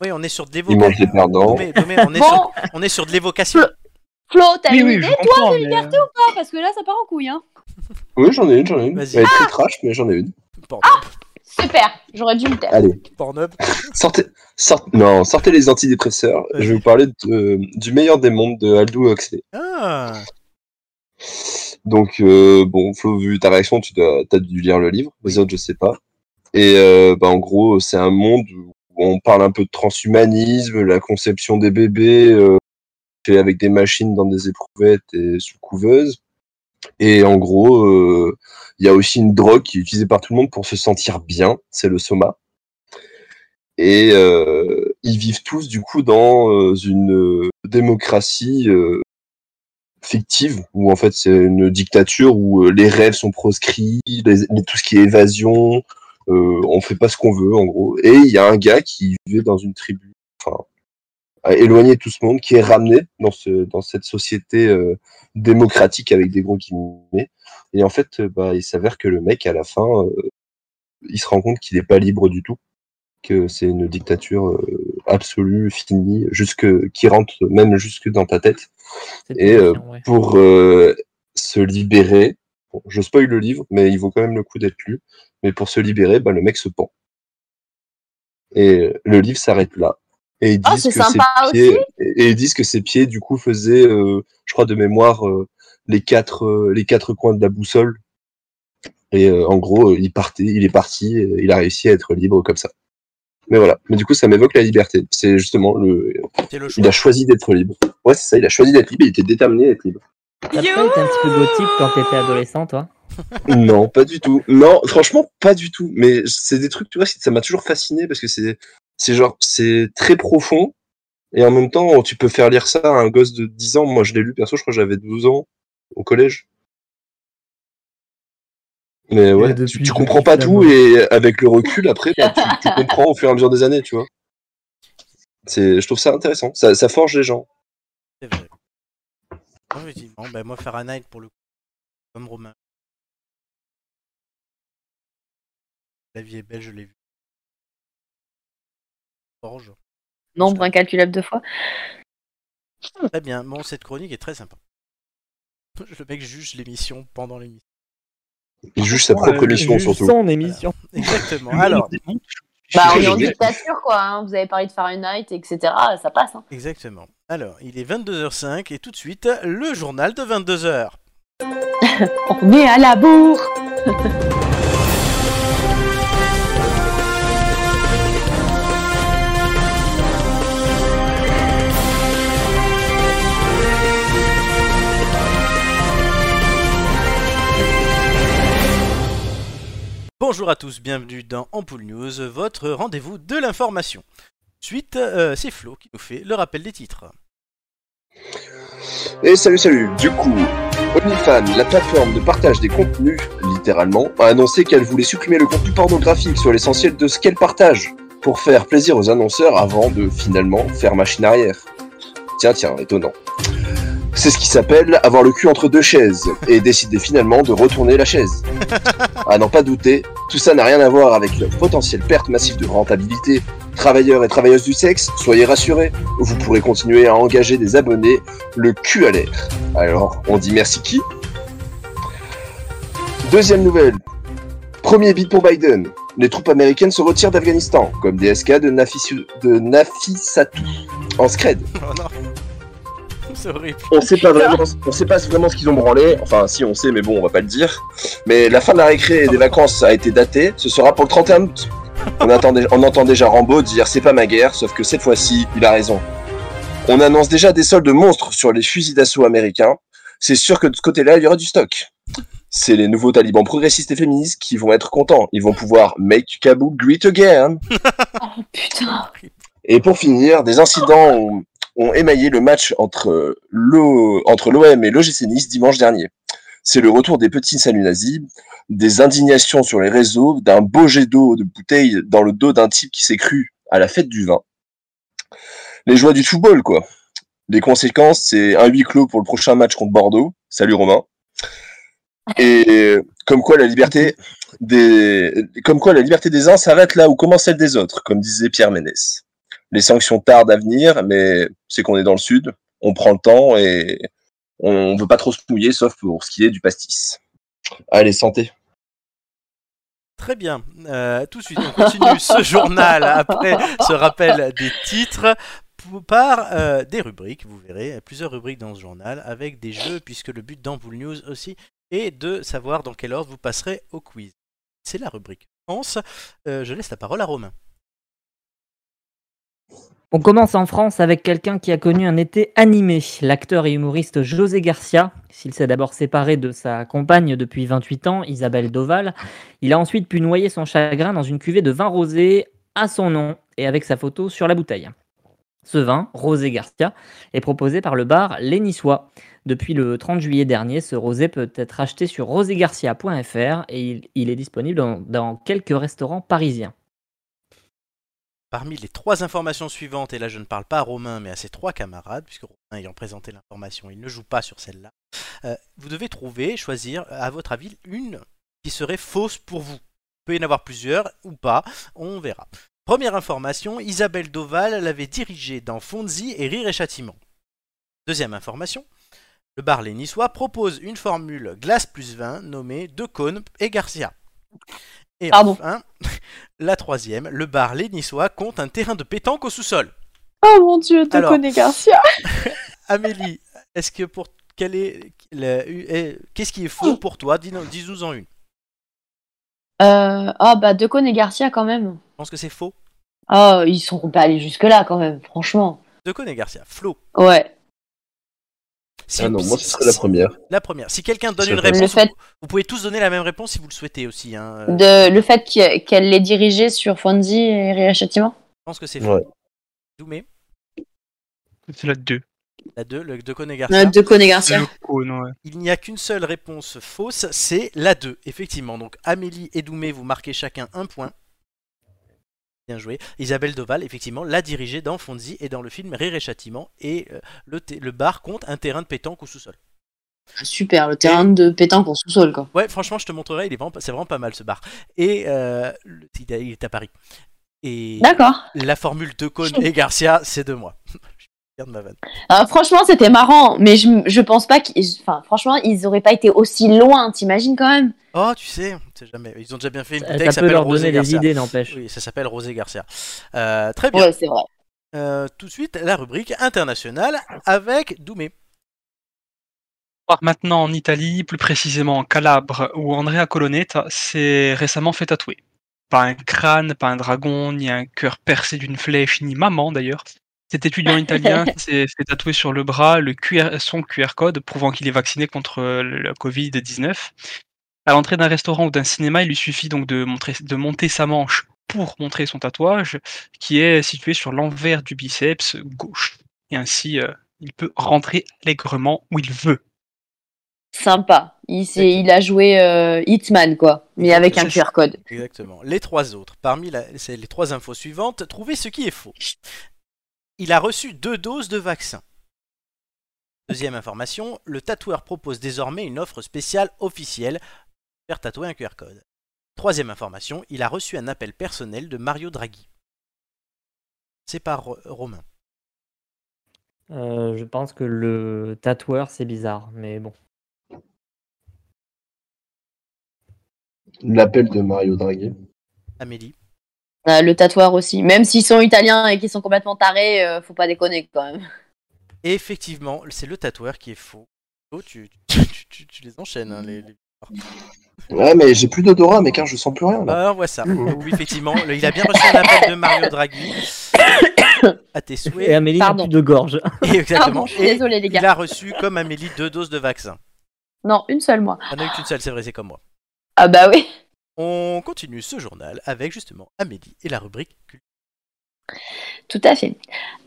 Speaker 1: Oui, on est sur de
Speaker 4: Il manque les
Speaker 1: l'évocation.
Speaker 4: perdants.
Speaker 1: Doumé, Doumé, on, est sur,
Speaker 9: Bon,
Speaker 1: on est sur de l'évocation.
Speaker 9: Flo, t'as
Speaker 3: Oui,
Speaker 9: une
Speaker 3: oui,
Speaker 9: idée
Speaker 3: je comprends. mais, euh,
Speaker 9: toi Parce que là, ça part en couille. Hein.
Speaker 4: Oui, j'en ai une, j'en ai une.
Speaker 1: Vas-y.
Speaker 4: Elle est très trash, mais j'en ai une.
Speaker 1: Pornhub.
Speaker 9: Super, j'aurais dû me taire.
Speaker 4: Allez.
Speaker 1: Pornhub.
Speaker 4: Sortez, sort- non, sortez les antidépresseurs. Je vais vous parler de- euh, du meilleur des mondes de Aldo Huxley.
Speaker 1: Ah,
Speaker 4: Donc, euh, bon, Flo, vu ta réaction, tu dois- t'as dû lire le livre. Les autres, je sais pas. Et euh, bah, en gros, c'est un monde où on parle un peu de transhumanisme, la conception des bébés, euh, fait avec des machines dans des éprouvettes et sous couveuse. Et en gros, euh, il y a aussi une drogue qui est utilisée par tout le monde pour se sentir bien, c'est le soma. Et euh, ils vivent tous, du coup, dans euh, une euh, démocratie euh, fictive, où en fait c'est une dictature où euh, les rêves sont proscrits, les- les- tout ce qui est évasion, euh, on fait pas ce qu'on veut, en gros. Et il y a un gars qui vivait dans une tribu, enfin, à- éloigné de tout ce monde, qui est ramené dans, ce, dans cette société euh, démocratique avec des gros guillemets. Et en fait, euh, bah, il s'avère que le mec, à la fin, euh, il se rend compte qu'il n'est pas libre du tout, que c'est une dictature euh, absolue, finie, jusque, qui rentre même jusque dans ta tête
Speaker 2: C'est
Speaker 4: Et,
Speaker 2: terrifiant, ouais.
Speaker 4: pour euh, se libérer. bon, je spoil le livre, mais il vaut quand même le coup d'être lu. Mais pour se libérer, bah, le mec se pend. Et euh, le livre s'arrête là. Et ils
Speaker 9: Oh,
Speaker 4: disent
Speaker 9: c'est
Speaker 4: Ah, que
Speaker 9: sympa
Speaker 4: ses pieds, et et ils disent que ses pieds, du coup, faisaient, euh, je crois de mémoire, euh, les quatre, euh, les quatre coins de la boussole. Et euh, en gros, euh, il partait, il est parti, euh, il a réussi à être libre comme ça. Mais voilà. Mais du coup, ça m'évoque la liberté. C'est justement le,
Speaker 1: c'est le
Speaker 4: il a
Speaker 1: choix.
Speaker 4: choisi d'être libre. Ouais, c'est ça. Il a choisi d'être libre. Il était déterminé à être libre.
Speaker 2: T'as pas été un petit peu gothique quand t'étais adolescent, toi
Speaker 4: Non, pas du tout. Non, franchement, pas du tout. Mais c'est des trucs, tu vois, ça m'a toujours fasciné parce que c'est, c'est genre, c'est très profond. Et en même temps, tu peux faire lire ça à un gosse de 10 ans. Moi, je l'ai lu perso, je crois que j'avais 12 ans au collège. Mais ouais,
Speaker 10: depuis,
Speaker 4: tu, tu
Speaker 10: je
Speaker 4: comprends
Speaker 10: kiffe
Speaker 4: pas
Speaker 10: la
Speaker 4: tout
Speaker 10: mort.
Speaker 4: et avec le recul, après, bah, tu, tu comprends au fur et à mesure des années, tu vois. C'est, je trouve ça intéressant. Ça, ça forge les gens.
Speaker 1: C'est vrai. Non, effectivement, ben, moi, Fahrenheit, pour le coup, comme Romain. La vie est belle, je l'ai vu. Forge.
Speaker 5: Nombre incalculable de fois.
Speaker 1: Très bien. Bon, cette chronique est très sympa. Le mec juge l'émission pendant l'émission.
Speaker 4: Il juge sa propre
Speaker 3: euh,
Speaker 4: mission,
Speaker 2: Juste
Speaker 4: surtout.
Speaker 2: Son émission.
Speaker 1: Exactement. Alors,
Speaker 5: Bah, on
Speaker 4: Je
Speaker 5: est en
Speaker 4: l'ai-
Speaker 5: dictature, quoi. hein. Vous avez parlé de Fahrenheit, etc. Ça passe. Hein.
Speaker 1: exactement. Alors, il est 22h05 et tout de suite, le journal de 22h.
Speaker 5: On est à la bourre.
Speaker 1: Bonjour à tous, bienvenue dans Ampoule News, votre rendez-vous de l'information. Suite, euh, c'est Flo qui nous fait le rappel des titres.
Speaker 4: Et salut salut, du coup, OnlyFans, la plateforme de partage des contenus, littéralement, a annoncé qu'elle voulait supprimer le contenu pornographique sur l'essentiel de ce qu'elle partage, pour faire plaisir aux annonceurs avant de finalement faire machine arrière. Tiens tiens, étonnant. C'est ce qui s'appelle avoir le cul entre deux chaises et décider finalement de retourner la chaise. À n'en pas douter, tout ça n'a rien à voir avec la potentielle perte massive de rentabilité. Travailleurs et travailleuses du sexe, soyez rassurés, vous pourrez continuer à engager des abonnés le cul à l'air. Alors, on dit merci qui Deuxième nouvelle. Premier beat pour Biden. Les troupes américaines se retirent d'Afghanistan, comme DSK de, Nafisu- de Nafisatou, en scred.
Speaker 1: Oh non. C'est horrible.
Speaker 4: On sait pas vraiment, on sait pas vraiment ce qu'ils ont branlé. Enfin, si on sait, mais bon, on va pas le dire. Mais la fin de la récré et des vacances a été datée. Ce sera pour le 31 août. On, attendait- on entend déjà Rambo dire c'est pas ma guerre, sauf que cette fois-ci, il a raison. On annonce déjà des soldes monstres sur les fusils d'assaut américains. C'est sûr que de ce côté-là, il y aura du stock. C'est les nouveaux talibans progressistes et féministes qui vont être contents. Ils vont pouvoir make Kaboul great again.
Speaker 9: Oh putain.
Speaker 4: Et pour finir, des incidents ont, ont émaillé le match entre euh, l'O- entre l'OM et l'OGC Nice dimanche dernier. C'est le retour des petits saluts nazis, des indignations sur les réseaux, d'un beau jet d'eau de bouteille dans le dos d'un type qui s'est cru à la fête du vin. Les joies du football, quoi. Les conséquences, c'est un huis clos pour le prochain match contre Bordeaux. Salut Romain. Et comme quoi la liberté des, comme quoi la liberté des uns s'arrête là où commence celle des autres, comme disait Pierre Ménès les sanctions tardent à venir, mais c'est qu'on est dans le sud, on prend le temps et on veut pas trop se mouiller, sauf pour ce qui est du pastis. Allez, santé.
Speaker 1: Très bien. Euh, tout de suite, on continue ce journal après ce rappel des titres p- par euh, des rubriques. Vous verrez plusieurs rubriques dans ce journal avec des jeux, puisque le but d'Ampoule News aussi est de savoir dans quel ordre vous passerez au quiz. C'est la rubrique. France. Euh, je laisse la parole à Romain.
Speaker 2: On commence en France avec quelqu'un qui a connu un été animé, l'acteur et humoriste José Garcia. S'il s'est d'abord séparé de sa compagne depuis 28 ans, Isabelle Doval, il a ensuite pu noyer son chagrin dans une cuvée de vin rosé à son nom et avec sa photo sur la bouteille. Ce vin, Rosé Garcia, est proposé par le bar Les Niçois. Depuis le 30 juillet dernier, ce rosé peut être acheté sur roségarcia.fr et il, il est disponible dans- dans quelques restaurants parisiens.
Speaker 1: Parmi les trois informations suivantes, et là je ne parle pas à Romain mais à ses trois camarades, puisque Romain ayant présenté l'information, il ne joue pas sur celle-là, euh, vous devez trouver, choisir, à votre avis, une qui serait fausse pour vous. Il peut y en avoir plusieurs ou pas, on verra. Première information, Isabelle Doval l'avait dirigée dans Fonzie et Rire et Châtiment. Deuxième information, le bar Les Niçois propose une formule glace plus vin nommée De Cônes et Garcia. Et
Speaker 5: Pardon.
Speaker 1: enfin, la troisième, le bar Les Niçois compte un terrain de pétanque au sous-sol.
Speaker 5: Oh mon dieu, te
Speaker 1: Alors.
Speaker 5: connais Garcia
Speaker 1: Amélie, est-ce que pour quelle est la- eh, qu'est-ce qui est
Speaker 5: Oh.
Speaker 1: faux pour toi Dis-nous- Dis-nous en une.
Speaker 5: euh, Ah bah Decon et Garcia quand même.
Speaker 1: Je pense que c'est faux.
Speaker 5: Ah, ils sont pas allés jusque-là quand même, franchement.
Speaker 1: De Cônes et Garcia, Flo.
Speaker 5: Ouais.
Speaker 1: Si-
Speaker 4: Ah non, moi
Speaker 1: si-
Speaker 4: ce serait la
Speaker 1: si-
Speaker 4: première.
Speaker 1: la première. Si quelqu'un donne
Speaker 4: C'est
Speaker 1: une
Speaker 4: vrai.
Speaker 1: réponse,
Speaker 5: Le fait-
Speaker 1: vous, vous pouvez tous donner la même réponse si vous le souhaitez aussi. hein. Euh,
Speaker 5: De, le fait qu'il- qu'elle l'ait dirigé sur Fonzie et Rire et Châtiment
Speaker 1: Je pense que c'est faux.
Speaker 4: Ouais.
Speaker 1: Doumé,
Speaker 3: C'est la 2.
Speaker 1: la 2, le De Cônes et Garcia.
Speaker 5: euh, Decon et Garcia.
Speaker 3: Le cône, ouais.
Speaker 1: Il n'y a qu'une seule réponse fausse, c'est la 2, effectivement. Donc Amélie et Doumé, vous marquez chacun un point. Bien joué. Isabelle Doval, effectivement, l'a dirigée dans Fonzie et dans le film Rire et Châtiment. Et euh, le, thé- le bar compte un terrain de pétanque au sous-sol.
Speaker 5: Super, le terrain de pétanque en sous-sol quoi.
Speaker 1: Ouais, franchement, je te montrerai, il est vraiment, pas- c'est vraiment pas mal ce bar. Et euh, le- il est- il est à Paris. Et
Speaker 5: D'accord.
Speaker 1: la formule de Cône et Garcia, c'est de moi. je suis fier de ma vanne.
Speaker 5: Euh, franchement, c'était marrant, mais je, je pense pas qu'ils. Enfin, franchement, ils auraient pas été aussi loin, t'imagines quand même
Speaker 1: Oh, tu sais, on sait jamais. Ils ont déjà bien fait une
Speaker 2: Ça,
Speaker 1: bouteille qui
Speaker 2: ça peut
Speaker 1: s'appelle
Speaker 2: leur
Speaker 1: Rosé
Speaker 2: donner des
Speaker 1: Garcia.
Speaker 2: idées, n'empêche.
Speaker 1: Oui, ça s'appelle Rosé Garcia. Euh, très bien.
Speaker 5: Ouais, c'est vrai.
Speaker 1: Euh, tout de suite, la rubrique internationale avec Doumé.
Speaker 3: part Ah, maintenant en Italie, plus précisément en Calabre, où Andrea Colonnetta s'est récemment fait tatouer. Pas un crâne, pas un dragon, ni un cœur percé d'une flèche, ni maman d'ailleurs. Cet étudiant italien s'est fait tatouer sur le bras le QR son QR code prouvant qu'il est vacciné contre euh, le Covid-19. À l'entrée d'un restaurant ou d'un cinéma, il lui suffit donc de, montrer, de monter sa manche pour montrer son tatouage, qui est situé sur l'envers du biceps gauche. Et ainsi, euh, il peut rentrer allègrement où il veut.
Speaker 5: Sympa. Il, s'est- il a joué euh, Hitman, quoi, mais avec un
Speaker 1: C'est ça.
Speaker 5: QR code.
Speaker 1: Exactement. Les trois autres. Parmi la- c'est les trois infos suivantes, trouvez ce qui est faux. Il a reçu deux doses de vaccin. Deuxième information, le tatoueur propose désormais une offre spéciale officielle pour faire tatouer un QR code. Troisième information, il a reçu un appel personnel de Mario Draghi. C'est par Ro- Romain.
Speaker 2: Euh, je pense que le tatoueur, c'est bizarre, mais bon.
Speaker 4: L'appel de Mario Draghi.
Speaker 1: Amélie.
Speaker 5: Euh, le tatoueur aussi. Même s'ils sont italiens et qu'ils sont complètement tarés, euh, faut pas déconner quand même.
Speaker 1: Et effectivement, c'est le tatoueur qui est faux. Oh, tu, tu- tu- tu- tu les enchaînes, hein, les- les-
Speaker 4: Ouais, mais j'ai plus d'odorat, mais car je sens plus rien là.
Speaker 1: Ah, on voit ça.
Speaker 4: Mmh.
Speaker 1: Oui, effectivement, le- il a bien reçu un appel de Mario Draghi. À tes
Speaker 2: Et
Speaker 1: souhaits.
Speaker 2: Amélie n'a
Speaker 5: Pardon.
Speaker 2: plus de gorge.
Speaker 1: Et
Speaker 5: Pardon,
Speaker 1: exactement.
Speaker 5: Ah, je suis
Speaker 1: Et
Speaker 5: désolée les
Speaker 1: il
Speaker 5: gars.
Speaker 1: a reçu, comme Amélie, deux doses de vaccin.
Speaker 5: Non, une seule moi.
Speaker 1: Il n'y en a eu qu'une seule, c'est vrai, c'est comme moi.
Speaker 5: Ah bah oui.
Speaker 1: On continue ce journal avec justement Amélie et la rubrique culture.
Speaker 5: Tout à fait.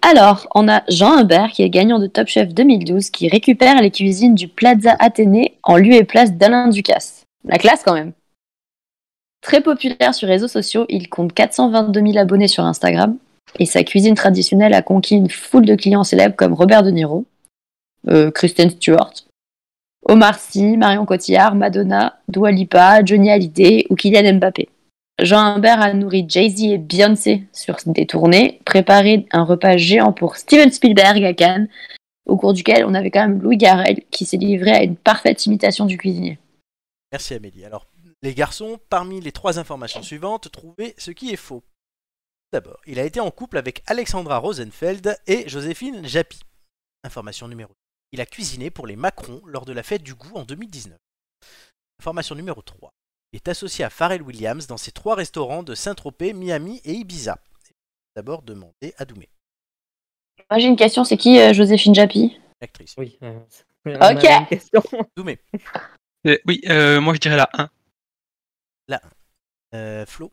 Speaker 5: Alors, on a Jean Humbert, qui est gagnant de Top Chef 2012, qui récupère les cuisines du Plaza Athénée en lieu et place d'Alain Ducasse. La classe, quand même. Très populaire sur les réseaux sociaux, il compte 422 000 abonnés sur Instagram. Et sa cuisine traditionnelle a conquis une foule de clients célèbres comme Robert De Niro, euh, Kristen Stewart, Omar Sy, Marion Cotillard, Madonna, Dua Lipa, Johnny Hallyday ou Kylian Mbappé. Jean Humbert a nourri Jay-Z et Beyoncé sur des tournées, préparé un repas géant pour Steven Spielberg à Cannes, au cours duquel on avait quand même Louis Garrel qui s'est livré à une parfaite imitation du cuisinier.
Speaker 1: Merci Amélie. Alors, les garçons, parmi les trois informations suivantes, trouvez ce qui est faux. D'abord, il a été en couple avec Alexandra Rosenfeld et Joséphine Japy. Information numéro 2. Il a cuisiné pour les Macron lors de la fête du goût en 2019. Information numéro 3. Il est associé à Pharrell Williams dans ses trois restaurants de Saint-Tropez, Miami et Ibiza. D'abord, demandez à Doumé,
Speaker 5: Moi j'ai une question, c'est qui euh, Joséphine Japy
Speaker 1: l'actrice.
Speaker 2: Oui. euh, on a la
Speaker 5: Ok.
Speaker 2: même question.
Speaker 1: Doumé,
Speaker 3: Et oui, euh, moi je dirais la 1.
Speaker 1: euh, Flo,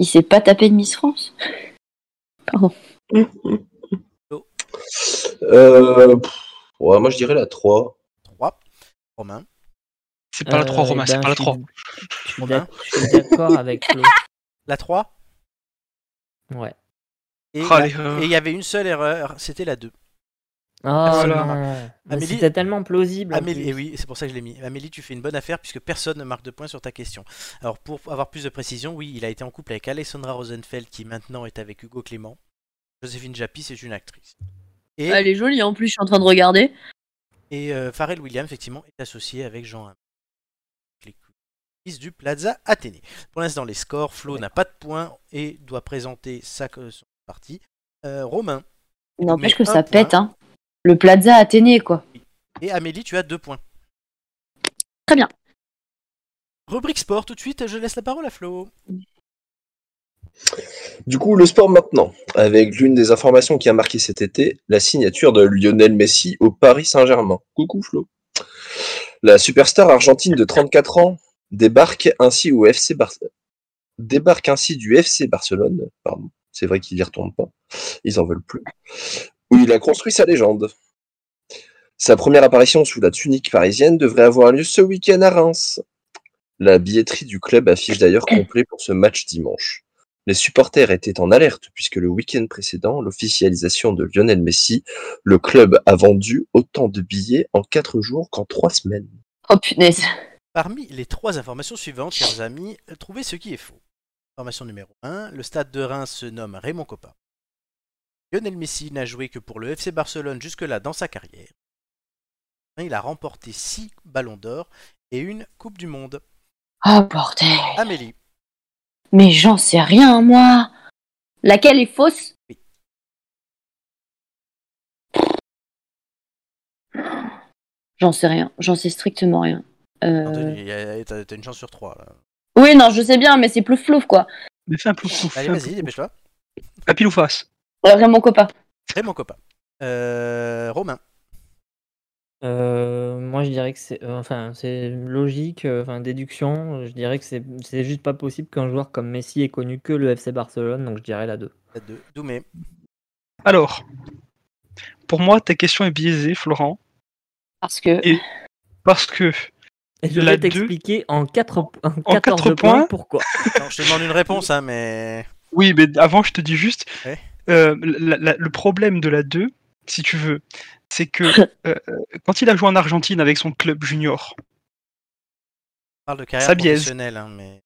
Speaker 5: Il s'est pas tapé de Miss France
Speaker 4: Euh, pff, ouais, moi je dirais la 3.
Speaker 1: 3, Romain,
Speaker 3: C'est pas la 3,
Speaker 2: Euh,
Speaker 3: Romain,
Speaker 2: eh
Speaker 3: c'est
Speaker 2: ben,
Speaker 3: pas la
Speaker 2: je suis-
Speaker 3: 3.
Speaker 2: Je suis
Speaker 1: Romain.
Speaker 2: d'ac- je suis d'accord avec Flo.
Speaker 1: la 3,
Speaker 2: Ouais.
Speaker 1: Et
Speaker 3: Oh,
Speaker 1: la-
Speaker 3: les erreurs.
Speaker 1: et il y avait une seule erreur, c'était la 2.
Speaker 2: Ah,
Speaker 3: Voilà.
Speaker 2: non. Mais
Speaker 1: Amélie-
Speaker 2: C'était tellement plausible. en
Speaker 1: Amélie,
Speaker 2: plus.
Speaker 1: et oui, c'est pour ça que je l'ai mis. Amélie, tu fais une bonne affaire puisque personne ne marque de points sur ta question. Alors, pour avoir plus de précision, oui, il a été en couple avec Alessandra Rosenfeld qui maintenant est avec Hugo Clément. Joséphine Japy, c'est une actrice. Et,
Speaker 5: est jolie hein. en plus, je suis en train de regarder.
Speaker 1: et euh, Pharrell Williams, effectivement, est associé avec Jean Hamm. Les coulisses du Plaza Athénée. Pour l'instant, les scores, Flo n'a pas de points et doit présenter sa son partie. Euh, Romain
Speaker 5: N'empêche
Speaker 1: Mais
Speaker 5: que
Speaker 1: un
Speaker 5: ça
Speaker 1: point.
Speaker 5: pète, hein. Le Plaza Athénée, quoi.
Speaker 1: et Amélie, tu as deux points.
Speaker 5: Très bien.
Speaker 1: Rubrique sport, tout de suite, je laisse la parole à Flo.
Speaker 4: Du coup, le sport maintenant, avec l'une des informations qui a marqué cet été, la signature de Lionel Messi au Paris Saint-Germain. Coucou Flo. La superstar argentine de 34 ans débarque ainsi au FC Bar- débarque ainsi du FC Barcelone, pardon, c'est vrai qu'ils n'y retournent pas, ils en veulent plus, où il a construit sa légende. Sa première apparition sous la tunique parisienne devrait avoir lieu ce week-end à Reims. La billetterie du club affiche d'ailleurs complet pour ce match dimanche. Les supporters étaient en alerte puisque le week-end précédent, l'officialisation de Lionel Messi, le club a vendu autant de billets en quatre jours qu'en trois semaines.
Speaker 5: Oh punaise.
Speaker 1: Parmi les trois informations suivantes, chers amis, trouvez ce qui est faux. Information numéro 1, le stade de Reims se nomme Raymond Coppa. Lionel Messi n'a joué que pour le FC Barcelone jusque-là dans sa carrière. Il a remporté 6 ballons d'or et une Coupe du Monde.
Speaker 5: Oh bordel.
Speaker 1: Amélie,
Speaker 5: Mais j'en sais rien, moi. Laquelle est fausse
Speaker 1: Oui.
Speaker 5: J'en sais rien. J'en sais strictement rien. Euh,
Speaker 1: Anthony, il y a- t'as t'as une chance sur 3.
Speaker 5: Oui, non, je sais bien, mais c'est plus flou, quoi.
Speaker 3: Mais fais un plouf plouf.
Speaker 1: Allez,
Speaker 3: fais un
Speaker 1: vas-y,
Speaker 3: plouf, plouf.
Speaker 1: dépêche-toi.
Speaker 3: À pile ou face
Speaker 5: Euh, Raymond Coppa.
Speaker 1: Raymond Coppa. Euh, Romain,
Speaker 2: Euh, moi, je dirais que c'est, euh, enfin, c'est logique, euh, enfin, déduction. euh, Je dirais que c'est, c'est juste pas possible qu'un joueur comme Messi ait connu que le FC Barcelone, donc je dirais la 2.
Speaker 1: la 2. Doumé,
Speaker 3: Alors, pour moi, ta question est biaisée, Florent,
Speaker 5: Parce que.
Speaker 3: Et- parce que
Speaker 2: Et je
Speaker 3: La
Speaker 2: vais
Speaker 3: deux.
Speaker 2: t'expliquer en 4 en 14
Speaker 3: quatre
Speaker 2: points,
Speaker 3: points.
Speaker 2: pourquoi.
Speaker 1: Alors, je te demande une réponse, hein, mais.
Speaker 3: Oui, mais avant, je te dis juste,
Speaker 1: Ouais.
Speaker 3: euh, la- la- le problème de la 2, si tu veux, c'est que euh, quand il a joué en Argentine avec son club junior,
Speaker 1: On parle de carrière
Speaker 3: Ça biaise.
Speaker 1: professionnelle, hein, mais...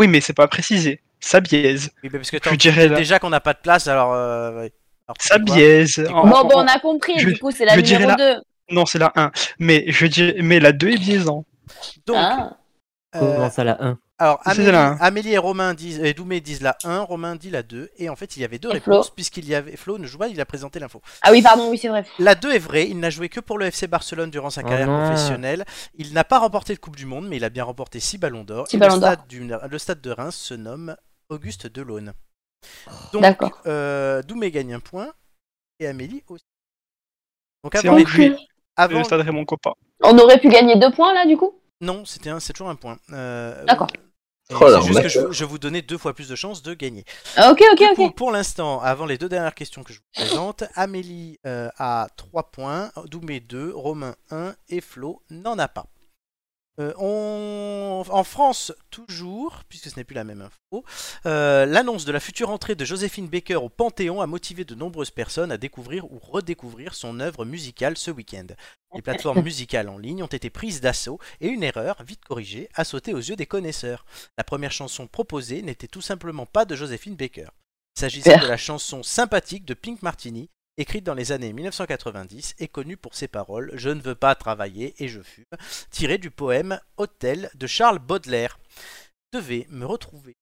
Speaker 3: oui, mais c'est pas précisé, ça biaise,
Speaker 1: Oui, mais parce que
Speaker 3: Je
Speaker 1: t'en-
Speaker 3: dirais là-
Speaker 1: déjà qu'on n'a pas de place, alors... euh, ouais. Alors,
Speaker 3: ça
Speaker 1: tu vois,
Speaker 3: biaise.
Speaker 1: quoi
Speaker 3: En-
Speaker 1: Bon,
Speaker 3: en-
Speaker 5: bon, on a compris,
Speaker 3: je-
Speaker 5: du coup, c'est la
Speaker 3: je dirais
Speaker 5: numéro 2.
Speaker 3: Non, c'est la 1, mais je dirais, mais la 2 est biaisant.
Speaker 1: Donc,
Speaker 5: Ah.
Speaker 1: euh,
Speaker 2: Comment ça, la 1
Speaker 1: alors
Speaker 3: C'est
Speaker 1: Amélie,
Speaker 3: la un.
Speaker 1: Amélie et Romain disent, et Doumé disent la 1, Romain dit la 2, et en fait il y avait deux
Speaker 5: Et Flo.
Speaker 1: réponses puisqu'il y avait Flo ne joue pas, il a présenté l'info.
Speaker 5: Ah oui, pardon, oui, c'est vrai.
Speaker 1: La 2 est vraie, il n'a joué que pour le FC Barcelone durant sa
Speaker 2: Oh
Speaker 1: carrière
Speaker 2: non.
Speaker 1: professionnelle. Il n'a pas remporté de Coupe du Monde, mais il a bien remporté 6 ballons d'or.
Speaker 5: Six
Speaker 1: Et
Speaker 5: Ballons
Speaker 1: le,
Speaker 5: d'Or.
Speaker 1: stade du- le stade de Reims se nomme Auguste Delaune. Donc,
Speaker 5: D'accord.
Speaker 1: euh, Doumé gagne un point et Amélie aussi. Donc
Speaker 3: C'est
Speaker 1: avant,
Speaker 3: en
Speaker 1: les-
Speaker 3: juillet,
Speaker 1: avant-
Speaker 2: euh,
Speaker 3: le euh, stade Raymond Coppa.
Speaker 5: On aurait pu gagner deux points là, du coup
Speaker 1: non, c'était un- c'est toujours un point. Euh,
Speaker 5: D'accord.
Speaker 1: et
Speaker 4: Oh,
Speaker 1: c'est
Speaker 4: la
Speaker 1: juste que je,
Speaker 4: arnaque.
Speaker 1: je vous donnais deux fois plus de chances de gagner.
Speaker 5: Ah, Ok, ok,
Speaker 1: Du coup,
Speaker 5: ok.
Speaker 1: pour l'instant, avant les deux dernières questions que je vous présente, Amélie euh, a 3 points, Doumé 2, Romain 1 et Flo n'en a pas. Euh, on- En France, toujours, puisque ce n'est plus la même info, euh, l'annonce de la future entrée de Joséphine Baker au Panthéon a motivé de nombreuses personnes à découvrir ou redécouvrir son œuvre musicale ce week-end. Les plateformes musicales en ligne ont été prises d'assaut et une erreur, vite corrigée, a sauté aux yeux des connaisseurs. La première chanson proposée n'était tout simplement pas de Joséphine Baker. Il s'agissait
Speaker 5: Super.
Speaker 1: de la chanson sympathique de Pink Martini, écrite dans les années 1990 et connue pour ses paroles Je ne veux pas travailler et je fume, tirée du poème Hôtel de Charles Baudelaire. Vous devez me retrouver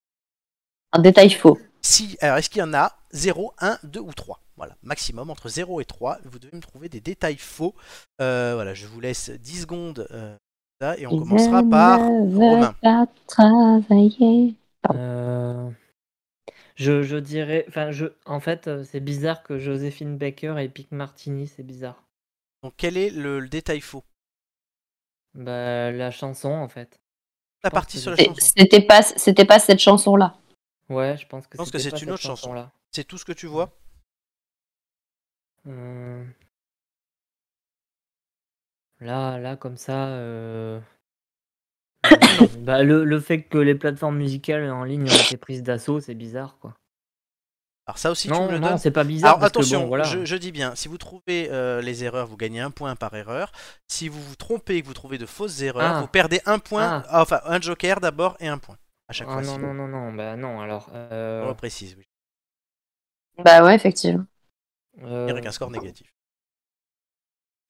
Speaker 5: Un détail faux.
Speaker 1: si, alors est-ce qu'il y en a 0, 1, 2 ou 3 Voilà, maximum entre 0 et 3. Vous devez me trouver des détails faux. Euh, voilà, je vous laisse 10 secondes euh, ça,
Speaker 5: Eh
Speaker 1: et on commencera
Speaker 5: ben,
Speaker 1: par Romain.
Speaker 9: pas travailler.
Speaker 2: Euh, je, je dirais. Enfin, je, en fait, euh, c'est bizarre que Joséphine Baker et Pic Martini, c'est bizarre.
Speaker 1: Donc quel est le, le détail faux
Speaker 2: Bah, la chanson, en fait.
Speaker 1: La
Speaker 2: pense
Speaker 1: partie
Speaker 2: que
Speaker 1: sur la
Speaker 2: c'est-
Speaker 5: C'est-
Speaker 1: chanson.
Speaker 5: C'était pas, c'était pas cette chanson là.
Speaker 2: Ouais, je pense que,
Speaker 1: Je pense que
Speaker 2: c'était
Speaker 1: c'est
Speaker 2: pas
Speaker 1: une
Speaker 2: cette
Speaker 1: autre chanson.
Speaker 2: là.
Speaker 1: C'est tout ce que tu vois
Speaker 2: Euh, Là, là, comme ça. euh, euh, bah, le, le fait que les plateformes musicales en ligne ont été prises d'assaut, c'est bizarre, quoi.
Speaker 1: Alors ça aussi, tu
Speaker 2: non,
Speaker 1: me le
Speaker 2: non,
Speaker 1: donnes
Speaker 2: c'est pas bizarre.
Speaker 1: Alors
Speaker 2: parce que bon,
Speaker 1: attention,
Speaker 2: voilà.
Speaker 1: je, je dis bien, si vous trouvez euh, les erreurs, vous gagnez un point par erreur. Si vous vous trompez et que vous trouvez de fausses erreurs,
Speaker 2: Ah.
Speaker 1: vous perdez un point, enfin un joker d'abord et un point. À chaque
Speaker 2: Ah
Speaker 1: fois,
Speaker 2: non,
Speaker 1: si-
Speaker 2: non, non, non, bah non, alors.
Speaker 1: on
Speaker 2: Euh...
Speaker 1: le précise, oui.
Speaker 5: Bah ouais, effectivement.
Speaker 2: euh,
Speaker 1: et avec un score négatif.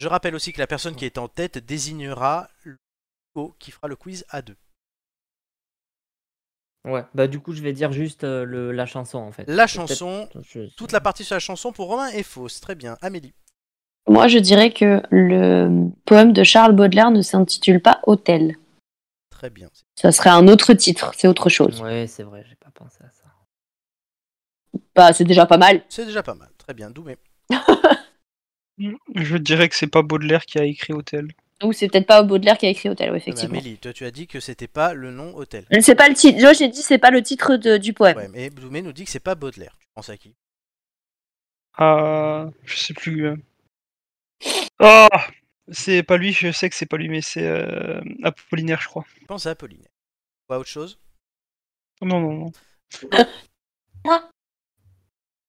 Speaker 1: Je rappelle aussi que la personne qui est en tête désignera le duo qui fera le quiz à deux.
Speaker 2: Ouais, bah du coup, je vais dire juste euh, le, la chanson, en fait.
Speaker 1: La
Speaker 2: C'est
Speaker 1: chanson,
Speaker 2: peut-être- je-
Speaker 1: toute la partie sur la chanson pour Romain est fausse. Très bien, Amélie.
Speaker 5: Moi, je dirais que le poème de Charles Baudelaire ne s'intitule pas Hôtel.
Speaker 1: Très bien.
Speaker 5: Ça serait un autre titre, c'est autre chose.
Speaker 2: Ouais, c'est vrai, j'ai pas pensé à ça.
Speaker 5: Bah, c'est déjà pas mal.
Speaker 1: C'est déjà pas mal. Très bien, Doumé. Euh,
Speaker 3: Je dirais que c'est pas Baudelaire qui a écrit Hôtel.
Speaker 5: Ou c'est peut-être pas Baudelaire qui a écrit Hôtel, oui,
Speaker 1: Ah bah,
Speaker 5: effectivement.
Speaker 1: Amélie, toi tu as dit que c'était pas le nom hôtel.
Speaker 9: C'est pas le titre. Josh, j'ai dit c'est pas le titre de- du poème.
Speaker 1: Ouais, mais Doumé nous dit que c'est pas Baudelaire. Tu penses à qui
Speaker 3: Ah, je sais plus. euh. Ah, c'est pas lui. Je sais que c'est pas lui, mais c'est euh, Apollinaire, je crois.
Speaker 1: Tu penses à Apollinaire. Ou à autre chose
Speaker 3: Non, non, non.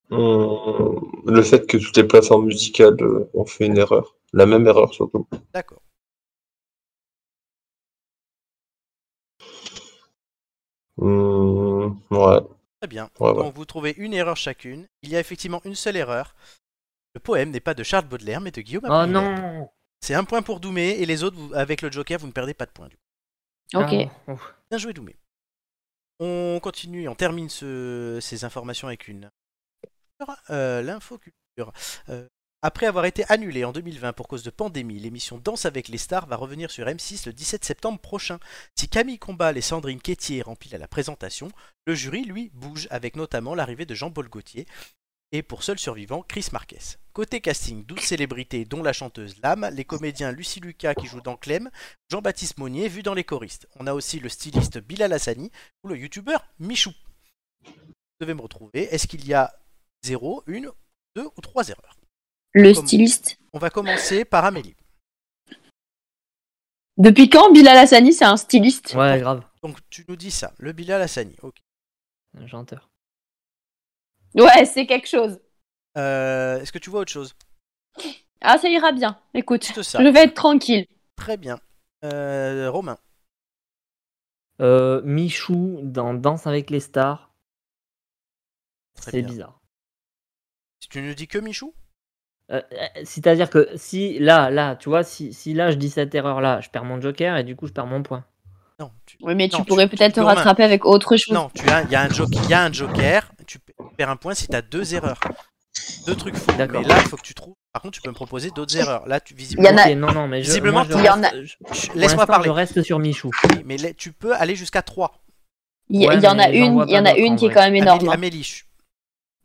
Speaker 4: Hum, le fait que toutes les plateformes musicales euh, ont fait une erreur, la même erreur surtout.
Speaker 1: D'accord.
Speaker 4: Hum, ouais.
Speaker 1: Très bien.
Speaker 4: Ouais,
Speaker 1: Donc vous trouvez une erreur chacune. Il y a effectivement une seule erreur. Le poème n'est pas de Charles Baudelaire mais de Guillaume
Speaker 2: Oh
Speaker 1: Apollinaire.
Speaker 2: non
Speaker 1: C'est un point pour Doumé et les autres, vous- avec le Joker, vous ne perdez pas de points. du coup.
Speaker 5: Ok.
Speaker 2: Ah, ouf.
Speaker 1: Bien joué Doumé. On continue, on termine ce- ces informations avec une euh, l'info culture. Euh, après avoir été annulée en 2020 pour cause de pandémie, l'émission Danse avec les stars va revenir sur M6 le 17 septembre prochain. Si Camille Combal et Sandrine Quétier remplissent la présentation, le jury, lui, bouge avec notamment l'arrivée de Jean-Paul Gaultier et pour seul survivant, Chris Marquez. Côté casting, 12 célébrités, dont la chanteuse Lame, les comédiens Lucie Lucas qui joue dans Clem, Jean-Baptiste Monnier vu dans Les Choristes. On a aussi le styliste Bilal Hassani ou le youtubeur Michou. Vous devez me retrouver. Est-ce qu'il y a 0, 1, 2 ou 3 erreurs
Speaker 5: Le
Speaker 1: Comme-
Speaker 5: styliste.
Speaker 1: On va commencer par Amélie.
Speaker 5: Depuis quand Bilal Hassani, c'est un styliste
Speaker 2: Ouais, grave.
Speaker 1: Donc tu nous dis ça, le Bilal Hassani. ok.
Speaker 2: Un Chanteur.
Speaker 5: Ouais, c'est quelque chose.
Speaker 1: Euh, Est-ce que tu vois autre chose
Speaker 5: Ah, ça ira bien. Écoute,
Speaker 1: Juste ça.
Speaker 5: je vais être tranquille.
Speaker 1: Très bien. Euh, Romain.
Speaker 2: Euh, Michou dans Danse avec les stars.
Speaker 1: Très
Speaker 2: C'est
Speaker 1: bien.
Speaker 2: bizarre.
Speaker 1: Tu ne dis que Michou
Speaker 2: Euh, euh, C'est-à-dire que si là, là, tu vois, si, si là je dis cette erreur-là, je perds mon joker et du coup je perds mon point.
Speaker 1: Non. tu-
Speaker 5: Oui, mais tu
Speaker 1: Non,
Speaker 5: pourrais peut-être te
Speaker 1: Romain.
Speaker 5: rattraper avec autre chose.
Speaker 1: Non, tu as, il y a un joker, il y a un joker, tu p- perds un point si tu as deux erreurs. Deux trucs faux.
Speaker 2: D'accord.
Speaker 1: Mais là, il faut que tu trouves. Par contre, tu peux me proposer d'autres erreurs. Là, tu
Speaker 5: Il y
Speaker 1: visiblement.
Speaker 5: en a-
Speaker 2: Ok, Non, non, mais je,
Speaker 1: Visiblement,
Speaker 2: moi, je
Speaker 5: il y en
Speaker 2: reste- je- pour
Speaker 1: Chut, Laisse-moi
Speaker 2: l'instant,
Speaker 1: parler.
Speaker 2: Je reste sur Michou.
Speaker 1: Oui, mais là, tu peux aller jusqu'à 3.
Speaker 5: Il y,
Speaker 2: Ouais,
Speaker 5: il y en a
Speaker 2: mais j'en
Speaker 5: une,
Speaker 2: vois
Speaker 5: il y en
Speaker 2: pas
Speaker 5: a
Speaker 2: d'autres, en
Speaker 5: une qui est
Speaker 2: vrai.
Speaker 5: quand même
Speaker 1: Amélie,
Speaker 5: énorme. hein.
Speaker 1: Amélie, chut.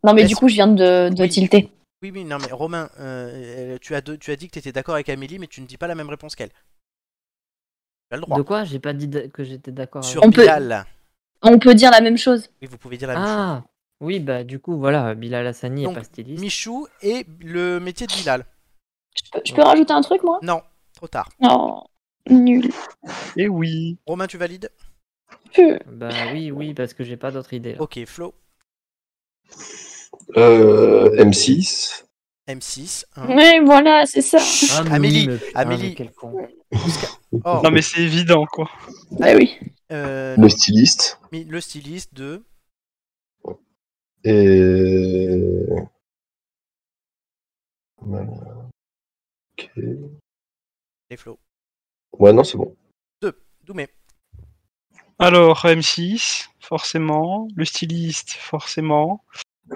Speaker 5: Non, mais
Speaker 1: laisse-
Speaker 5: du coup, je viens de, de
Speaker 1: Oui.
Speaker 5: tilter.
Speaker 1: Oui, oui, non, mais Romain, euh, euh, tu, as deux- tu as dit que tu étais d'accord avec Amélie, mais tu ne dis pas la même réponse qu'elle. Tu as le droit.
Speaker 2: De quoi J'ai pas dit de- que j'étais d'accord. avec-
Speaker 1: Sur
Speaker 5: euh, On peut-
Speaker 1: Bilal,
Speaker 5: On peut dire la même chose.
Speaker 1: oui, vous pouvez dire la même chose.
Speaker 2: Ah oui, bah du coup voilà, Bilal Hassani
Speaker 1: Donc,
Speaker 2: est pas styliste.
Speaker 1: Michou et le métier de Bilal.
Speaker 5: Je peux, je peux rajouter un truc, moi
Speaker 1: Non, trop tard.
Speaker 5: Non, nul.
Speaker 3: Et Eh oui.
Speaker 1: Romain, tu valides
Speaker 5: Peu.
Speaker 2: Bah oui, oui, parce que j'ai pas d'autre idée. là.
Speaker 1: Ok, Flo,
Speaker 4: Euh, M6.
Speaker 1: M6. hein.
Speaker 5: Oui, voilà, c'est ça.
Speaker 2: Ah, mais oui,
Speaker 1: Amélie,
Speaker 2: mais putain,
Speaker 1: Amélie.
Speaker 2: mais quel con.
Speaker 1: Oh,
Speaker 3: Non mais c'est évident quoi.
Speaker 5: Ah oui.
Speaker 1: euh,
Speaker 4: Le styliste.
Speaker 1: mi- le styliste de.
Speaker 4: Et. Voilà. Ok.
Speaker 1: Les Flo.
Speaker 4: Ouais, non, c'est bon.
Speaker 1: Doumé.
Speaker 3: Alors M6 forcément, le styliste forcément.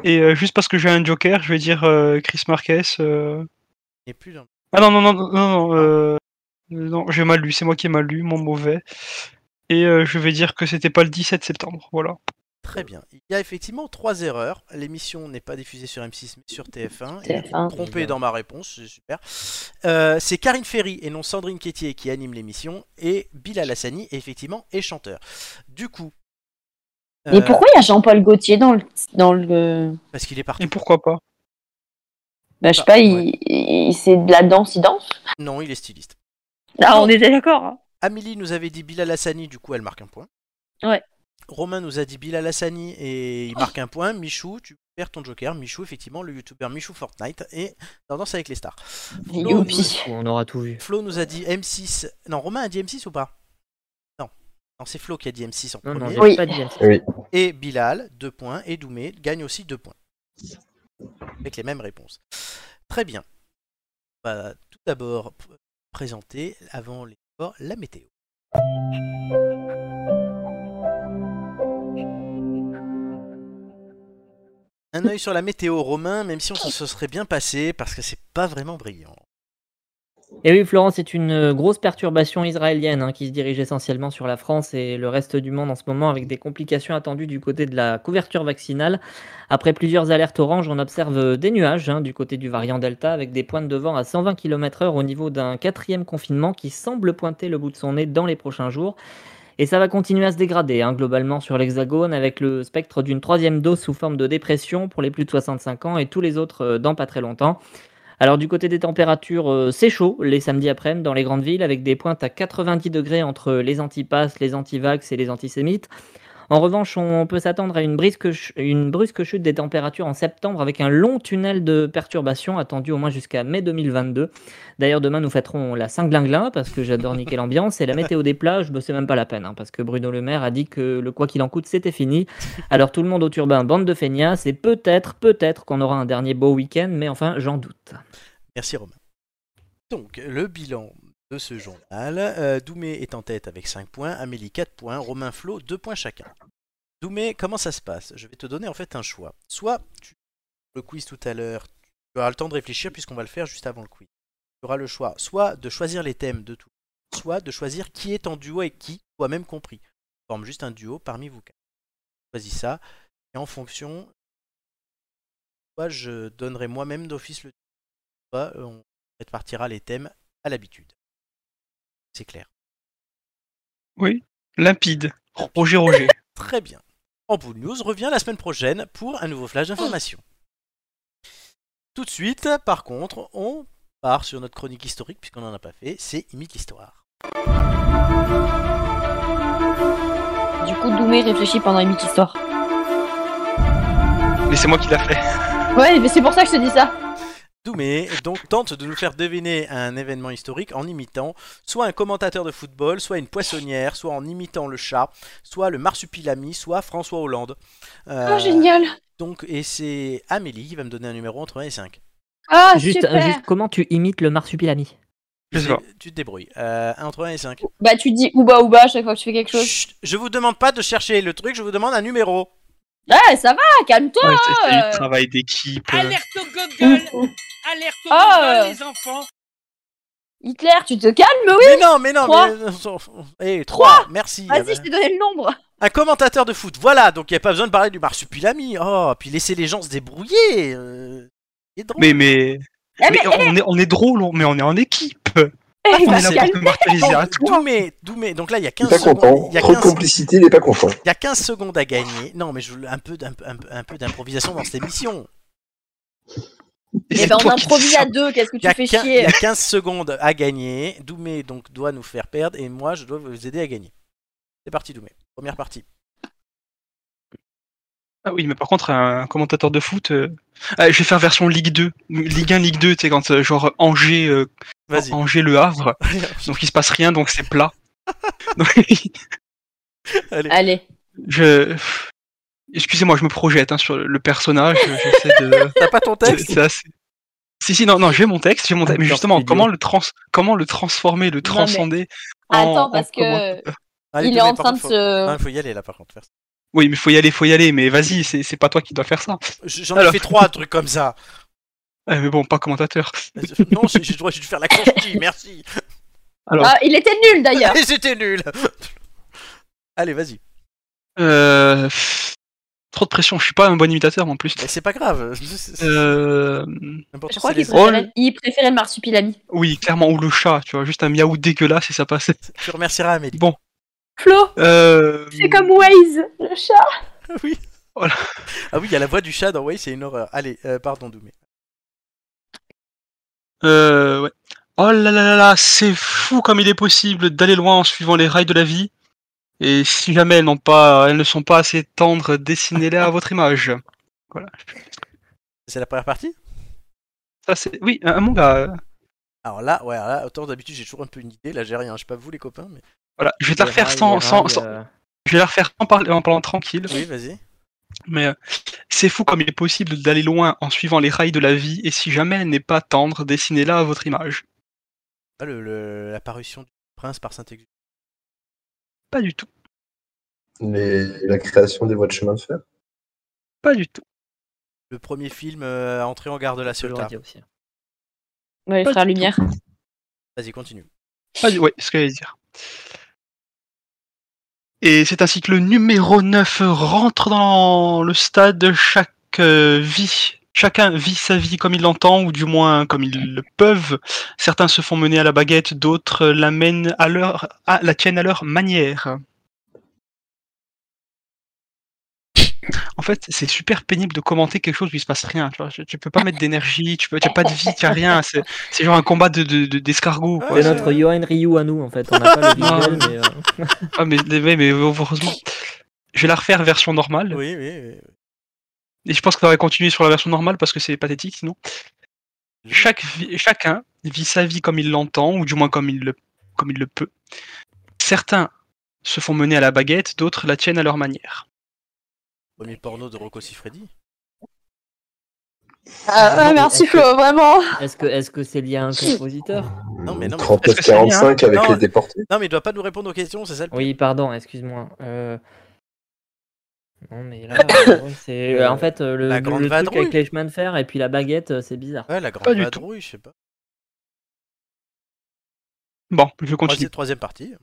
Speaker 3: Et euh, juste parce que j'ai un joker, je vais dire euh, Chris Marquez. euh,
Speaker 1: Il n'est plus dans.
Speaker 3: Ah non non non non non. euh, Non, j'ai mal lu, c'est moi qui ai mal lu, mon mauvais. Et euh, je vais dire que c'était pas le 17 septembre, voilà. Euh.
Speaker 1: Très bien. Il y a effectivement trois erreurs. L'émission n'est pas diffusée sur M6 mais sur TF1. Il y a
Speaker 5: TF1.
Speaker 1: trompé dans ma réponse, c'est super. Euh, c'est Karine Ferry et non Sandrine Quétier qui anime l'émission et Bilal Hassani effectivement est chanteur. Du coup.
Speaker 5: Mais
Speaker 1: euh,
Speaker 5: pourquoi il y a Jean-Paul Gaultier dans le. Dans le...
Speaker 1: Parce qu'il est
Speaker 3: Et
Speaker 1: parti.
Speaker 3: pourquoi pas
Speaker 5: Bah, je sais
Speaker 1: Ah,
Speaker 5: pas, il, il- c'est de la danse, il danse
Speaker 1: Non, il est styliste.
Speaker 9: Là, on était d'accord. hein.
Speaker 1: Amélie nous avait dit Bilal Hassani, du coup elle marque un point.
Speaker 9: Ouais.
Speaker 1: Romain nous a dit Bilal Hassani et il marque un point. Michou, tu perds ton joker. Michou, effectivement, le youtubeur Michou Fortnite et Tendance avec les stars. Flo nous-
Speaker 5: Youpi.
Speaker 2: Du coup, on aura tout vu.
Speaker 1: Flo nous a dit M6. Non, Romain a dit M6 ou pas Non. Non, c'est Flo qui a dit M6 en
Speaker 2: Non, non,
Speaker 1: premier.
Speaker 2: j'ai
Speaker 5: Oui.
Speaker 2: pas dit M6.
Speaker 1: Et Bilal, 2 points. Et Doumé gagne aussi 2 points. Avec les mêmes réponses. Très bien. On va tout d'abord pr- présenter, avant les sports, la météo. Un œil sur la météo romain, même si on s'en serait bien passé, parce que c'est pas vraiment brillant.
Speaker 2: Et oui, Florence, c'est une euh, grosse perturbation israélienne hein, qui se dirige essentiellement sur la France et le reste du monde en ce moment, avec des complications attendues du côté de la couverture vaccinale. Après plusieurs alertes orange, on observe euh, des nuages hein, du côté du variant Delta, avec des pointes de vent à 120 km/h au niveau d'un quatrième confinement qui semble pointer le bout de son nez dans les prochains jours. Et ça va continuer à se dégrader hein, globalement sur l'Hexagone, avec le spectre d'une troisième dose sous forme de dépression pour les plus de 65 ans et tous les autres euh, dans pas très longtemps. Alors du côté des températures, euh, c'est chaud les samedis après-midi dans les grandes villes avec des pointes à 90 degrés entre les antipasses, les antivax et les antisémites. En revanche, on peut s'attendre à une brusque, ch- une brusque chute des températures en septembre avec un long tunnel de perturbations attendu au moins jusqu'à mai 2022. D'ailleurs, demain, nous fêterons la Saint-Glinglin parce que j'adore niquer l'ambiance et la météo des plages, bah, c'est même pas la peine hein, parce que Bruno Le Maire a dit que le quoi qu'il en coûte, c'était fini. Alors tout le monde au turbin, bande de feignasses et peut-être, peut-être qu'on aura un dernier beau week-end, mais enfin, j'en doute.
Speaker 1: Merci Romain. Donc, le bilan de ce journal. euh, Doumé est en tête avec 5 points, Amélie 4 points, Romain Flo 2 points chacun. Doumé, comment ça se passe Je vais te donner en fait un choix. Soit tu le quiz tout à l'heure, tu auras le temps de réfléchir puisqu'on va le faire juste avant le quiz. Tu auras le choix soit de choisir les thèmes de tout, soit de choisir qui est en duo et qui, toi-même compris. Forme juste un duo parmi vous quatre. Choisis ça et en fonction, soit je donnerai moi-même d'office le pas, euh, on répartira les thèmes à l'habitude. C'est clair.
Speaker 3: Limpide. Roger Roger.
Speaker 1: Très bien. Ampoule News revient la semaine prochaine pour un nouveau flash d'information. Tout de suite, par contre, on part sur notre chronique historique, puisqu'on n'en a pas fait, c'est Imite l'histoire.
Speaker 5: Du coup, Doumé réfléchit pendant une histoire.
Speaker 3: Mais c'est moi qui l'a fait.
Speaker 5: Ouais, mais c'est pour ça que je te dis ça.
Speaker 1: Doumé donc tente de nous faire deviner un événement historique en imitant soit un commentateur de football, soit une poissonnière, soit en imitant le chat, soit le marsupilami, soit François Hollande. Euh,
Speaker 10: Oh, génial.
Speaker 1: Donc, et c'est Amélie qui va me donner un numéro entre 1 et 5.
Speaker 10: Ah,
Speaker 2: juste, euh,
Speaker 10: super.
Speaker 2: juste comment tu imites le marsupilami
Speaker 3: Je sais pas.
Speaker 1: Tu te débrouilles. Euh, entre 1 et 5.
Speaker 10: Bah, tu dis ouba ouba à chaque fois que tu fais quelque chose.
Speaker 1: Chut, je vous demande pas de chercher le truc, je vous demande un numéro.
Speaker 10: Ah, ça va, calme-toi.
Speaker 3: Ouais, c'est c'est
Speaker 10: euh,
Speaker 3: du travail d'équipe. euh.
Speaker 6: Alerte au gogol Alerte au
Speaker 10: Ah,
Speaker 5: Oh.
Speaker 6: gogol,
Speaker 10: euh.
Speaker 6: les enfants
Speaker 10: Hitler, tu te calmes, oui.
Speaker 1: mais non, mais euh, non,
Speaker 10: trois.
Speaker 1: mais. Eh,
Speaker 10: Trois.
Speaker 1: 3 Merci. Ah bah.
Speaker 10: Vas-y, je t'ai donné le nombre.
Speaker 1: Un commentateur de foot, voilà, donc il n'y a pas besoin de parler du marsupilami. Oh, puis laisser les gens se débrouiller. euh, c'est drôle.
Speaker 3: Mais, mais,
Speaker 10: Eh, mais,
Speaker 3: mais on, est, on est drôle, on- mais on est en équipe.
Speaker 10: eh,
Speaker 3: on
Speaker 10: bah,
Speaker 3: est là
Speaker 10: calme.
Speaker 3: pour te martyriser à tout.
Speaker 1: Doumé, Doumé, donc là il y a
Speaker 4: Il est
Speaker 1: 15
Speaker 4: pas
Speaker 1: secondes.
Speaker 4: content.
Speaker 1: Il y a
Speaker 4: Trop de
Speaker 1: 15
Speaker 4: complicité, il est pas content.
Speaker 1: il y a 15 secondes à gagner. Non, mais je voulais un peu, d'un- un, peu- un peu d'improvisation dans cette émission.
Speaker 3: Et
Speaker 10: Eh
Speaker 3: c'est
Speaker 10: ben, on
Speaker 3: toi qui dis
Speaker 10: improvise
Speaker 3: ça.
Speaker 10: à deux, qu'est-ce que
Speaker 1: Il y, a
Speaker 10: tu fais
Speaker 1: quin- il y
Speaker 10: chier
Speaker 1: a 15 secondes à gagner. Doumé donc doit nous faire perdre et moi je dois vous aider à gagner. C'est parti Doumé. Première partie.
Speaker 3: Ah oui, mais par contre, un commentateur de foot, euh, ah, je vais faire version Ligue 2. Ligue 1, Ligue 2, tu sais, quand euh, genre Angers, euh,
Speaker 1: Vas-y.
Speaker 3: Angers Le Havre, donc il se passe rien, donc c'est plat. Donc,
Speaker 1: Allez.
Speaker 10: Allez.
Speaker 3: je. Excusez-moi, je me projette hein, sur le personnage, j'essaie de.
Speaker 1: T'as pas ton texte
Speaker 3: C'est assez. Si, si, non, non, j'ai mon texte, j'ai mon texte, mais
Speaker 2: Acteur
Speaker 3: justement,
Speaker 2: studio.
Speaker 3: comment le, trans... comment le transformer, le transcender en-
Speaker 10: Attends,
Speaker 3: en
Speaker 10: parce
Speaker 3: comment-
Speaker 10: que
Speaker 1: Allez,
Speaker 10: il
Speaker 1: Doumé,
Speaker 10: est en
Speaker 1: par
Speaker 10: train de
Speaker 1: contre, faut- Non,
Speaker 10: se.
Speaker 1: il faut y aller là par contre.
Speaker 3: Oui, mais faut y aller, faut y aller, mais vas-y, c'est c'est pas toi qui dois faire ça.
Speaker 1: Je- J'en ai
Speaker 3: Alors.
Speaker 1: fait trois trucs comme ça.
Speaker 3: Eh, mais bon, pas commentateur.
Speaker 1: non, j'ai j'ai le droit de faire la consti, merci.
Speaker 10: Ah, il était nul d'ailleurs.
Speaker 1: Et c'était nul. Allez, vas-y.
Speaker 3: Euh... pff, Trop de pression, je suis pas un bon imitateur en plus.
Speaker 1: Mais c'est pas grave. C'est- c'est-
Speaker 3: Euh...
Speaker 1: l'important,
Speaker 10: Je crois
Speaker 1: c'est
Speaker 10: qu'il
Speaker 1: les
Speaker 3: préfère-
Speaker 10: préférait... il préférait le marsupilami.
Speaker 3: Oui, clairement, ou le chat, tu vois, juste un miaou dégueulasse et ça passe.
Speaker 1: autres. Tu remercieras Amélie.
Speaker 3: Bon,
Speaker 10: Flo,
Speaker 3: euh...
Speaker 10: c'est comme Waze, le chat.
Speaker 1: oui.
Speaker 3: Voilà.
Speaker 1: Ah oui, il y a la voix du chat dans Way, c'est une horreur. Allez, euh, pardon Doumé.
Speaker 3: Euh... Ouais. Oh là là là là, c'est fou comme il est possible d'aller loin en suivant les rails de la vie. Et si jamais elles, n'ont pas... elles ne sont pas assez tendres, dessinez-les à votre image. Voilà.
Speaker 1: C'est la première partie
Speaker 3: Ça, c'est... Oui, un un manga. euh,
Speaker 1: Alors là, ouais, alors là, autant d'habitude j'ai toujours un peu une idée, là j'ai rien, je sais pas vous les copains, mais...
Speaker 3: Voilà, je vais te la refaire sans, sans,
Speaker 2: euh.
Speaker 3: sans- je vais la refaire en, parler- en parlant tranquille.
Speaker 1: Oui, vas-y.
Speaker 3: Mais euh, c'est fou comme il est possible d'aller loin en suivant les rails de la vie, et si jamais elle n'est pas tendre, dessinez-la à votre image.
Speaker 1: Ah, le- le- L'apparition du prince par Saint-Exupéry.
Speaker 3: Pas du tout,
Speaker 4: Mais la création des voies de chemin de fer.
Speaker 3: pas du tout.
Speaker 1: Le premier film euh, à entrer en gare de la Ciotat.
Speaker 2: aussi.
Speaker 10: Ouais,
Speaker 3: Pas
Speaker 10: frère
Speaker 3: du
Speaker 10: Lumière.
Speaker 1: Vas-y, continue.
Speaker 3: Pas du... Ah, Ouais, c'est ce que j'allais dire. Et c'est ainsi que le numéro 9 rentre dans le stade. Chaque euh, vie, chacun vit sa vie comme il l'entend, ou du moins comme ils le peuvent. Certains se font mener à la baguette, d'autres euh, l'amènent à leur, à la tiennent à leur manière. En fait, c'est super pénible de commenter quelque chose où il se passe rien. Tu, vois. Tu- tu peux pas mettre d'énergie, tu peux, t'as pas de vie, t'as rien. C'est c'est genre un combat de de- de- d'escargots. quoi.
Speaker 1: Ouais,
Speaker 2: C'est notre
Speaker 1: Ah, c'est-
Speaker 2: Yohan Ryu à nous en fait. On n'a pas le visuel,
Speaker 3: Non.
Speaker 2: mais. euh,
Speaker 3: Ah mais, mais, mais heureusement. Je vais la refaire version normale.
Speaker 1: Oui, oui, oui.
Speaker 3: Et je pense qu'on va continuer sur la version normale parce que c'est pathétique sinon. Chaque vi- chacun vit sa vie comme il l'entend, ou du moins comme il, le, comme il le peut. Certains se font mener à la baguette, d'autres la tiennent à leur manière.
Speaker 1: Premier porno de Rocco Siffredi.
Speaker 10: Ah,
Speaker 2: Non,
Speaker 10: ouais,
Speaker 2: mais
Speaker 10: merci
Speaker 2: est-ce que-
Speaker 10: Flo, vraiment.
Speaker 2: Est-ce que est-ce que c'est lié à un compositeur
Speaker 1: Non, mais non, mais-
Speaker 4: 39-45 avec
Speaker 1: Non.
Speaker 4: les déportés.
Speaker 1: Non, mais il doit pas nous répondre aux questions, c'est ça le
Speaker 2: Oui, pardon, excuse-moi. Euh, Non mais là, euh, ouais, c'est euh, en fait euh, le,
Speaker 1: La
Speaker 2: le-
Speaker 1: grande
Speaker 2: le truc
Speaker 1: vadrouille.
Speaker 2: avec les chemins de fer et puis la baguette, euh, c'est bizarre.
Speaker 1: Ouais, la grande
Speaker 3: Pas du tout.
Speaker 1: vadrouille, je sais pas.
Speaker 3: Bon, je
Speaker 1: Troisième,
Speaker 3: continue.
Speaker 1: troisième partie.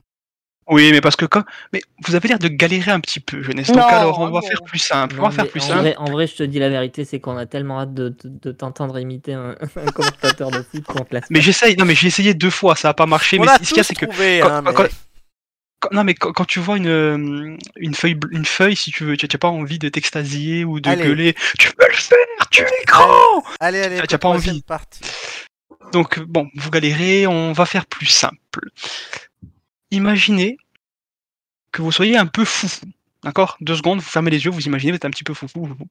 Speaker 3: Oui, mais parce que comme. Mais vous avez l'air de galérer un petit peu, jeunesse.
Speaker 10: Non,
Speaker 3: Donc alors, on va
Speaker 10: non.
Speaker 3: faire plus simple.
Speaker 2: Non,
Speaker 3: on va faire
Speaker 2: mais
Speaker 3: plus
Speaker 2: en,
Speaker 3: simple.
Speaker 2: vrai, en vrai, je te dis la vérité, c'est qu'on a tellement hâte de, de- de t'entendre imiter un, un commentateur de foot qu'on te laisse.
Speaker 3: Mais j'essaye. Non, mais j'ai essayé deux fois, ça a pas marché.
Speaker 1: On
Speaker 3: mais
Speaker 1: a
Speaker 3: ce qu'il y a,
Speaker 1: tous
Speaker 3: c'est que
Speaker 1: trouvé,
Speaker 3: quand-
Speaker 1: hein,
Speaker 3: quand-
Speaker 1: mais-
Speaker 3: quand- Quand- non mais quand, quand tu vois une, euh, une feuille bl- une feuille si tu veux tu n'as pas envie de t'extasier ou de
Speaker 1: Allez.
Speaker 3: gueuler tu peux le faire tu es grand
Speaker 1: Allez, allez,
Speaker 3: T'as- t'as pas
Speaker 1: troisième
Speaker 3: envie.
Speaker 1: partie.
Speaker 3: donc bon vous galérez on va faire plus simple imaginez que vous soyez un peu foufou d'accord deux secondes vous fermez les yeux vous imaginez vous êtes un petit peu foufou foufou.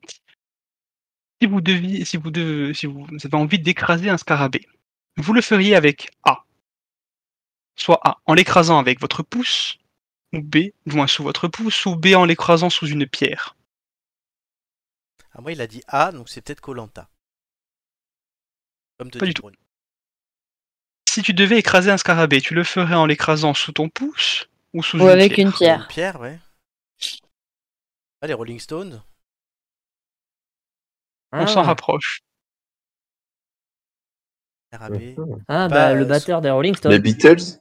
Speaker 3: Si vous deviez, si vous devez, si vous avez envie d'écraser un scarabée, vous le feriez avec A. Soit A en l'écrasant avec votre pouce, ou B, du moins sous votre pouce, ou B en l'écrasant sous une pierre.
Speaker 1: Ah, moi, il a dit A, donc c'est peut-être Colanta. Comme te
Speaker 3: Pas
Speaker 1: dit
Speaker 3: du tout. Si tu devais écraser un scarabée, tu le ferais en l'écrasant sous ton pouce ou sous
Speaker 5: Ou
Speaker 3: une
Speaker 5: avec
Speaker 3: pierre.
Speaker 5: une pierre.
Speaker 1: Euh, Pierre, ouais. Ah, les Rolling Stones
Speaker 3: On
Speaker 5: Ah.
Speaker 3: s'en rapproche.
Speaker 1: Scarabée. Pas,
Speaker 2: Ah, bah, le
Speaker 1: euh,
Speaker 2: batteur des Rolling Stones.
Speaker 4: Les Beatles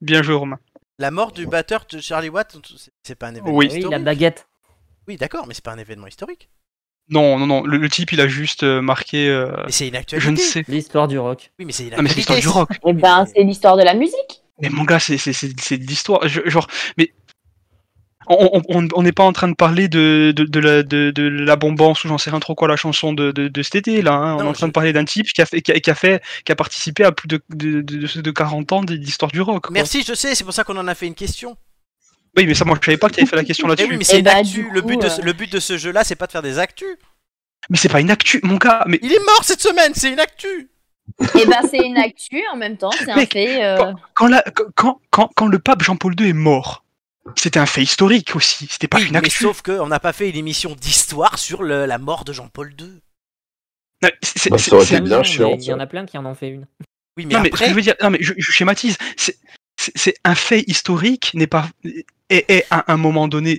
Speaker 3: Bien joué, Romain.
Speaker 1: La mort du batteur de Charlie Watt, c'est- c'est pas un événement
Speaker 3: Oui.
Speaker 2: Oui,
Speaker 1: historique.
Speaker 2: la baguette.
Speaker 1: Oui, d'accord, mais c'est pas un événement historique.
Speaker 3: Non, non, non. Le, le type, il a juste euh, marqué. euh,
Speaker 1: Mais c'est une actualité.
Speaker 3: je ne sais.
Speaker 2: L'histoire du rock.
Speaker 1: Oui, mais c'est une
Speaker 3: Ah, mais c'est l'histoire
Speaker 1: actualité,
Speaker 3: du rock.
Speaker 10: Eh ben, c'est l'histoire de la musique.
Speaker 3: Mais mon gars, c'est c'est- c'est- c'est de l'histoire. Je- Genre, mais. On on- on- on n'est pas en train de parler de, de, de la, de, de la bombance ou j'en sais rien trop quoi, la chanson de, de, de cet été, là. hein. on
Speaker 1: Non,
Speaker 3: est en train
Speaker 1: je-
Speaker 3: de parler d'un type qui a, fait, qui, a, qui a fait, qui a participé à plus de, de, de, de 40 ans d'histoire du rock. quoi.
Speaker 1: Merci, je sais, c'est pour ça qu'on en a fait une question.
Speaker 3: Oui, mais ça, moi, je savais pas que tu avais fait la question
Speaker 1: Eh
Speaker 3: là-dessus.
Speaker 1: oui, mais
Speaker 3: mais
Speaker 1: c'est
Speaker 10: Eh
Speaker 1: une
Speaker 10: bah,
Speaker 1: actu.
Speaker 10: du
Speaker 1: le,
Speaker 2: euh,
Speaker 1: but de,
Speaker 10: coup,
Speaker 1: ce- le but de ce jeu-là, c'est pas de faire des actus.
Speaker 3: c'est pas une actu, mon gars. Mais
Speaker 1: Il est mort cette semaine, c'est une actu.
Speaker 10: Eh ben, c'est une actu en même temps, c'est un
Speaker 3: Mec,
Speaker 10: fait. euh,
Speaker 3: quand, la, quand, quand, quand le pape Jean-Paul II est mort, c'était un fait historique aussi. C'était pas
Speaker 1: Oui,
Speaker 3: Ah, une
Speaker 1: mais
Speaker 3: actu.
Speaker 1: sauf qu'on n'a pas fait une émission d'histoire sur le- la mort de Jean-Paul II.
Speaker 3: Non, c'est- c'est-
Speaker 4: Bah, ça
Speaker 3: c'est-
Speaker 4: aurait
Speaker 3: c'est-
Speaker 4: C'est bien
Speaker 2: Non,
Speaker 4: chiant,
Speaker 2: mais Il y
Speaker 4: ça.
Speaker 2: en a plein qui en ont fait une.
Speaker 1: Oui, mais
Speaker 3: Non, mais ce que
Speaker 1: après,
Speaker 3: je veux dire, non, mais je, je schématise. C'est- C'est c'est un fait historique n'est pas est, est à un moment donné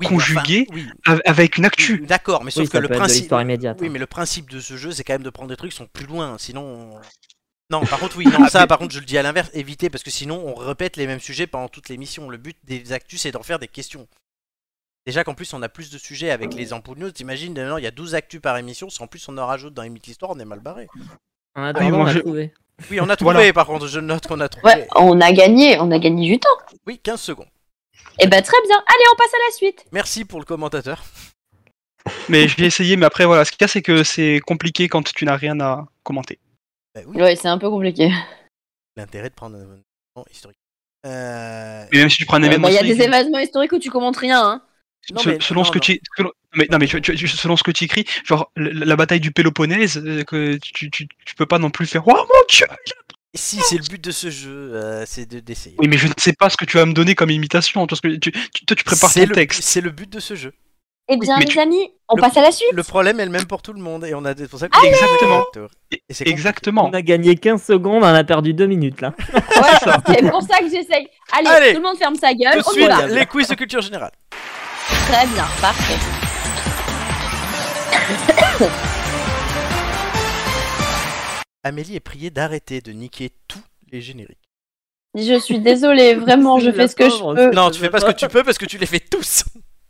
Speaker 1: oui,
Speaker 3: conjugué
Speaker 1: enfin, oui,
Speaker 3: av- avec une actu.
Speaker 1: oui, d'accord, mais sauf
Speaker 2: oui,
Speaker 1: que
Speaker 2: ça
Speaker 1: le
Speaker 2: peut être de
Speaker 1: principe,
Speaker 2: l'histoire immédiate. hein.
Speaker 3: hein.
Speaker 1: oui, mais le principe de ce jeu, c'est quand même de prendre des trucs qui sont plus loin, sinon. on- Non, par contre, oui,
Speaker 3: Ah,
Speaker 1: non, ça, par contre, je le dis à l'inverse, évitez, parce que sinon, on répète les mêmes sujets pendant toute l'émission. Le but des actus, c'est d'en faire des questions. Déjà qu'en plus, on a plus de sujets avec les ampoules news, t'imagines, maintenant, il y a 12 actus par émission, si en plus on en rajoute dans les mythes l'histoire, on est mal barré.
Speaker 2: En attendant,
Speaker 3: Oui, Ah, moi,
Speaker 2: on a
Speaker 3: je-
Speaker 2: trouvé.
Speaker 1: Oui, on a trouvé,
Speaker 3: Voilà.
Speaker 1: par contre, je note qu'on a trouvé.
Speaker 5: Ouais, on a gagné, on a gagné du temps.
Speaker 1: Oui, 15 secondes.
Speaker 5: Eh ben très bien.
Speaker 10: Allez, on passe à la suite.
Speaker 1: Merci pour le commentateur.
Speaker 3: Mais j'ai essayé, mais après voilà, ce qu'il y a, c'est que c'est compliqué quand tu n'as rien à commenter.
Speaker 1: Bah oui,
Speaker 5: Ouais, c'est un peu compliqué.
Speaker 1: l'intérêt de prendre un événement historique. Euh,
Speaker 3: Et même si tu prends un
Speaker 5: Il
Speaker 3: événement,
Speaker 5: y a
Speaker 3: historique,
Speaker 5: des événements historiques où tu commentes rien. Hein.
Speaker 1: Non,
Speaker 3: Se-
Speaker 1: mais-
Speaker 3: selon ce
Speaker 1: non,
Speaker 3: que
Speaker 1: non.
Speaker 3: tu selon- mais, non, mais tu- tu- tu- selon ce que tu écris genre la, la bataille du Péloponnèse euh, que tu, tu, tu peux pas non plus faire oh mon dieu
Speaker 1: Et Si, c'est le but de ce jeu, euh, c'est de- d'essayer.
Speaker 3: oui mais je ne sais pas ce que tu vas me donner comme imitation parce que tu, tu- toi tu prépares
Speaker 1: C'est
Speaker 3: ton
Speaker 1: le-
Speaker 3: texte
Speaker 1: C'est le but de ce jeu.
Speaker 10: Eh bien,
Speaker 3: mais
Speaker 10: les
Speaker 3: tu-
Speaker 10: amis, on
Speaker 1: Le-
Speaker 10: passe à la suite.
Speaker 1: Le problème est le même pour tout le monde et on a c'est pour
Speaker 5: Ah,
Speaker 1: ça qu'on a-
Speaker 3: Exactement.
Speaker 1: Et c'est compliqué.
Speaker 3: exactement
Speaker 2: On a gagné 15 secondes, on en a perdu 2 minutes là.
Speaker 10: C'est pour ça que j'essaye. Allez,
Speaker 1: Allez.
Speaker 10: tout le monde ferme sa gueule.
Speaker 1: Tout de
Speaker 10: on y
Speaker 1: suite,
Speaker 10: va.
Speaker 1: les quiz de culture générale.
Speaker 5: Très bien, parfait.
Speaker 1: Amélie est priée d'arrêter de niquer tous les génériques.
Speaker 5: Je suis désolée, vraiment, je fais ce que je
Speaker 2: Pauvre,
Speaker 5: peux.
Speaker 1: Non, tu fais pas ce que tu peux parce que tu les fais tous.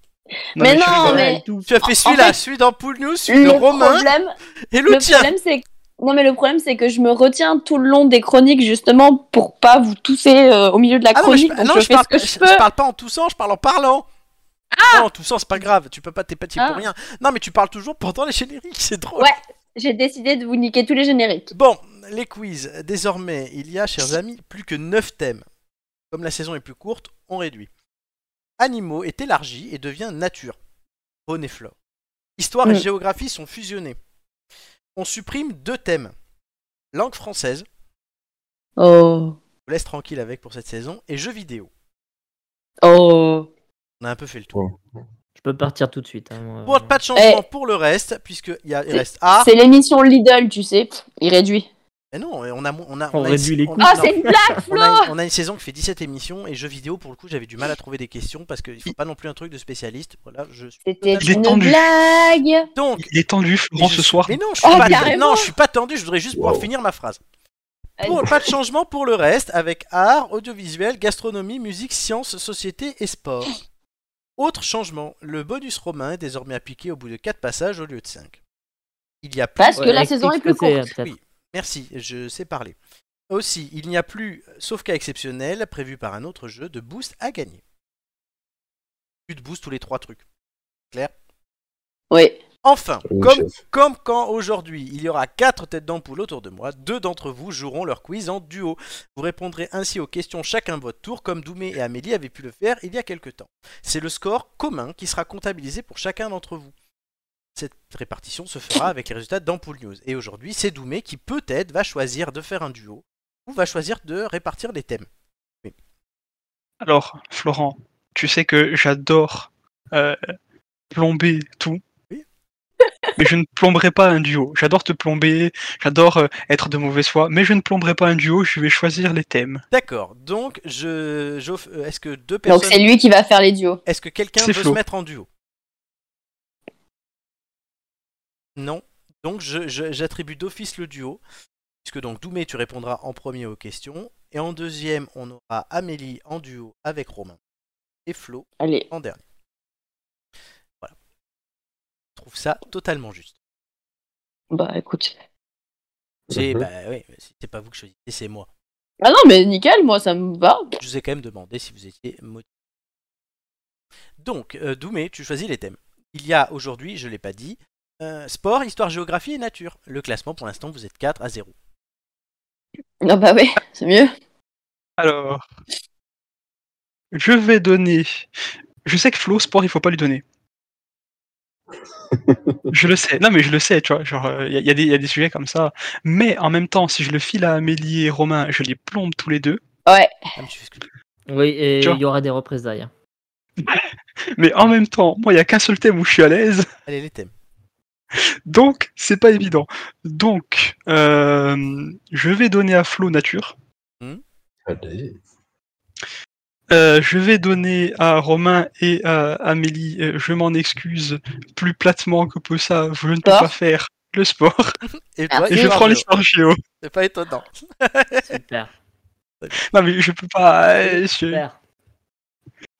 Speaker 5: Mais
Speaker 3: je-
Speaker 5: non, mais-
Speaker 1: Tu as fait celui-là,
Speaker 5: fait,
Speaker 1: celui d'Ampoule News, celui de
Speaker 5: Le
Speaker 1: Romain
Speaker 5: problème,
Speaker 1: et le,
Speaker 5: le
Speaker 1: tien.
Speaker 5: problème c'est non mais le problème c'est que je me retiens tout le long des chroniques justement pour pas vous tousser euh, au milieu de la
Speaker 1: Ah non, mais je,
Speaker 5: chronique
Speaker 1: par-
Speaker 5: donc
Speaker 1: non,
Speaker 5: je,
Speaker 1: je
Speaker 5: fais
Speaker 1: parle,
Speaker 5: ce que
Speaker 1: je-
Speaker 5: je
Speaker 1: je
Speaker 5: peux.
Speaker 1: parle pas en toussant, je parle en parlant. non, en toussant, c'est pas grave, tu peux pas t'épatier
Speaker 5: Ah.
Speaker 1: pour rien. Non, mais tu parles toujours pendant les génériques, c'est drôle.
Speaker 5: Ouais. J'ai décidé de vous niquer tous les génériques.
Speaker 1: Bon, les quiz. Désormais, il y a, chers amis, plus que 9 thèmes. Comme la saison est plus courte, on réduit. Animaux est élargi et devient nature. Faune et flore. Histoire et
Speaker 5: Mm.
Speaker 1: géographie sont fusionnées. On supprime deux thèmes. Langue française, je
Speaker 5: Oh
Speaker 1: vous laisse tranquille avec pour cette saison, et jeux vidéo.
Speaker 5: oh.
Speaker 1: On a un peu fait le tour.
Speaker 2: Je peux partir tout de suite. hein, moi.
Speaker 1: Bon, pas de changement
Speaker 5: Eh.
Speaker 1: pour le reste, puisque il y a- il reste art.
Speaker 5: C'est l'émission Lidl, tu sais, Pff, il réduit.
Speaker 1: Mais non, on a, on a,
Speaker 2: On
Speaker 1: a
Speaker 2: réduit
Speaker 1: une-
Speaker 2: les
Speaker 1: on-
Speaker 2: coûts.
Speaker 5: Ah,
Speaker 1: non.
Speaker 5: c'est une blague,
Speaker 1: on
Speaker 5: Flo.
Speaker 1: a, une, on a une saison qui fait 17 émissions et jeux vidéo pour le coup j'avais du mal à trouver des questions parce qu'il faut pas non plus un truc de spécialiste. Voilà, je suis
Speaker 5: C'était
Speaker 3: Il est
Speaker 5: une
Speaker 3: tendu.
Speaker 5: blague.
Speaker 1: donc
Speaker 3: il est tendu Florent
Speaker 1: je
Speaker 3: ce
Speaker 1: suis-
Speaker 3: soir
Speaker 1: Mais non, je suis
Speaker 5: Oh,
Speaker 1: pas
Speaker 5: carrément.
Speaker 1: non, je suis pas tendu, je voudrais juste pouvoir
Speaker 4: Wow.
Speaker 1: finir ma phrase.
Speaker 5: Vas-y.
Speaker 1: Bon, pas de changement pour le reste avec art, audiovisuel, gastronomie, musique, sciences, société et sport. Autre changement, le bonus romain est désormais appliqué au bout de 4 passages au lieu de 5. Il y a plus
Speaker 5: Parce que
Speaker 2: Ouais,
Speaker 5: la
Speaker 2: explique
Speaker 5: saison est
Speaker 2: ce
Speaker 5: plus
Speaker 2: que c'est,
Speaker 5: courte.
Speaker 2: peut-être.
Speaker 1: Oui. Merci, je sais parler. Aussi, il n'y a plus, sauf cas exceptionnel, prévu par un autre jeu, de boost à gagner. Plus de boost tous les trois trucs.
Speaker 5: Oui.
Speaker 1: Enfin,
Speaker 4: Oui,
Speaker 1: comme,
Speaker 4: chef.
Speaker 1: comme quand aujourd'hui il y aura quatre têtes d'ampoule autour de moi, deux d'entre vous joueront leur quiz en duo. Vous répondrez ainsi aux questions chacun votre tour, comme Doumé et Amélie avaient pu le faire il y a quelque temps. C'est le score commun qui sera comptabilisé pour chacun d'entre vous. Cette répartition se fera avec les résultats d'Ampoule News. Et aujourd'hui, c'est Doumé qui peut-être va choisir de faire un duo ou va choisir de répartir les thèmes.
Speaker 3: Alors, Florent, tu sais que j'adore euh, plomber tout. Mais je ne plomberai pas un duo. J'adore te plomber, j'adore euh, être de mauvaise foi, mais je ne plomberai pas un duo, je vais choisir les thèmes.
Speaker 1: D'accord, donc je, j'offre- euh, est-ce que deux personnes...
Speaker 5: Donc c'est lui qui va faire les duos.
Speaker 1: Est-ce que quelqu'un
Speaker 3: C'est
Speaker 1: veut
Speaker 3: Flo.
Speaker 1: se mettre en duo Non. Donc je- je- j'attribue d'office le duo. Puisque donc Doumé, tu répondras en premier aux questions. Et en deuxième, on aura Amélie en duo avec Romain. Et Flo
Speaker 5: Allez.
Speaker 1: en dernier. Voilà. Je trouve ça totalement juste.
Speaker 5: Bah écoute.
Speaker 1: C'est
Speaker 4: Mhm.
Speaker 1: bah oui, si c'est pas vous que je choisissez, c'est moi.
Speaker 5: Ah non, mais nickel, moi ça me va.
Speaker 1: Je vous ai quand même demandé si vous étiez motivé. Donc, euh, Doumé, tu choisis les thèmes. Il y a aujourd'hui, je ne l'ai pas dit, euh, sport, histoire, géographie et nature. Le classement, pour l'instant, vous êtes 4 à 0.
Speaker 5: Non, bah oui, c'est mieux.
Speaker 3: Alors, je vais donner. Je sais que Flo, sport, il faut pas lui donner. Je le sais. Non, mais je le sais, tu vois. Genre, il y, a des- y a des sujets comme ça. Mais en même temps, si je le file à Amélie et Romain, je les plombe tous les deux.
Speaker 5: Ouais.
Speaker 1: Ah, mais tu fais ce que tu veux.
Speaker 2: Oui, et
Speaker 3: Tu vois.
Speaker 2: il y aura des représailles. hein.
Speaker 3: Mais en même temps, moi, il y a qu'un seul thème où je suis à l'aise.
Speaker 1: Allez, les thèmes.
Speaker 3: Donc, c'est pas évident. Donc, euh, je vais donner à Flo nature.
Speaker 4: Allez.
Speaker 3: Euh, je vais donner à Romain et à Amélie, euh, je m'en excuse, plus platement que pour ça, je ne peux
Speaker 5: Sport.
Speaker 3: pas faire le sport.
Speaker 1: Et toi,
Speaker 5: Merci.
Speaker 3: Et je
Speaker 1: histoire,
Speaker 3: prends
Speaker 1: géo.
Speaker 3: l'histoire géo.
Speaker 1: C'est pas étonnant.
Speaker 2: Super,
Speaker 3: Non, mais je peux pas. euh, je-
Speaker 2: super.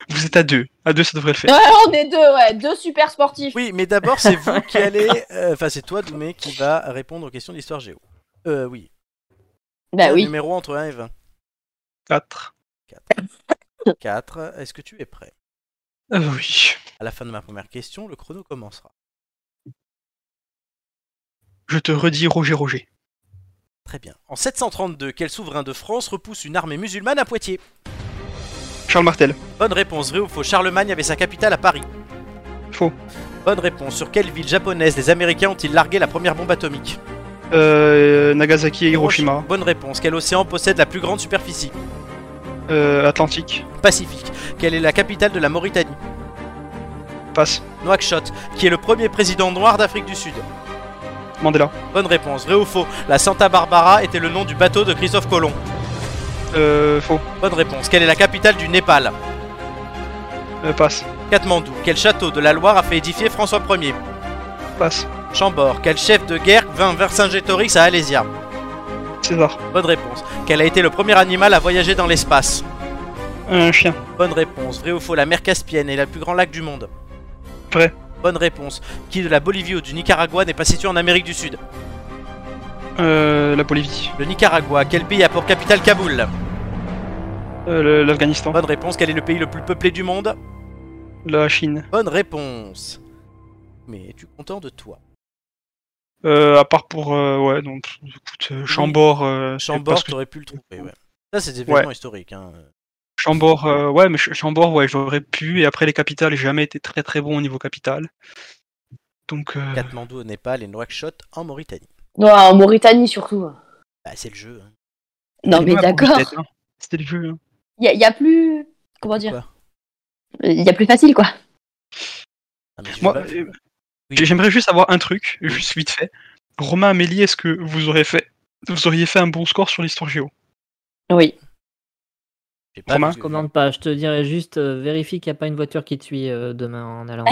Speaker 3: Vous êtes à deux. À deux, ça devrait le faire.
Speaker 5: Ouais, on est deux, ouais, deux super sportifs.
Speaker 1: Oui, mais d'abord, c'est vous qui allez. euh, Enfin, c'est toi, Doumé, qui va répondre aux questions d'histoire géo. Euh, oui.
Speaker 5: Bah
Speaker 1: Un
Speaker 5: oui.
Speaker 1: Numéro entre 1 et 20.
Speaker 3: Quatre.
Speaker 1: 4. Est-ce que tu es prêt
Speaker 3: Euh, oui.
Speaker 1: À la fin de ma première question, le chrono commencera.
Speaker 3: Je te redis Roger Roger.
Speaker 1: Très bien. En 732, quel souverain de France repousse une armée musulmane à Poitiers
Speaker 3: Charles Martel.
Speaker 1: Bonne réponse, vrai ou faux Charlemagne avait sa capitale à Paris.
Speaker 3: Faux.
Speaker 1: Bonne réponse, sur quelle ville japonaise les Américains ont-ils largué la première bombe atomique
Speaker 3: Euh, Nagasaki et Hiroshima.
Speaker 1: Bonne réponse, quel océan possède la plus grande superficie
Speaker 3: Euh, Atlantique.
Speaker 1: Pacifique. Quelle est la capitale de la Mauritanie
Speaker 3: Passe.
Speaker 1: Nouakchott, qui est le premier président noir d'Afrique du Sud.
Speaker 3: Mandela.
Speaker 1: Bonne réponse, vrai ou faux La Santa Barbara était le nom du bateau de Christophe Colomb.
Speaker 3: Euh, faux.
Speaker 1: Bonne réponse, quelle est la capitale du Népal
Speaker 3: Euh, passe.
Speaker 1: Katmandou, quel château de la Loire a fait édifier François Ier
Speaker 3: Passe.
Speaker 1: Chambord, quel chef de guerre vint vers Saint-Gétorix à Alésia
Speaker 3: César.
Speaker 1: Bonne réponse. Quel a été le premier animal à voyager dans l'espace
Speaker 3: Un chien.
Speaker 1: Bonne réponse. Vrai ou faux, la mer Caspienne est la plus grand lac du monde
Speaker 3: Vrai.
Speaker 1: Bonne réponse. Qui de la Bolivie ou du Nicaragua n'est pas situé en Amérique du Sud
Speaker 3: Euh, la Bolivie.
Speaker 1: Le Nicaragua, quel pays a pour capitale Kaboul
Speaker 3: Euh, le- L'Afghanistan.
Speaker 1: Bonne réponse. Quel est le pays le plus peuplé du monde
Speaker 3: La Chine.
Speaker 1: Bonne réponse. Mais es-tu content de toi
Speaker 3: Euh, à part pour. euh, ouais, donc. pff, Écoute, euh, Chambord. euh, c'est
Speaker 1: Chambord,
Speaker 3: parce que-
Speaker 1: t'aurais pu le trouver, ouais. Ça, c'est des événements historiques. hein.
Speaker 3: Chambord, euh, ouais, mais Ch- Chambord, ouais, j'aurais pu. Et après, les capitales, j'ai jamais été très très bon au niveau capital. Donc. euh,
Speaker 1: Katmandou au Népal et Nouakchott en Mauritanie.
Speaker 5: Non, en Mauritanie surtout.
Speaker 1: Bah, c'est le jeu. hein.
Speaker 5: Non,
Speaker 3: c'est
Speaker 5: mais
Speaker 3: loin pour
Speaker 5: d'accord.
Speaker 3: Juliette, hein. C'était le jeu. hein.
Speaker 5: Il y, a- y a plus. Comment dire
Speaker 1: Quoi
Speaker 5: Il y a plus facile, quoi.
Speaker 1: Ah, mais je vais
Speaker 3: Moi,
Speaker 1: pas-
Speaker 3: euh,
Speaker 1: Oui.
Speaker 3: j'aimerais juste avoir un truc, juste vite fait. Romain Amélie, est-ce que vous aurez fait. Vous auriez fait un bon score sur l'histoire géo.
Speaker 5: Oui.
Speaker 1: j'ai pas
Speaker 3: Romain
Speaker 1: vu-
Speaker 2: Je commande pas, je te dirais juste, euh, vérifie qu'il n'y a pas une voiture qui te suit euh, demain en allant.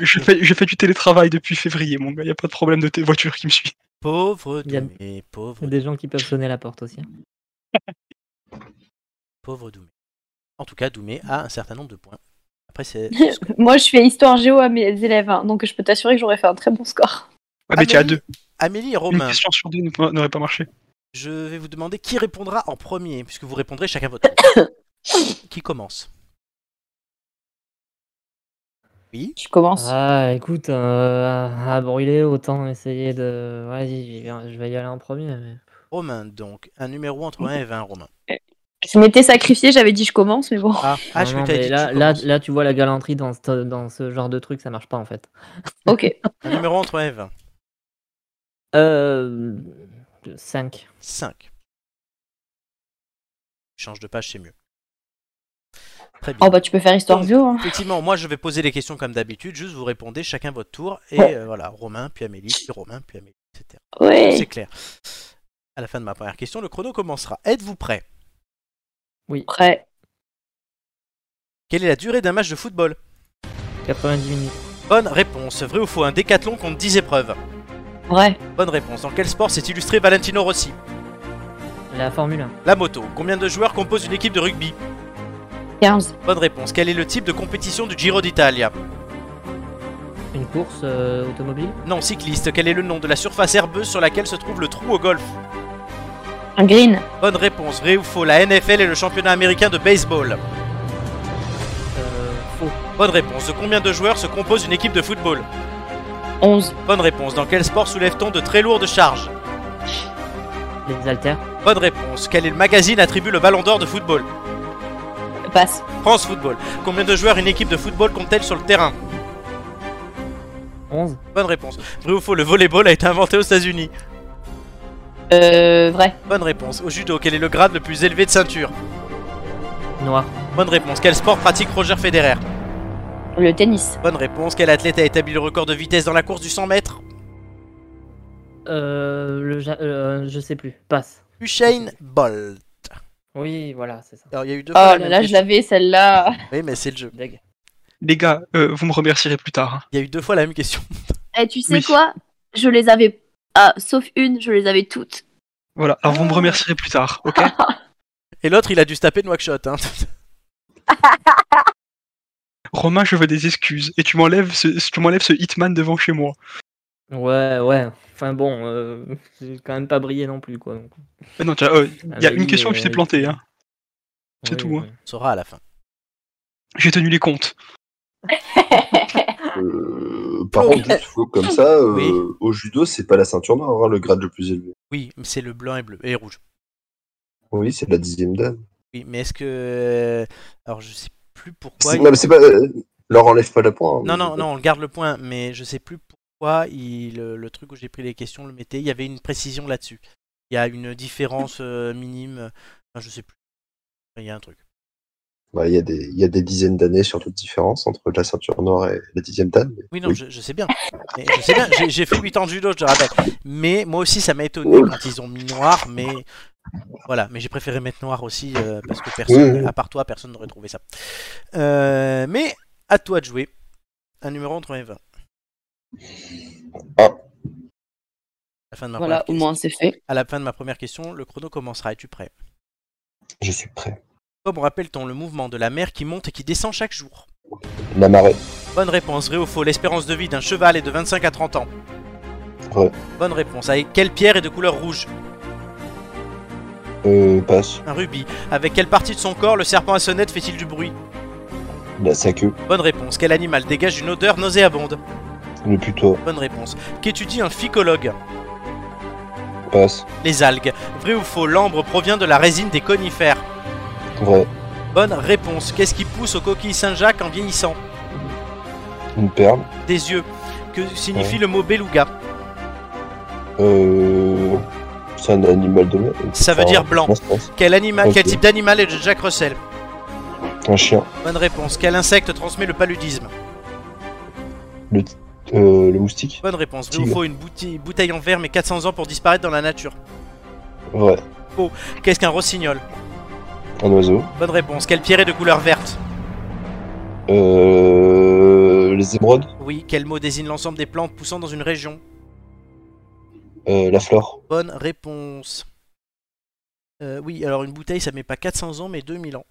Speaker 3: je, fais, je fais du télétravail depuis février, mon gars. Y a pas de problème de tes voitures qui me suit.
Speaker 1: Pauvre
Speaker 2: Il y a-
Speaker 1: Doumé, pauvre
Speaker 2: Il y a des gens qui peuvent sonner la porte aussi.
Speaker 1: Pauvre Doumé. En tout cas, Doumé a un certain nombre de points. Après, c'est.
Speaker 5: Moi, je fais histoire géo à mes élèves, hein, donc je peux t'assurer que j'aurais fait un très bon score.
Speaker 3: Ah, mais t'es à
Speaker 1: Amélie-
Speaker 3: deux.
Speaker 1: Amélie et
Speaker 3: Une
Speaker 1: Romain,
Speaker 3: question sur deux ne- n'aurait pas marché.
Speaker 1: je vais vous demander qui répondra en premier, puisque vous répondrez chacun votre tour. qui commence Oui
Speaker 5: Je commence.
Speaker 2: Ah, écoute, euh, à brûler, autant essayer de. Vas-y, j'y vais- je vais y aller en premier. mais-
Speaker 1: Romain, donc. Un numéro entre 1 et 20, Romain.
Speaker 5: Je m'étais sacrifié, j'avais dit je commence, mais bon.
Speaker 1: Ah, ah, je
Speaker 2: Non, non,
Speaker 1: croyais que t'avais
Speaker 2: mais
Speaker 1: dit
Speaker 2: là,
Speaker 1: tu
Speaker 2: là,
Speaker 1: commences.
Speaker 2: là, tu vois la galanterie dans ce, dans ce genre de truc, ça marche pas en fait.
Speaker 5: Ok.
Speaker 1: Un numéro entre Eve.
Speaker 2: Euh, 5.
Speaker 1: 5. Change de page, c'est mieux. Très bien.
Speaker 5: Oh bah tu peux faire histoire
Speaker 1: Donc,
Speaker 5: bio. hein.
Speaker 1: Effectivement, moi je vais poser les questions comme d'habitude, juste vous répondez chacun votre tour, et
Speaker 5: Ouais.
Speaker 1: euh, voilà, Romain, puis Amélie, puis Romain, puis Amélie, etc. C'est
Speaker 5: Ouais.
Speaker 1: clair. À la fin de ma première question, le chrono commencera. Êtes-vous prêt
Speaker 5: Prêt.
Speaker 1: Quelle est la durée d'un match de football
Speaker 2: 90 minutes.
Speaker 1: Bonne réponse. Vrai ou faux Un décathlon compte 10 épreuves.
Speaker 5: Vrai.
Speaker 1: Bonne réponse. Dans quel sport s'est illustré Valentino Rossi
Speaker 2: La Formule 1.
Speaker 1: La moto. Combien de joueurs composent une équipe de rugby
Speaker 5: 15.
Speaker 1: Bonne réponse. Quel est le type de compétition du Giro d'Italia
Speaker 2: Une course euh, automobile.
Speaker 1: Non, cycliste. Quel est le nom de la surface herbeuse sur laquelle se trouve le trou au golf
Speaker 5: Un green.
Speaker 1: Bonne réponse. Vrai ou faux La NFL est le championnat américain de baseball.
Speaker 2: Euh, faux.
Speaker 1: Bonne réponse. De combien de joueurs se compose une équipe de football
Speaker 5: 11.
Speaker 1: Bonne réponse. Dans quel sport soulève-t-on de très lourdes charges
Speaker 2: Les haltères.
Speaker 1: Bonne réponse. Quel est le magazine attribue le ballon d'or de football
Speaker 5: Passe.
Speaker 1: France Football. Combien de joueurs une équipe de football compte-t-elle sur le terrain
Speaker 2: 11.
Speaker 1: Bonne réponse. Vrai ou faux, le volleyball a été inventé aux États-Unis
Speaker 5: Euh, vrai.
Speaker 1: Bonne réponse. Au judo, quel est le grade le plus élevé de ceinture
Speaker 2: Noir.
Speaker 1: Bonne réponse. Quel sport pratique Roger Federer
Speaker 5: Le tennis.
Speaker 1: Bonne réponse. Quel athlète a établi le record de vitesse dans la course du 100 mètres
Speaker 2: Euh, le ja- euh, je sais plus. Passe.
Speaker 1: Usain Bolt.
Speaker 2: Oui, voilà, c'est ça.
Speaker 1: Alors il y a eu deux.
Speaker 5: Oh là là, je l'avais celle-là.
Speaker 1: Oui, mais c'est le jeu.
Speaker 2: Blague.
Speaker 3: Les gars, euh, vous me remercierez plus tard. hein.
Speaker 1: Il y a eu deux fois la même question.
Speaker 10: Eh, tu sais
Speaker 3: Oui.
Speaker 10: quoi Je les avais. Ah, sauf une, je les avais toutes.
Speaker 3: Voilà, alors
Speaker 1: Ah.
Speaker 3: vous me remercierez plus tard, ok
Speaker 1: Et l'autre, il a dû se taper de Wackshot. Hein.
Speaker 3: Romain, je veux des excuses et tu m'enlèves ce, tu m'enlèves ce Hitman devant chez moi.
Speaker 2: Ouais, ouais. Enfin bon, euh, j'ai quand même pas brillé non plus, quoi. donc.
Speaker 3: Mais non, tiens, euh, il y a
Speaker 2: Amélie,
Speaker 3: une question où tu
Speaker 2: euh,
Speaker 3: t'es planté, hein. C'est
Speaker 2: oui,
Speaker 3: tout, hein.
Speaker 2: oui.
Speaker 1: On saura à la fin.
Speaker 3: J'ai tenu les comptes.
Speaker 4: Euh, par contre, juste faut comme ça, euh,
Speaker 1: Oui.
Speaker 4: au judo, c'est pas la ceinture noire, hein, le grade le plus élevé.
Speaker 1: Oui, mais c'est le blanc et bleu et rouge.
Speaker 4: Oui, c'est la dixième dame.
Speaker 1: Oui, mais est-ce que euh, alors je sais plus pourquoi.
Speaker 4: C'est-
Speaker 1: il-
Speaker 4: Non, mais c'est pas. euh, leur enlève pas hein, la pointe.
Speaker 1: Non, non, non, on garde le point, mais je sais plus pourquoi il, le, le truc où j'ai pris les questions le mettait. Il y avait une précision là-dessus. Il y a une différence euh, minime. euh, Enfin, je sais plus. Il y a un truc.
Speaker 4: Bah, Il y, a des- il y a des dizaines d'années sur toute différence entre la ceinture noire et la dixième dame. mais
Speaker 1: Oui, non,
Speaker 4: oui.
Speaker 1: je, je sais bien. Mais je sais bien. J'ai, j'ai fait 8 ans de judo, je te rappelle. Mais moi aussi, ça m'a étonné quand ils ont mis noir, mais. Voilà, mais j'ai préféré mettre noir aussi, euh, parce que personne,
Speaker 4: Oui.
Speaker 1: à part toi, personne n'aurait trouvé ça. Euh, mais à toi de jouer. Un numéro entre 1 et 20.
Speaker 4: Ah.
Speaker 1: La fin de ma
Speaker 5: Voilà,
Speaker 1: première
Speaker 5: au moins c'est fait.
Speaker 1: À la fin de ma première question, le chrono commencera. Es-tu prêt
Speaker 4: Je suis prêt.
Speaker 1: Comment rappelle-t-on le mouvement de la mer qui monte et qui descend chaque jour
Speaker 4: La marée.
Speaker 1: Bonne réponse, vrai ou faux L'espérance de vie d'un cheval est de 25 à 30 ans.
Speaker 4: Vrai.
Speaker 1: Bonne réponse. Avec quelle pierre est de couleur rouge
Speaker 4: Euh, passe.
Speaker 1: Un rubis. Avec quelle partie de son corps le serpent à sonnette fait-il du bruit
Speaker 4: La, sa queue.
Speaker 1: Bonne réponse. Quel animal dégage une odeur nauséabonde
Speaker 4: Le putois.
Speaker 1: Bonne réponse. Qu'étudie un phycologue
Speaker 4: Passe.
Speaker 1: Les algues. Vrai ou faux L'ambre provient de la résine des conifères.
Speaker 4: Vrai.
Speaker 1: Bonne réponse. Qu'est-ce qui pousse aux coquilles Saint-Jacques en vieillissant
Speaker 4: Une perle.
Speaker 1: Des yeux. Que signifie le mot beluga
Speaker 4: Euh, c'est un animal de mer.
Speaker 1: Ça veut dire blanc.
Speaker 4: non, je pense.
Speaker 1: Quel animal, quel
Speaker 4: Ok.
Speaker 1: type d'animal est de Jack Russell
Speaker 4: Un chien.
Speaker 1: Bonne réponse. Quel insecte transmet le paludisme
Speaker 4: Le, t- euh, le moustique.
Speaker 1: Bonne réponse. Vrai ou
Speaker 4: Tigre.
Speaker 1: faux Une bouti- bouteille en verre mais 400 ans pour disparaître dans la nature.
Speaker 4: Vrai.
Speaker 1: Qu'est-ce qu'un rossignol
Speaker 4: Un oiseau.
Speaker 1: Bonne réponse. Quelle pierre est de couleur verte
Speaker 4: Euh, les émeraudes.
Speaker 1: Oui, quel mot désigne l'ensemble des plantes poussant dans une région
Speaker 4: Euh, la flore.
Speaker 1: Bonne réponse. Euh, oui, alors une bouteille, ça met pas 400 ans, mais 2000 ans.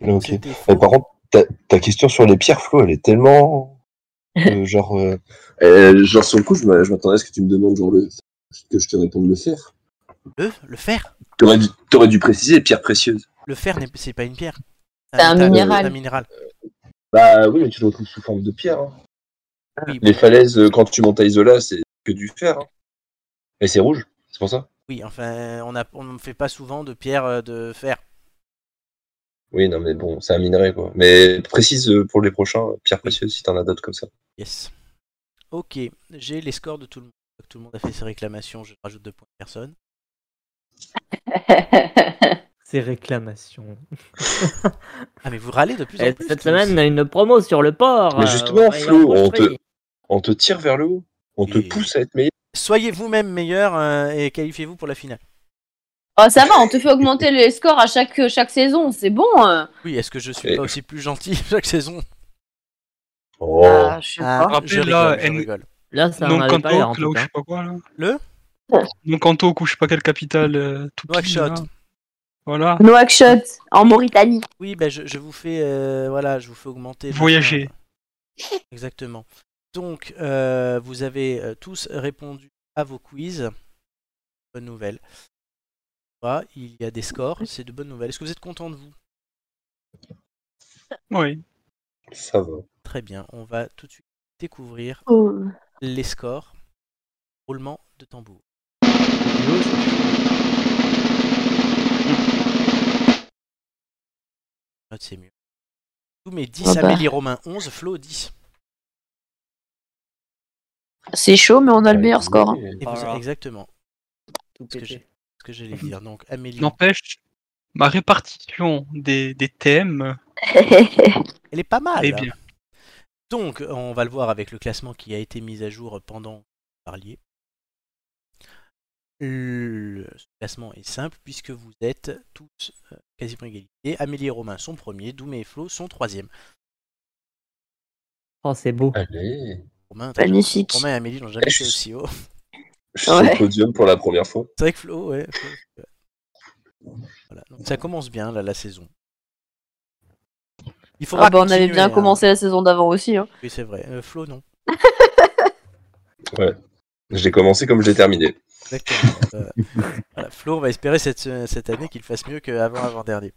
Speaker 4: Ok.
Speaker 1: C'était
Speaker 4: Mais
Speaker 1: faux.
Speaker 4: par contre, ta, ta question sur les pierres, Flo, elle est tellement. euh, genre. euh, euh, genre, sur le coup, je m'a- je m'attendais à ce que tu me demandes genre, le, que je te réponde le fer.
Speaker 1: Le, le fer
Speaker 4: T'aurais dû, t'aurais dû préciser pierres précieuses.
Speaker 1: Le fer, n'est- c'est pas une pierre.
Speaker 5: C'est un
Speaker 1: métal-
Speaker 5: minéral.
Speaker 1: Un minéral.
Speaker 4: Bah oui, mais tu le retrouves sous forme de pierre. hein.
Speaker 1: Oui,
Speaker 4: Les
Speaker 1: bon,
Speaker 4: falaises, euh, quand tu montes à Isola, c'est que du fer. hein. Et c'est rouge, c'est pour ça.
Speaker 1: oui, enfin, on ne on ne fait pas souvent de pierre euh, de fer.
Speaker 4: Oui, non, mais bon, c'est un minerai, quoi. Mais précise euh, pour les prochains, pierre précieuse, si t'en as d'autres comme ça.
Speaker 1: Yes. Ok, j'ai les scores de tout le monde. Tout le monde a fait ses réclamations, je rajoute deux points à personne.
Speaker 2: Ces réclamations.
Speaker 1: Ah mais vous râlez de plus en
Speaker 2: Et
Speaker 1: plus.
Speaker 2: Euh, cette
Speaker 1: tous.
Speaker 2: semaine, on a une promo sur le port.
Speaker 4: Mais
Speaker 2: euh,
Speaker 4: justement,
Speaker 2: et
Speaker 4: Flo, on te-
Speaker 2: boucherie.
Speaker 4: On te tire vers le haut. On te
Speaker 1: Et-
Speaker 4: pousse à être meilleur.
Speaker 1: Soyez vous-même meilleur euh, et qualifiez-vous pour la finale.
Speaker 5: Oh, ça va, on te fait augmenter les scores à chaque, chaque saison, c'est bon. euh.
Speaker 1: Oui, est-ce que je suis
Speaker 4: Et-
Speaker 1: pas aussi plus gentil chaque saison
Speaker 4: Oh.
Speaker 5: Ah, je sais pas.
Speaker 1: je
Speaker 3: Rappelez,
Speaker 1: rigole,
Speaker 3: là,
Speaker 1: je
Speaker 3: N-
Speaker 1: rigole.
Speaker 2: Là, ça
Speaker 3: non
Speaker 2: n'en avait
Speaker 3: canto,
Speaker 2: pas l'air en
Speaker 3: là
Speaker 2: tout
Speaker 3: où je
Speaker 2: cas.
Speaker 3: sais pas quoi là.
Speaker 1: Le
Speaker 3: Non canto, ou je sais pas quelle capitale. euh, tout
Speaker 1: Black
Speaker 3: petit,
Speaker 1: Shot.
Speaker 3: là. Voilà.
Speaker 5: Nouakchott, en Mauritanie.
Speaker 1: Oui, ben je, je vous fais, euh, voilà, je vous fais augmenter.
Speaker 3: Voyager.
Speaker 1: Exactement. Donc, euh, vous avez euh, tous répondu à vos quiz. Bonne nouvelle. Voilà, il y a des scores, c'est de bonnes nouvelles. Est-ce que vous êtes content de vous
Speaker 3: Oui.
Speaker 4: Ça va.
Speaker 1: Très bien, on va tout de suite découvrir
Speaker 5: Oh.
Speaker 1: les scores. Roulement de tambour. Note, Ah, c'est mieux. Tous mes 10,
Speaker 5: Ah bah.
Speaker 1: Amélie Romain 11, Flo 10.
Speaker 5: C'est chaud, mais on a le meilleur
Speaker 4: Ouais,
Speaker 5: score. hein.
Speaker 4: ouais.
Speaker 1: Et vous-
Speaker 2: Voilà.
Speaker 1: exactement,
Speaker 2: Tout
Speaker 1: ce que
Speaker 2: pété.
Speaker 1: j'ai- ce que j'allais dire. Donc, Amélie,
Speaker 3: N'empêche, ma répartition des, des thèmes
Speaker 1: elle est pas mal. hein.
Speaker 3: est bien.
Speaker 1: Donc, on va le voir avec le classement qui a été mis à jour pendant que vous parliez. Le ce classement est simple puisque vous êtes tous euh, quasiment égalité. Amélie et Romain sont premiers, Doumé et Flo sont troisième.
Speaker 2: Oh, c'est beau.
Speaker 4: Allez.
Speaker 1: Romain, très
Speaker 5: Magnifique.
Speaker 1: gentil. Romain et Amélie n'ont jamais été aussi haut.
Speaker 4: Je suis sur
Speaker 5: Ouais.
Speaker 4: le podium pour la première fois.
Speaker 1: C'est vrai que Flo, ouais. Flo, ouais. Voilà. Donc ça commence bien là, la saison. Il faudra
Speaker 5: Ah bah, on avait
Speaker 1: continuer,
Speaker 5: bien
Speaker 1: hein.
Speaker 5: commencé la saison d'avant aussi. hein.
Speaker 1: Oui, c'est vrai. Euh, Flo, non.
Speaker 4: J'ai commencé comme j'ai terminé.
Speaker 1: Exactement. Euh, voilà. Flo, on va espérer cette, euh, cette année qu'il fasse mieux qu'avant avant-dernier.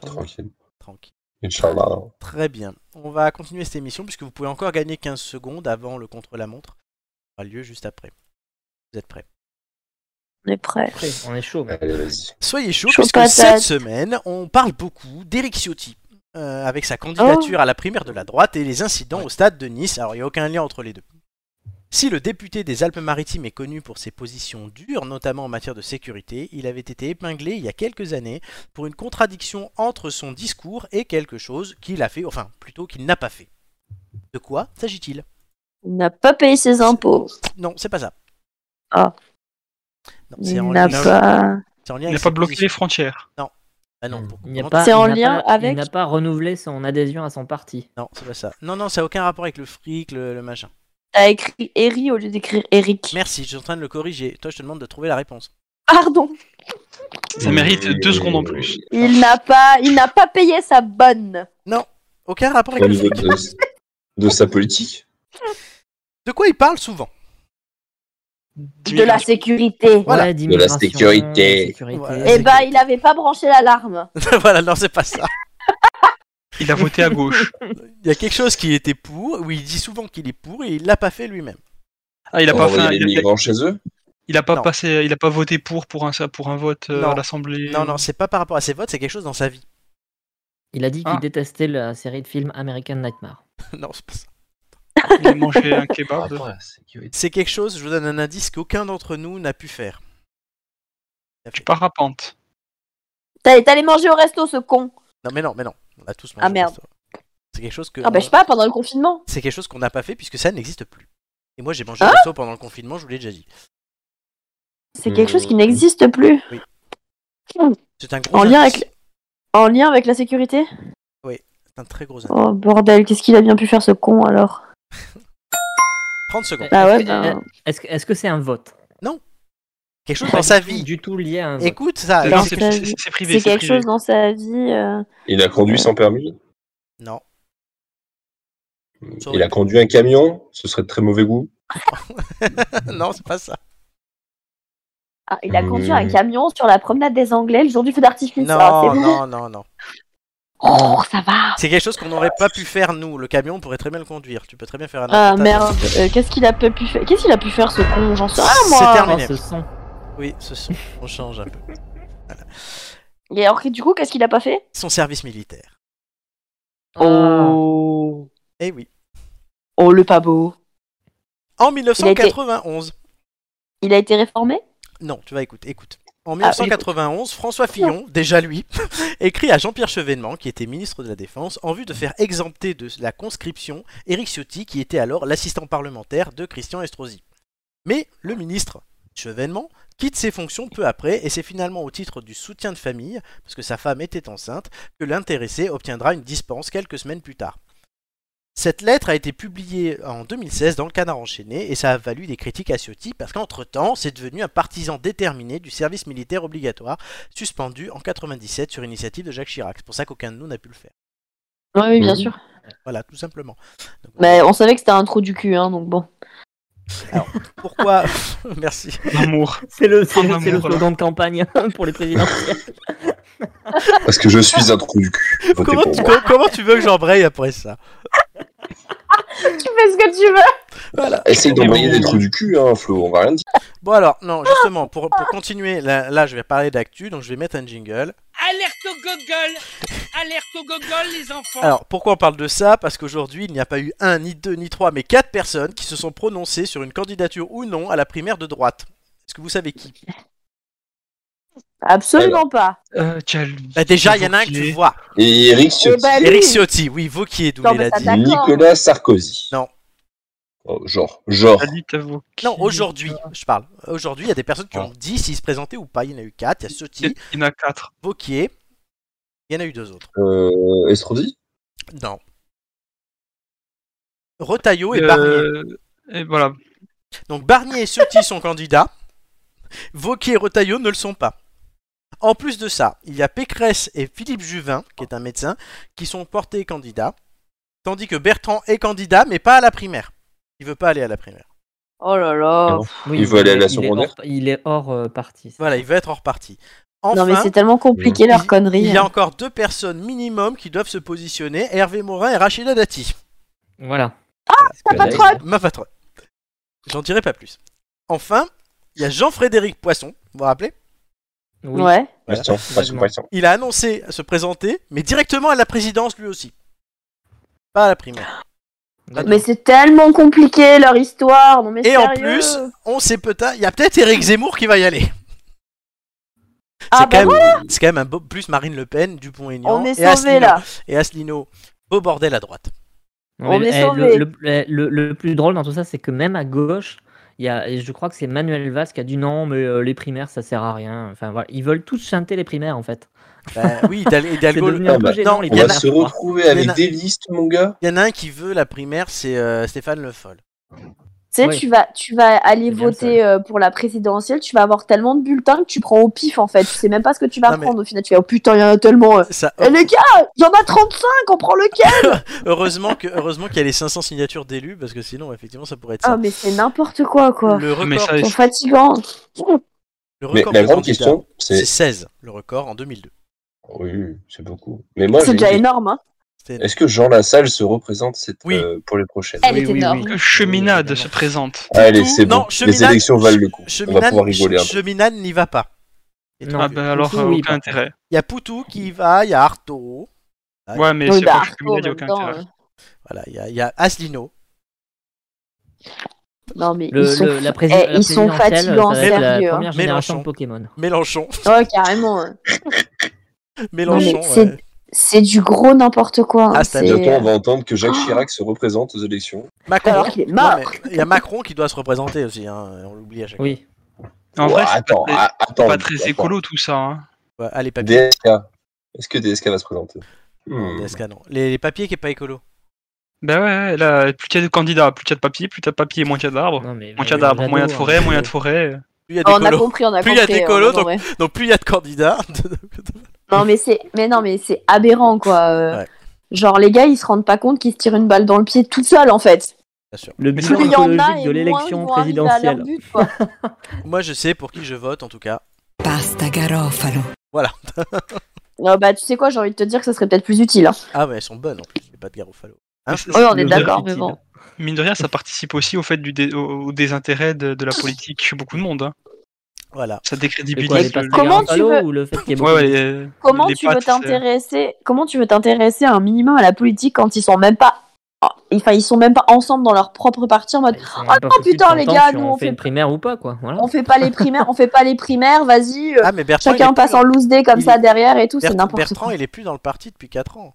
Speaker 4: Tranquille.
Speaker 1: Tranquille.
Speaker 4: Inch'Allah.
Speaker 1: Très bien. On va continuer cette émission puisque vous pouvez encore gagner 15 secondes avant le contre-la-montre. Ça aura lieu juste après. Vous êtes prêts
Speaker 5: On est prêt.
Speaker 2: Après, on est chaud. mais-
Speaker 4: Allez, vas-y.
Speaker 1: Soyez chaud
Speaker 5: Chaud
Speaker 1: puisque
Speaker 5: patate.
Speaker 1: cette semaine, on parle beaucoup d'Éric Ciotti. euh, avec sa
Speaker 5: Oh.
Speaker 1: candidature à la primaire de la droite et les incidents au stade de Nice. Alors, il n'y a aucun lien entre les deux. Si le député des Alpes-Maritimes est connu pour ses positions dures, notamment en matière de sécurité, il avait été épinglé il y a quelques années pour une contradiction entre son discours et quelque chose qu'il a fait, enfin, plutôt qu'il n'a pas fait. De quoi s'agit-il
Speaker 5: On n'a pas payé ses impôts.
Speaker 1: Non, c'est pas ça.
Speaker 5: Ah.
Speaker 1: Non, c'est
Speaker 5: On
Speaker 1: en,
Speaker 5: n'a
Speaker 1: lien-
Speaker 5: pas.
Speaker 1: c'est en lien
Speaker 3: Il
Speaker 1: avec
Speaker 3: n'a pas
Speaker 1: ses
Speaker 3: bloqué les
Speaker 1: positions.
Speaker 3: frontières.
Speaker 1: Ah non,
Speaker 2: Il n'y a
Speaker 1: comment-
Speaker 2: pas-
Speaker 5: C'est
Speaker 2: il
Speaker 5: en
Speaker 2: n'a
Speaker 5: lien
Speaker 2: pas-
Speaker 5: avec-
Speaker 2: Il n'a pas renouvelé son adhésion à son parti.
Speaker 1: Non, c'est pas ça. Non, non, ça n'a aucun rapport avec le fric, le, le machin.
Speaker 5: T'as écrit Eri au lieu d'écrire Eric.
Speaker 1: Merci, je suis en train de le corriger. Toi, je te demande de trouver la réponse.
Speaker 5: Pardon.
Speaker 3: Ça mérite deux secondes en plus.
Speaker 5: Il n'a pas, il n'a pas payé sa bonne.
Speaker 1: Aucun rapport avec
Speaker 4: Au
Speaker 1: le
Speaker 4: niveau
Speaker 1: fric.
Speaker 4: de, de sa politique.
Speaker 1: De quoi il parle souvent
Speaker 5: De la sécurité.
Speaker 1: Voilà.
Speaker 2: Ouais, d'immigration,
Speaker 4: sécurité.
Speaker 2: de sécurité.
Speaker 1: Voilà.
Speaker 5: Eh ben, il avait pas branché l'alarme.
Speaker 1: Voilà, non, c'est pas ça.
Speaker 3: Il a voté à gauche.
Speaker 1: Il y a quelque chose qu'il était pour, où il dit souvent qu'il est pour et il l'a pas fait lui-même.
Speaker 3: Ah, il a
Speaker 4: On
Speaker 3: pas
Speaker 4: envoie
Speaker 3: fait.
Speaker 4: les
Speaker 3: Il a,
Speaker 4: migrants chez eux.
Speaker 3: il a pas
Speaker 1: Non.
Speaker 3: passé. Il a pas voté pour pour un pour un vote euh,
Speaker 1: Non.
Speaker 3: à l'Assemblée.
Speaker 1: Non, non, c'est pas par rapport à ses votes, c'est quelque chose dans sa vie.
Speaker 2: Il a dit qu'il
Speaker 3: Ah.
Speaker 2: détestait la série de films American Nightmare.
Speaker 1: non, c'est pas ça.
Speaker 3: Il a mangé un kebab.
Speaker 1: C'est quelque chose, je vous donne un indice qu'aucun d'entre nous n'a pu faire.
Speaker 3: Du parapente.
Speaker 5: T'as- T'es allé manger au resto, ce con.
Speaker 1: Non, mais non, mais non. On a tous mangé.
Speaker 5: Ah,
Speaker 1: au
Speaker 5: merde.
Speaker 1: restaurant. C'est quelque chose que.
Speaker 5: Ah bah, je sais pas, pendant le confinement.
Speaker 1: C'est quelque chose qu'on n'a pas fait puisque ça n'existe plus. Et moi, j'ai mangé au
Speaker 5: Hein
Speaker 1: resto pendant le confinement, je vous l'ai déjà dit.
Speaker 5: C'est quelque chose qui n'existe plus.
Speaker 1: C'est un gros
Speaker 5: En lien
Speaker 1: indice.
Speaker 5: avec, en lien avec la sécurité.
Speaker 1: C'est un très gros indice.
Speaker 5: Oh bordel, qu'est-ce qu'il a bien pu faire, ce con alors
Speaker 1: 30 secondes.
Speaker 5: Ah ouais,
Speaker 2: Est-ce que-
Speaker 5: ben-
Speaker 2: Est-ce que est-ce que c'est un vote
Speaker 1: Quelque chose dans sa
Speaker 2: Pas du tout-
Speaker 1: vie.
Speaker 2: Du tout lié à un vote.
Speaker 1: Écoute ça.
Speaker 3: Non,
Speaker 1: Ah, c'est-
Speaker 3: c'est
Speaker 5: pas-
Speaker 3: c'est- c'est privé.
Speaker 5: C'est
Speaker 3: C'est
Speaker 5: quelque
Speaker 3: privé.
Speaker 5: chose dans sa vie. euh,
Speaker 4: Il a conduit sans permis.
Speaker 1: Non.
Speaker 4: Il a conduit un camion. Ce serait de très mauvais goût.
Speaker 1: non, c'est pas ça.
Speaker 5: Ah, il a conduit
Speaker 4: Hmm.
Speaker 5: un camion sur la promenade des Anglais le jour du feu d'artifice. Ah,
Speaker 1: Non,
Speaker 5: c'est
Speaker 1: non,
Speaker 5: bon.
Speaker 1: non, non.
Speaker 5: Oh, ça va.
Speaker 1: C'est quelque chose qu'on n'aurait pas pu faire nous. Le camion on pourrait très bien le conduire. Tu peux très bien faire un.
Speaker 5: Ah
Speaker 1: attentat.
Speaker 5: merde, Euh, qu'est-ce qu'il a peu pu faire Qu'est-ce qu'il a pu faire ce con J'en sais rien
Speaker 1: C'est
Speaker 5: moi.
Speaker 1: terminé.
Speaker 2: Oh, ce son.
Speaker 1: Oui, ce son. On change un peu. Voilà.
Speaker 5: Et alors, que, du coup, qu'est-ce qu'il a pas fait
Speaker 1: Son service militaire.
Speaker 5: Oh.
Speaker 1: Eh oui.
Speaker 5: Oh, le pas beau.
Speaker 1: En
Speaker 5: a été-
Speaker 1: 1991.
Speaker 5: Il a été réformé
Speaker 1: Non, tu vas écouter, écoute. En
Speaker 5: Ah,
Speaker 1: 1991, François Fillon, déjà lui, écrit à Jean-Pierre Chevènement, qui était ministre de la Défense, en vue de faire exempter de la conscription Éric Ciotti, qui était alors l'assistant parlementaire de Christian Estrosi. Mais le ministre Chevènement quitte ses fonctions peu après, et c'est finalement au titre du soutien de famille, parce que sa femme était enceinte, que l'intéressé obtiendra une dispense quelques semaines plus tard. Cette lettre a été publiée en 2016 dans le Canard enchaîné et ça a valu des critiques à Ciotti parce qu'entre-temps, c'est devenu un partisan déterminé du service militaire obligatoire, suspendu en 97 sur initiative de Jacques Chirac. C'est pour ça qu'aucun de nous n'a pu le faire.
Speaker 5: Ouais, Oui, bien
Speaker 4: Mhm.
Speaker 5: sûr.
Speaker 1: Voilà, tout simplement. Donc,
Speaker 5: Mais on savait que c'était un trou du cul, hein, donc bon.
Speaker 1: Pourquoi Merci.
Speaker 3: L'amour.
Speaker 2: C'est le, c'est le-
Speaker 3: Ah,
Speaker 2: c'est le
Speaker 3: amour.
Speaker 2: slogan de campagne pour les présidentielles.
Speaker 4: Parce que je suis un trou du cul. Votez
Speaker 1: Comment
Speaker 4: pour
Speaker 1: tu,
Speaker 4: moi.
Speaker 1: comment tu veux que j'embraye après ça
Speaker 5: Tu fais ce que tu veux
Speaker 4: Essaye d'envoyer des trous du cul, hein, Flo, on va rien dire.
Speaker 1: Bon alors, non, justement, pour, pour continuer, là, là, je vais parler d'actu, donc je vais mettre un jingle.
Speaker 6: Alerte au gogol Alerte au gogol, les enfants
Speaker 1: Alors, pourquoi on parle de ça Parce qu'aujourd'hui, il n'y a pas eu un, ni deux, ni trois, mais quatre personnes qui se sont prononcées sur une candidature ou non à la primaire de droite. Est-ce que vous savez qui
Speaker 5: Bah, Absolument pas.
Speaker 3: Euh,
Speaker 1: Bah déjà, il y en a un que tu vois.
Speaker 4: Et Eric
Speaker 5: Eh
Speaker 4: Ciotti.
Speaker 5: ben, lui.
Speaker 1: Eric Ciotti, oui, Vauquier, d'où
Speaker 5: Non,
Speaker 1: il
Speaker 5: mais
Speaker 1: a
Speaker 5: ça
Speaker 1: dit.
Speaker 5: date. d'accord.
Speaker 4: Nicolas Sarkozy.
Speaker 1: Non.
Speaker 4: Oh, genre, genre.
Speaker 1: Non, aujourd'hui, je parle. Aujourd'hui, il y a des personnes qui ont dit s'ils se présentaient ou pas. Il y en a eu quatre. Il y a
Speaker 3: Il
Speaker 1: Ciotti,
Speaker 3: y en a quatre.
Speaker 1: Vauquier. Il y en a eu deux autres.
Speaker 4: Euh, Estrosi
Speaker 1: Non. Retailleau et Barnier.
Speaker 3: Euh, et voilà.
Speaker 1: Donc Barnier et Ciotti sont candidats. Vauquier et Retailleau ne le sont pas. En plus de ça, il y a Pécresse et Philippe Juvin, qui est un médecin, qui sont portés candidats. Tandis que Bertrand est candidat, mais pas à la primaire. Il veut pas aller à la primaire.
Speaker 5: Oh là là.
Speaker 4: Ah, Non.
Speaker 2: Oui,
Speaker 4: Il veut aller à la
Speaker 2: est- il est hors-
Speaker 4: secondaire
Speaker 2: Il est hors euh, parti.
Speaker 1: Voilà, il veut être hors parti. Enfin,
Speaker 5: non, mais c'est tellement compliqué leur
Speaker 1: il-
Speaker 5: connerie. hein.
Speaker 1: il y a encore deux personnes minimum qui doivent se positionner, Hervé Morin et Rachida Dati.
Speaker 2: Voilà.
Speaker 5: ta
Speaker 2: Parce que là,
Speaker 5: patronne
Speaker 1: Ma patronne. J'en dirai pas plus. Enfin, il y a Jean-Frédéric Poisson, vous vous rappelez
Speaker 2: il- oui.
Speaker 5: Ouais.
Speaker 2: Voilà.
Speaker 4: Patient, patient,
Speaker 2: Vaguement.
Speaker 4: patient.
Speaker 1: Il a annoncé se présenter, mais directement à la présidence lui aussi. Pas à la primaire.
Speaker 2: D'accord.
Speaker 5: Mais c'est tellement compliqué leur histoire. Non, mais
Speaker 1: Et en
Speaker 5: sérieux.
Speaker 1: plus, on sait peut-être, il y a peut-être Éric Zemmour qui va y aller.
Speaker 5: Ah,
Speaker 1: c'est
Speaker 5: bah
Speaker 1: quand, même- c'est quand même un beau plus Marine Le Pen, Dupont-Aignan
Speaker 5: on est
Speaker 1: et
Speaker 5: sauvés
Speaker 1: Asselineau,
Speaker 5: là.
Speaker 1: et Asselineau. Beau bordel à droite.
Speaker 2: Non,
Speaker 5: On
Speaker 2: mais eh,
Speaker 5: est
Speaker 2: le-
Speaker 5: sauvés.
Speaker 2: le, le- le- le plus drôle dans tout ça, c'est que même à gauche, il y a, et je crois que c'est Manuel Valls qui a dit non, mais euh, les primaires, ça sert à rien. Enfin, voilà. Ils veulent tous chanter les primaires, en fait.
Speaker 1: Bah oui, Hidal-
Speaker 2: C'est
Speaker 1: Hidalgo.
Speaker 2: devenu un
Speaker 4: Ah
Speaker 2: peu
Speaker 4: bah,
Speaker 2: gênant,
Speaker 1: non,
Speaker 2: les
Speaker 1: il
Speaker 4: On
Speaker 1: y en
Speaker 4: va
Speaker 1: a-
Speaker 2: primaires.
Speaker 4: se
Speaker 2: je crois.
Speaker 4: retrouver
Speaker 1: Il y en
Speaker 4: avec
Speaker 1: a-
Speaker 4: des listes, mon gars.
Speaker 1: Il y en a un qui veut la primaire, c'est euh, Stéphane Le Foll.
Speaker 5: Tu sais,
Speaker 2: Ouais.
Speaker 5: tu vas, tu vas
Speaker 2: C'est
Speaker 5: aller
Speaker 2: bien
Speaker 5: voter euh, pour la présidentielle, tu vas avoir tellement de bulletins que tu prends au pif en fait. Tu sais même pas ce que tu vas
Speaker 1: Non, mais- Oh.
Speaker 5: prendre au final. Tu vas, oh putain, il y en a tellement. euh.
Speaker 1: Ça,
Speaker 5: Eh, les gars, il y en a 35, on prend lequel
Speaker 1: heureusement que heureusement qu'il y a les 500 signatures d'élus parce que sinon effectivement ça pourrait être
Speaker 5: Ah,
Speaker 1: ça.
Speaker 5: mais c'est n'importe quoi quoi.
Speaker 1: le
Speaker 3: Mais
Speaker 1: record,
Speaker 3: ça,
Speaker 5: Ils sont fatigants.
Speaker 1: le
Speaker 4: Mais
Speaker 1: record
Speaker 4: la
Speaker 1: de
Speaker 4: grande
Speaker 1: candidats,
Speaker 4: question, c'est.
Speaker 1: c'est 16 le record en 2002.
Speaker 4: Oui, c'est beaucoup. Mais moi, j'ai
Speaker 5: C'est déjà
Speaker 4: une-
Speaker 5: énorme. Hein.
Speaker 1: C'était-
Speaker 4: Est-ce que Jean Lassalle se représente cette,
Speaker 1: Oui.
Speaker 4: euh, pour les prochaines
Speaker 5: Elle est
Speaker 2: Oui, oui,
Speaker 5: énorme.
Speaker 2: oui.
Speaker 3: Que Cheminade
Speaker 2: Oui,
Speaker 3: se présente.
Speaker 4: Allez, c'est
Speaker 1: Non,
Speaker 4: bon. Les
Speaker 1: Cheminade-
Speaker 4: élections valent le coup. On va
Speaker 1: Cheminade,
Speaker 4: pouvoir rigoler un peu.
Speaker 1: Cheminade n'y va pas. Et
Speaker 2: Non. ben.
Speaker 1: tant
Speaker 3: Ah
Speaker 1: mieux.
Speaker 3: bah alors,
Speaker 2: Oui,
Speaker 3: euh,
Speaker 2: oui,
Speaker 3: aucun
Speaker 2: par
Speaker 3: intérêt.
Speaker 1: Il y a Poutou qui y va, il y a Arto, Ouais.
Speaker 3: Ouais, mais
Speaker 5: Oui,
Speaker 3: c'est
Speaker 5: bah,
Speaker 3: pas que
Speaker 5: Arco,
Speaker 3: Cheminade, il y a
Speaker 5: en
Speaker 3: aucun
Speaker 5: même temps,
Speaker 3: intérêt.
Speaker 5: euh,
Speaker 1: voilà, il y a, il y a Asselineau.
Speaker 5: Non mais
Speaker 2: Le-
Speaker 5: ils sont,
Speaker 2: le- la pré-
Speaker 5: eh,
Speaker 2: la
Speaker 5: ils sont
Speaker 2: présidentielle,
Speaker 5: fatigants,
Speaker 2: ça va être
Speaker 5: sérieux,
Speaker 2: La
Speaker 5: hein.
Speaker 2: première génération
Speaker 1: Mélenchon.
Speaker 2: de Pokémon.
Speaker 1: Mélenchon,
Speaker 5: ouais, carrément. hein.
Speaker 1: Mélenchon.
Speaker 5: c'est-
Speaker 1: ouais.
Speaker 5: C'est du gros n'importe quoi. hein.
Speaker 1: Ah, c'est
Speaker 5: C'est,
Speaker 4: Bientôt,
Speaker 5: euh,
Speaker 4: on va entendre que Jacques Chirac se représente aux élections.
Speaker 1: Macron.
Speaker 5: alors qu'il est mort.
Speaker 1: Ouais, mais Il y a Macron qui doit se représenter aussi, hein, on l'oublie à chaque fois.
Speaker 2: Oui.
Speaker 3: En
Speaker 4: Oh,
Speaker 3: vrai, c'est
Speaker 4: attends,
Speaker 3: pas très,
Speaker 4: a- attends.
Speaker 3: pas très
Speaker 4: attends.
Speaker 3: écolo tout ça. hein.
Speaker 1: Ouais, Ah, les papiers.
Speaker 4: DSK. Est-ce que DSK va se présenter Hmm.
Speaker 1: DSK, non. Les, les papiers qui est pas écolo.
Speaker 3: Bah ouais, là, plus t'as de candidats, plus t'as de papier, plus t'as de papier, moins t'as d'arbres.
Speaker 2: Non, mais,
Speaker 3: Moins t'as
Speaker 2: mais
Speaker 3: d'arbres,
Speaker 2: Jadot,
Speaker 3: moins y a de
Speaker 2: hein,
Speaker 3: forêt, moins y a de
Speaker 2: Jadot.
Speaker 3: forêt.
Speaker 1: Plus il y a des
Speaker 5: Ah, on a
Speaker 1: colos.
Speaker 5: compris, on a
Speaker 1: Plus
Speaker 5: compris.
Speaker 1: il y a des
Speaker 5: euh,
Speaker 1: colos,
Speaker 5: non,
Speaker 1: donc-
Speaker 5: ouais.
Speaker 1: Donc plus il y a de candidats.
Speaker 5: Non mais c'est mais non mais c'est aberrant quoi. euh.
Speaker 1: Ouais.
Speaker 5: Genre les gars ils se rendent pas compte qu'ils se tirent une balle dans le pied tout seuls en fait.
Speaker 2: Le
Speaker 3: Mais
Speaker 5: Plus
Speaker 2: bilan
Speaker 5: il y en
Speaker 2: écologique
Speaker 5: a et
Speaker 2: de
Speaker 5: moins
Speaker 2: l'élection
Speaker 5: ils vont arriver à leur
Speaker 2: présidentielle.
Speaker 5: but, quoi.
Speaker 1: Moi je sais pour qui je vote en tout cas.
Speaker 7: Pasta Garofalo.
Speaker 5: Euh, bah tu sais quoi j'ai envie de te dire que ça serait peut-être plus utile. hein.
Speaker 1: Ah mais elles sont bonnes en plus, les pas de Garofalo. Hein,
Speaker 3: Mais
Speaker 5: Oui on est
Speaker 3: Le-
Speaker 5: d'accord
Speaker 2: le-
Speaker 5: mais bon.
Speaker 3: Mine de rien, ça participe aussi au fait du dé- au, au désintérêt de, de la politique chez beaucoup de monde. hein.
Speaker 1: Voilà.
Speaker 3: Ça
Speaker 2: C'est
Speaker 3: décrédibilise.
Speaker 2: quoi, les
Speaker 3: le-
Speaker 2: pastilles
Speaker 5: Comment
Speaker 2: à
Speaker 5: tu
Speaker 2: Buffalo
Speaker 5: veux-
Speaker 2: ou le fait qu'il y ait
Speaker 3: Ouais,
Speaker 2: beaucoup
Speaker 3: ouais,
Speaker 2: de-
Speaker 3: les-
Speaker 5: Comment
Speaker 3: les
Speaker 5: tu veux
Speaker 3: pattes, c'est-
Speaker 5: t'intéresser Comment tu veux t'intéresser un minimum à la politique quand ils sont même pas enfin ils sont même pas ensemble dans leur propre parti en mode
Speaker 2: Ils sont
Speaker 5: Oh
Speaker 2: pas foutus de
Speaker 5: putain, les
Speaker 2: s'entendre
Speaker 5: gars,
Speaker 2: si
Speaker 5: nous,
Speaker 2: on
Speaker 5: on
Speaker 2: fait une
Speaker 5: fait-
Speaker 2: primaire ou pas quoi. Voilà.
Speaker 5: on fait pas les primaires, on fait pas les primaires, vas-y, euh,
Speaker 1: Ah, mais Bertrand. il
Speaker 5: chacun
Speaker 1: est
Speaker 5: passe
Speaker 1: plus-
Speaker 5: en loose day comme
Speaker 1: il
Speaker 5: ça
Speaker 1: est-
Speaker 5: derrière et tout, c'est
Speaker 1: Bert-
Speaker 5: n'importe
Speaker 1: Bertrand,
Speaker 5: quoi.
Speaker 1: il est plus dans le parti depuis 4 ans.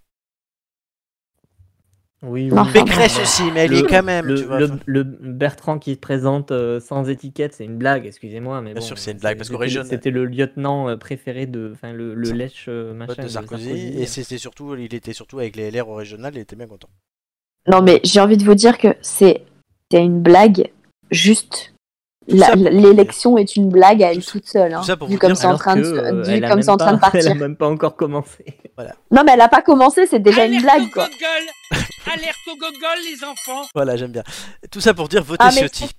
Speaker 2: Oui,
Speaker 5: Non,
Speaker 2: oui.
Speaker 1: Pécresse aussi, Ah mais elle y est
Speaker 2: Le-
Speaker 1: quand même,
Speaker 2: Le,
Speaker 1: tu vois.
Speaker 2: le- le Bertrand qui se présente euh, sans étiquette, c'est une blague, excusez-moi. Mais
Speaker 1: Bien
Speaker 2: bon,
Speaker 1: sûr que c'est une blague, parce qu'au régional-
Speaker 2: C'était le lieutenant euh, préféré de. Enfin, le, le
Speaker 1: Sa-
Speaker 2: lèche euh,
Speaker 1: Vote
Speaker 2: machin.
Speaker 1: de Sarkozy,
Speaker 2: euh.
Speaker 1: et c'était surtout, il était surtout avec les LR au régional, il était bien content.
Speaker 5: Non mais j'ai envie de vous dire que c'est c'est une blague juste
Speaker 1: Tout
Speaker 5: La-
Speaker 1: ça pour
Speaker 5: la-
Speaker 1: vous
Speaker 5: l'élection est une blague à elle
Speaker 1: Tout ça-
Speaker 5: toute seule. hein,
Speaker 1: ça pour
Speaker 5: vu
Speaker 1: vous
Speaker 5: comme
Speaker 1: dire euh,
Speaker 5: c'est en train de, se- vu comme c'est en train de
Speaker 2: euh, Elle a
Speaker 5: partir.
Speaker 2: même pas encore commencé.
Speaker 5: Non mais elle a pas commencé, c'est déjà une
Speaker 6: Alerte
Speaker 5: blague
Speaker 6: au
Speaker 5: quoi.
Speaker 6: gogol Alerte au gogol, les enfants
Speaker 1: Voilà, j'aime bien. Tout ça pour dire, votez
Speaker 5: Ah, mais
Speaker 1: Ciotti.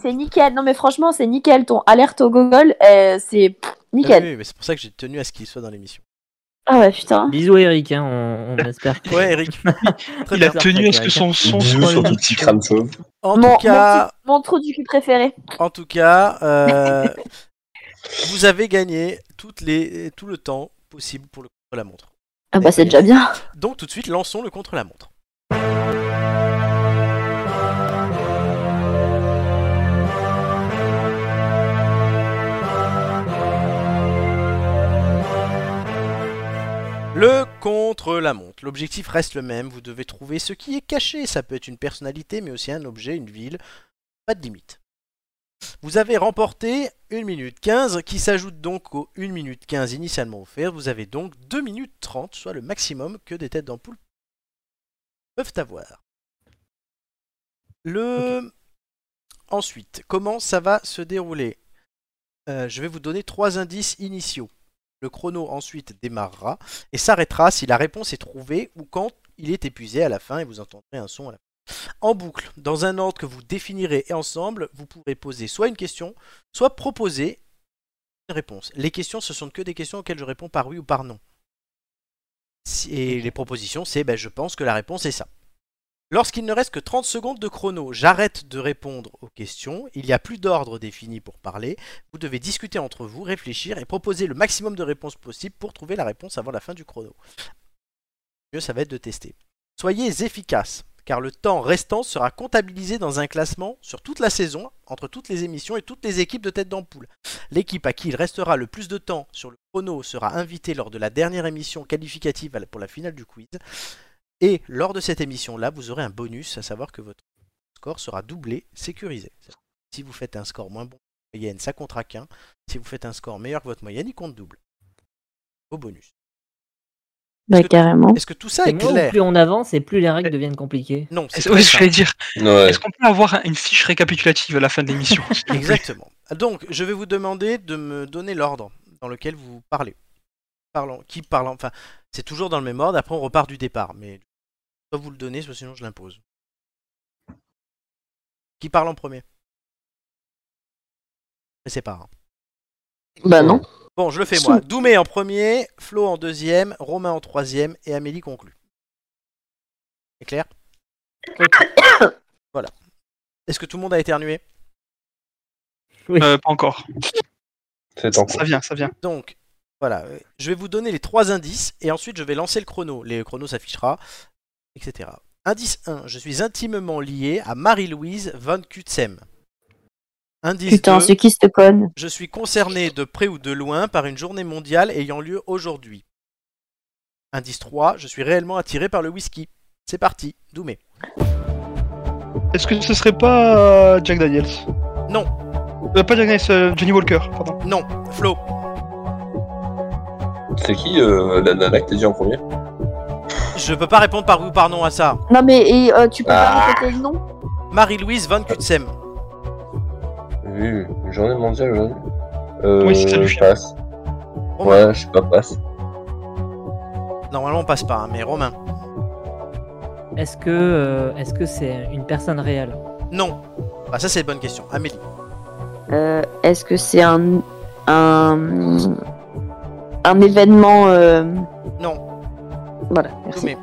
Speaker 5: C'est nickel. Non mais franchement, c'est nickel. Ton alerte au Google, euh, c'est pff,
Speaker 1: Ah
Speaker 5: nickel.
Speaker 1: oui, mais c'est pour ça que j'ai tenu à ce qu'il soit dans l'émission.
Speaker 5: Ah ouais putain.
Speaker 2: Bisous, Eric, hein, on, on espère. que-
Speaker 1: Ouais, Eric. Très
Speaker 3: Il
Speaker 1: bien.
Speaker 3: a
Speaker 2: bizarre,
Speaker 3: tenu à ce
Speaker 2: ça,
Speaker 3: que son son
Speaker 4: Bisous
Speaker 3: soit.
Speaker 4: sur ton petit crâne chauve.
Speaker 1: En
Speaker 5: Mon,
Speaker 1: tout cas,
Speaker 5: mon, petit- mon trou du cul préféré.
Speaker 1: en tout cas, euh, vous avez gagné toutes les, tout le temps possible pour le contre-la-montre.
Speaker 5: Ah bah c'est déjà bien.
Speaker 1: Donc tout de suite, lançons le contre-la-montre. Le contre-la-montre. L'objectif reste le même, vous devez trouver ce qui est caché. Ça peut être une personnalité, mais aussi un objet, une ville. Pas de limite. Vous avez remporté 1 minute 15, qui s'ajoute donc aux 1 minute 15 initialement offertes. Vous avez donc 2 minutes 30, soit le maximum que des têtes d'ampoule peuvent avoir. Le... Ensuite, comment ça va se dérouler Euh, Je vais vous donner trois indices initiaux. Le chrono ensuite démarrera et s'arrêtera si la réponse est trouvée ou quand il est épuisé à la fin et vous entendrez un son à la fin. En boucle, dans un ordre que vous définirez ensemble, vous pourrez poser soit une question, soit proposer une réponse. Les questions, ce sont que des questions auxquelles je réponds par oui ou par non. Si- Et les propositions, c'est ben, je pense que la réponse est ça. Lorsqu'il ne reste que 30 secondes de chrono, j'arrête de répondre aux questions, il n'y a plus d'ordre défini pour parler, vous devez discuter entre vous, réfléchir et proposer le maximum de réponses possibles pour trouver la réponse avant la fin du chrono. Le mieux ça va être de tester. Soyez efficace, car le temps restant sera comptabilisé dans un classement sur toute la saison, entre toutes les émissions et toutes les équipes de tête d'ampoule. L'équipe à qui il restera le plus de temps sur le chrono sera invitée lors de la dernière émission qualificative à la- pour la finale du quiz. Et lors de cette émission-là, vous aurez un bonus, à savoir que votre score sera doublé, sécurisé. Si vous faites un score moins bon que votre moyenne, ça comptera qu'un. Si vous faites un score meilleur que votre moyenne, il compte double. Au bonus.
Speaker 5: Bah carrément.
Speaker 1: Est-ce que tout ça
Speaker 2: Et
Speaker 1: est
Speaker 2: moi,
Speaker 1: clair
Speaker 2: plus on avance et plus les règles deviennent compliquées.
Speaker 1: Non,
Speaker 3: Ouais,
Speaker 1: c'est
Speaker 3: C'est
Speaker 1: très
Speaker 3: ce que
Speaker 1: simple.
Speaker 3: j'allais dire.
Speaker 4: Ouais.
Speaker 3: Est-ce qu'on peut avoir une fiche récapitulative à la fin de l'émission s'il vous plaît
Speaker 1: Exactement. Donc, je vais vous demander de me donner l'ordre dans lequel vous parlez. Parlant, qui parle, enfin, c'est toujours dans le même ordre. Après, on repart du départ, mais soit vous le donnez, soit sinon je l'impose. Qui parle en premier Mais c'est pas. hein.
Speaker 5: Bah non.
Speaker 1: Bon, je le fais moi. Doumé en premier, Flo en deuxième, Romain en troisième et Amélie conclut. C'est clair Voilà. Est-ce que tout le monde a éternué
Speaker 3: Euh, Pas encore.
Speaker 4: C'est en
Speaker 3: Ça
Speaker 4: cours.
Speaker 3: vient, ça vient.
Speaker 1: Donc, voilà. euh, Je vais vous donner les trois indices et ensuite je vais lancer le chrono. Les chronos s'affichera, etc. Indice 1. Je suis intimement lié à Marie-Louise Van Kutsem. Indice
Speaker 5: Putain,
Speaker 1: 2.
Speaker 5: c'est qui cette conne
Speaker 1: Je suis concerné de près ou de loin par une journée mondiale ayant lieu aujourd'hui. Indice 3, je suis réellement attiré par le whisky. C'est parti, Doumé.
Speaker 3: Est-ce que ce serait pas euh, Jack Daniels
Speaker 1: Non.
Speaker 3: Euh, pas Jack Daniels, euh, Johnny Walker, pardon.
Speaker 1: Non, Flo.
Speaker 4: C'est qui euh, la nana que t'as dit en premier
Speaker 1: Je peux pas répondre par oui ou par non à ça.
Speaker 5: Non mais et, euh, tu peux
Speaker 4: Ah.
Speaker 5: pas répéter le nom
Speaker 1: Marie-Louise Van Kutsem.
Speaker 4: Oui, une journée mondiale aujourd'hui. Euh,
Speaker 3: Oui, c'est ça, le
Speaker 4: je
Speaker 3: chien.
Speaker 4: passe.
Speaker 1: Romain.
Speaker 3: bah.
Speaker 4: Ouais, je sais pas, passe.
Speaker 1: Normalement on passe pas, hein, mais Romain.
Speaker 2: Est-ce que euh, est-ce que c'est une personne réelle
Speaker 1: Non. Ah ça c'est une bonne question. Amélie.
Speaker 5: Euh, Est-ce que c'est un un un événement euh,
Speaker 1: Non.
Speaker 5: Voilà, merci.
Speaker 1: Doumé.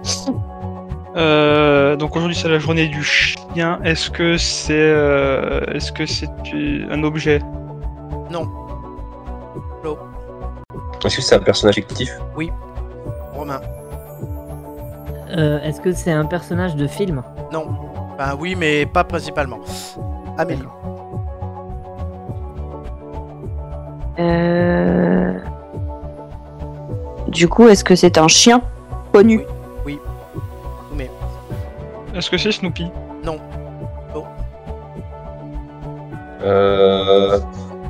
Speaker 3: Euh, donc aujourd'hui c'est la journée du chien. Est-ce que c'est euh, est-ce que c'est euh, un objet
Speaker 1: Non.
Speaker 4: Est-ce que c'est un personnage fictif
Speaker 1: Romain.
Speaker 2: Euh, Est-ce que c'est un personnage de film
Speaker 1: Non. Ben oui, mais pas principalement. Amélie.
Speaker 5: Euh, Du coup, est-ce que c'est un chien connu
Speaker 3: Est-ce que c'est Snoopy
Speaker 4: Euh,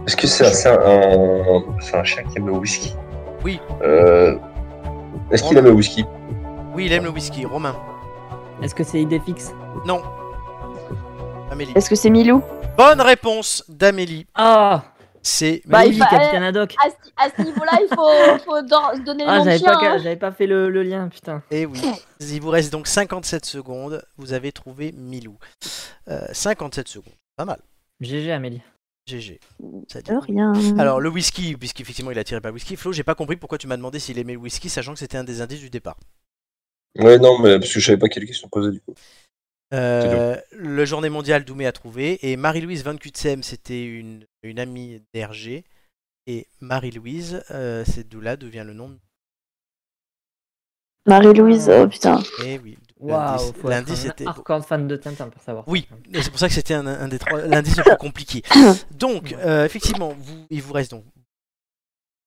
Speaker 4: Est-ce que c'est c'est un, un- c'est un chien qui aime le whisky
Speaker 1: Oui.
Speaker 4: Euh, Est-ce qu'il aime le whisky
Speaker 1: Oui, il aime le whisky. Romain.
Speaker 2: Est-ce que c'est Idéfix
Speaker 1: Non. Amélie.
Speaker 5: Est-ce que c'est Milou
Speaker 1: Bonne réponse d'Amélie.
Speaker 2: Ah
Speaker 1: C'est
Speaker 5: Bah,
Speaker 2: oui,
Speaker 5: il fa-
Speaker 2: Capitaine Haddock
Speaker 10: À ce, à ce niveau-là, il faut, faut dan- donner le
Speaker 2: Ah,
Speaker 10: nom de
Speaker 2: j'avais
Speaker 10: chien.
Speaker 2: pas,
Speaker 10: hein.
Speaker 2: j'avais pas fait le, le lien, putain.
Speaker 1: Et Eh oui, il vous reste donc 57 secondes. Vous avez trouvé Milou. Euh, 57 secondes, pas mal.
Speaker 2: GG Amélie.
Speaker 1: GG. Ça dit
Speaker 9: De
Speaker 1: oui.
Speaker 9: rien.
Speaker 1: Alors le whisky, puisqu'effectivement il a tiré par le whisky, Flo, j'ai pas compris pourquoi tu m'as demandé s'il aimait le whisky, sachant que c'était un des indices du départ.
Speaker 4: Ouais, non, mais parce que je savais pas quelle question poser du coup.
Speaker 1: Euh, le journée mondiale, Doumé a trouvé. Et Marie-Louise Van Cutsem, c'était une, une amie d'Hergé. Et Marie-Louise, euh, c'est d'où là devient le nom. de-
Speaker 5: Marie-Louise, oh putain.
Speaker 1: Eh oui.
Speaker 2: Waouh,
Speaker 1: l'indice-
Speaker 2: faut
Speaker 1: L'indice
Speaker 2: être un
Speaker 1: était.
Speaker 2: hardcore fan de Tintin pour savoir.
Speaker 1: Oui,
Speaker 2: ça.
Speaker 1: et c'est pour ça que c'était un, un des trois l'indice le plus compliqué. Donc, euh, effectivement, vous, il vous reste donc.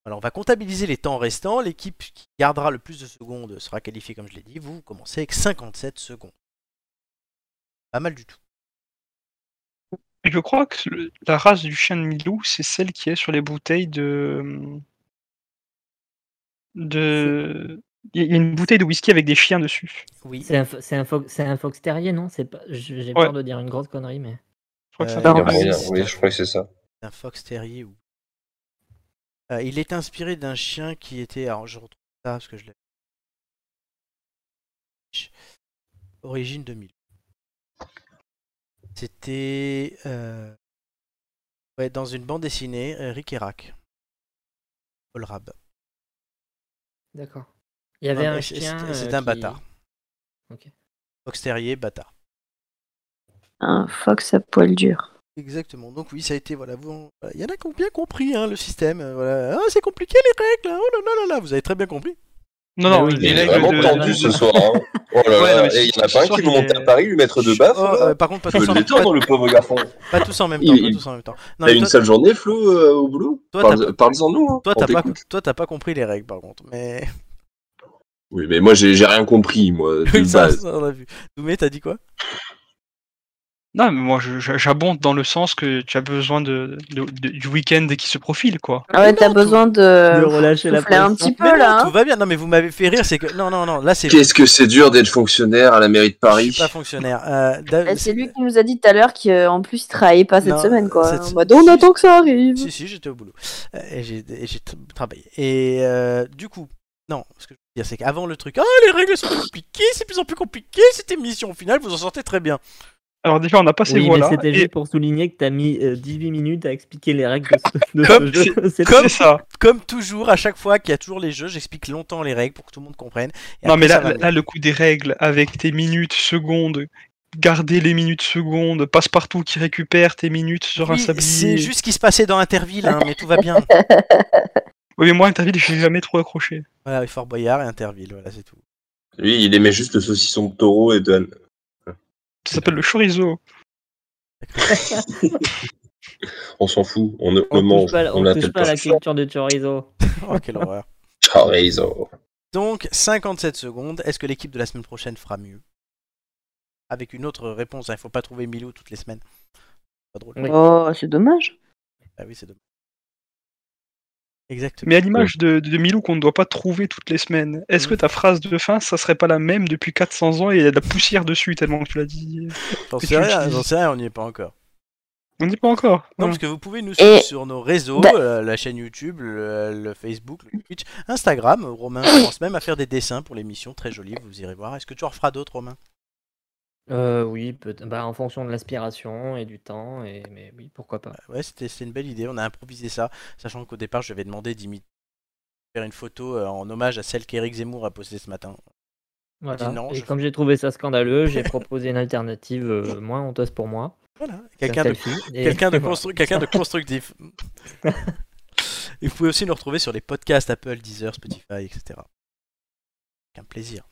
Speaker 1: Alors, on va comptabiliser les temps restants. L'équipe qui gardera le plus de secondes sera qualifiée, comme je l'ai dit. Vous commencez avec 57 secondes. Pas mal du tout.
Speaker 3: Je crois que le- la race du chien de Milou, c'est celle qui est sur les bouteilles de. de... Il y a une bouteille de whisky avec des chiens dessus.
Speaker 1: Oui.
Speaker 2: C'est un, fo- c'est un, fo- c'est un fox terrier, non C'est pas. J'ai j'ai
Speaker 3: Ouais.
Speaker 2: peur de dire une grosse connerie, mais.
Speaker 3: Je crois que
Speaker 1: Euh,
Speaker 3: ça.
Speaker 1: Non,
Speaker 4: Il y a
Speaker 1: mais
Speaker 4: moyen,
Speaker 1: c'est-
Speaker 4: oui, je crois que c'est ça.
Speaker 1: d'un fox terrier ou Euh, il est inspiré d'un chien qui était alors je retrouve ça parce que je l'ai origine 2000 c'était euh, ouais, dans une bande dessinée euh, Rick et Rack Paul Rab
Speaker 2: D'accord. Il y avait
Speaker 1: Non,
Speaker 2: un
Speaker 1: et c'est-
Speaker 2: chien.
Speaker 1: c'est- c'est
Speaker 2: euh,
Speaker 1: un
Speaker 2: qui-
Speaker 1: bâtard
Speaker 2: Ok.
Speaker 1: fox terrier bâtard
Speaker 5: Un fox à poil dur.
Speaker 1: Exactement. Donc oui, ça a été voilà. Vous, voilà. il y en a qui ont bien compris hein, le système. euh, Voilà. Ah, c'est compliqué les règles. hein, Oh là là là là. Vous avez très bien compris.
Speaker 3: Non,
Speaker 2: Bah
Speaker 3: non,
Speaker 2: oui,
Speaker 3: les
Speaker 4: Il est
Speaker 2: mais-
Speaker 3: règles
Speaker 4: vraiment
Speaker 3: de-
Speaker 4: tendu ce soir. hein. Oh là
Speaker 3: Ouais, non, mais
Speaker 4: là, et il y en a
Speaker 3: ce
Speaker 4: pas un
Speaker 3: soir,
Speaker 4: qui veut
Speaker 3: il
Speaker 4: monter
Speaker 3: est-
Speaker 4: à Paris, lui mettre de baffe.
Speaker 1: Oh,
Speaker 4: là.
Speaker 1: euh, par contre, pas
Speaker 4: Je
Speaker 1: tous, en,
Speaker 4: le détends, le pauvre garçon.
Speaker 1: pas- pas tous en même temps.
Speaker 4: Il-
Speaker 1: Pas
Speaker 4: il-
Speaker 1: tous en même temps. Non,
Speaker 4: T'as
Speaker 1: mais
Speaker 4: une
Speaker 1: toi-
Speaker 4: seule journée, Flo, euh, au boulot
Speaker 1: Toi,
Speaker 4: Parle-
Speaker 1: t'as-
Speaker 4: Parle-en nous. hein.
Speaker 1: Toi,
Speaker 4: On
Speaker 1: t'as pas,
Speaker 4: t'écoute.
Speaker 1: toi, t'as pas compris les règles, par contre. Mais
Speaker 4: Oui, mais moi, j'ai j'ai rien compris, moi, de
Speaker 1: ça,
Speaker 4: base.
Speaker 1: ça, on a vu. Doumé, t'as dit quoi
Speaker 3: Non, mais moi, je- je- j'abonde dans le sens que tu as besoin de, de- de- du week-end qui se profile, quoi.
Speaker 5: Ah ouais,
Speaker 1: non,
Speaker 5: t'as
Speaker 1: tout-
Speaker 5: besoin
Speaker 2: De
Speaker 5: de
Speaker 2: relâcher la
Speaker 5: souffler Euh, un
Speaker 2: pression.
Speaker 5: petit peu
Speaker 1: Mais non,
Speaker 5: là.
Speaker 1: Tout
Speaker 5: hein.
Speaker 1: va bien. Non, mais vous m'avez fait rire. C'est que non, non, non. Là, c'est.
Speaker 4: Qu'est-ce que c'est dur d'être fonctionnaire à la mairie de
Speaker 1: Je
Speaker 4: Paris
Speaker 1: suis pas fonctionnaire. Euh, Dav-
Speaker 5: Euh, C'est lui qui nous a dit tout à l'heure qu'en plus il travaillait pas cette
Speaker 1: Non,
Speaker 5: semaine quoi.
Speaker 1: cette-
Speaker 5: En mode, on attend que ça arrive.
Speaker 1: Si, si, j'étais au boulot. Euh, Et j'ai et j'ai tra- travaillé. Et euh, du coup, non, ce que je veux dire, c'est qu'avant le truc, ah, les règles sont compliquées, c'est de plus en plus compliqué, cette émission, au final, vous en sortez très bien.
Speaker 3: Alors, déjà, on n'a pas ces
Speaker 2: Oui, mais
Speaker 3: voix-là.
Speaker 2: c'était
Speaker 3: et-
Speaker 2: juste pour souligner que t'as mis euh, 18 minutes à expliquer les règles de ce, de ce
Speaker 1: Comme-
Speaker 2: jeu. C'est
Speaker 1: comme-
Speaker 3: C'est ça.
Speaker 1: Comme toujours, à chaque fois qu'il y a toujours les jeux, j'explique longtemps les règles pour que tout le monde comprenne. Et
Speaker 3: Non,
Speaker 1: après,
Speaker 3: mais
Speaker 1: ça
Speaker 3: là,
Speaker 1: va
Speaker 3: là,
Speaker 1: mieux.
Speaker 3: là, le coup des règles avec tes minutes, secondes, garder les minutes, secondes, passe-partout qui récupère tes minutes sur un
Speaker 1: Oui,
Speaker 3: sablier.
Speaker 1: c'est juste ce qui se passait dans Interville, hein, mais tout va bien.
Speaker 3: Oui, mais moi, Interville, j'ai jamais trop accroché.
Speaker 1: Voilà, et Fort Boyard et Interville, voilà, c'est tout.
Speaker 4: Lui, il aimait juste le saucisson de taureau et de âne.
Speaker 3: Ça s'appelle le chorizo.
Speaker 4: On s'en fout, on ne
Speaker 2: On
Speaker 4: le mange.
Speaker 2: touche pas, on
Speaker 4: on
Speaker 2: touche
Speaker 4: l'appelle
Speaker 2: pas à
Speaker 4: pas. Ah,
Speaker 2: la culture du chorizo.
Speaker 1: Oh, quelle horreur.
Speaker 4: Chorizo.
Speaker 1: Donc, 57 secondes. Est-ce que l'équipe de la semaine prochaine fera mieux Avec une autre réponse, hein, il faut pas trouver Milou toutes les semaines. Pas drôle.
Speaker 2: Oui.
Speaker 5: Oh, c'est dommage.
Speaker 1: Ah oui, c'est dommage. Exactement.
Speaker 3: Mais à l'image de, de Milou qu'on ne doit pas trouver toutes les semaines, est-ce que
Speaker 1: Mm.
Speaker 3: ta phrase de fin, ça serait pas la même depuis 400 ans et il y a de la poussière dessus tellement que tu l'as dit
Speaker 1: J'en
Speaker 3: que
Speaker 1: sais
Speaker 3: tu
Speaker 1: rien,
Speaker 3: utilises.
Speaker 1: j'en sais rien, on n'y est pas encore.
Speaker 3: On dit pas encore. Hein.
Speaker 1: Non,
Speaker 3: Voilà.
Speaker 1: parce que vous pouvez nous
Speaker 5: Mm. Et-
Speaker 1: suivre sur nos réseaux,
Speaker 5: Bah-
Speaker 1: euh, la chaîne YouTube, le, le Facebook, le Twitch, Instagram. Romain commence même à faire des dessins pour l'émission, très joli, vous irez voir. Est-ce que tu en referas d'autres, Romain
Speaker 2: Euh, oui, peut bah, en fonction de l'aspiration et du temps, et... mais oui, pourquoi pas.
Speaker 1: Ouais, c'était c'était une belle idée, on a improvisé ça, sachant qu'au départ, je vais demander d'imiter faire une photo euh, en hommage à celle qu'Éric Zemmour a postée ce matin.
Speaker 2: Voilà.
Speaker 1: Bah, dis non,
Speaker 2: et
Speaker 1: je-
Speaker 2: comme j'ai trouvé ça scandaleux, j'ai proposé une alternative euh, moins honteuse pour moi.
Speaker 1: Voilà,
Speaker 2: c'est un
Speaker 1: quelqu'un de
Speaker 2: selfie, et-
Speaker 1: Quelqu'un de,
Speaker 2: voilà.
Speaker 1: constru- quelqu'un de constructif. Et vous pouvez aussi nous retrouver sur les podcasts Apple, Deezer, Spotify, etc. Un plaisir.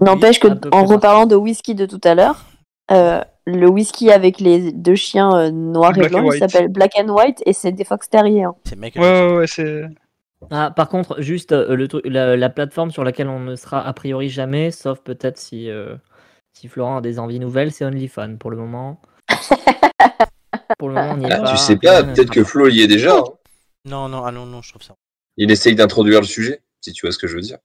Speaker 5: N'empêche que
Speaker 2: à peu
Speaker 5: en
Speaker 2: près.
Speaker 5: reparlant de whisky de tout à l'heure, euh, le whisky avec les deux chiens euh, noirs et
Speaker 3: Black and
Speaker 5: blancs, il
Speaker 3: white.
Speaker 5: s'appelle Black and White et c'est des fox terriers. hein.
Speaker 1: C'est Michael
Speaker 3: Ouais, ouais, ouais, c'est.
Speaker 2: Ah, par contre, juste euh, le truc, la, la plateforme sur laquelle on ne sera a priori jamais, sauf peut-être si, euh, si Florent a des envies nouvelles, c'est OnlyFans pour le moment. pour le moment, on n'y est
Speaker 4: Ah,
Speaker 2: pas. hein,
Speaker 4: tu sais pas, peut-être que Flo y est déjà. hein.
Speaker 1: Non, non, ah non, non, je trouve ça.
Speaker 4: Il essaye d'introduire le sujet, si tu vois ce que je veux dire.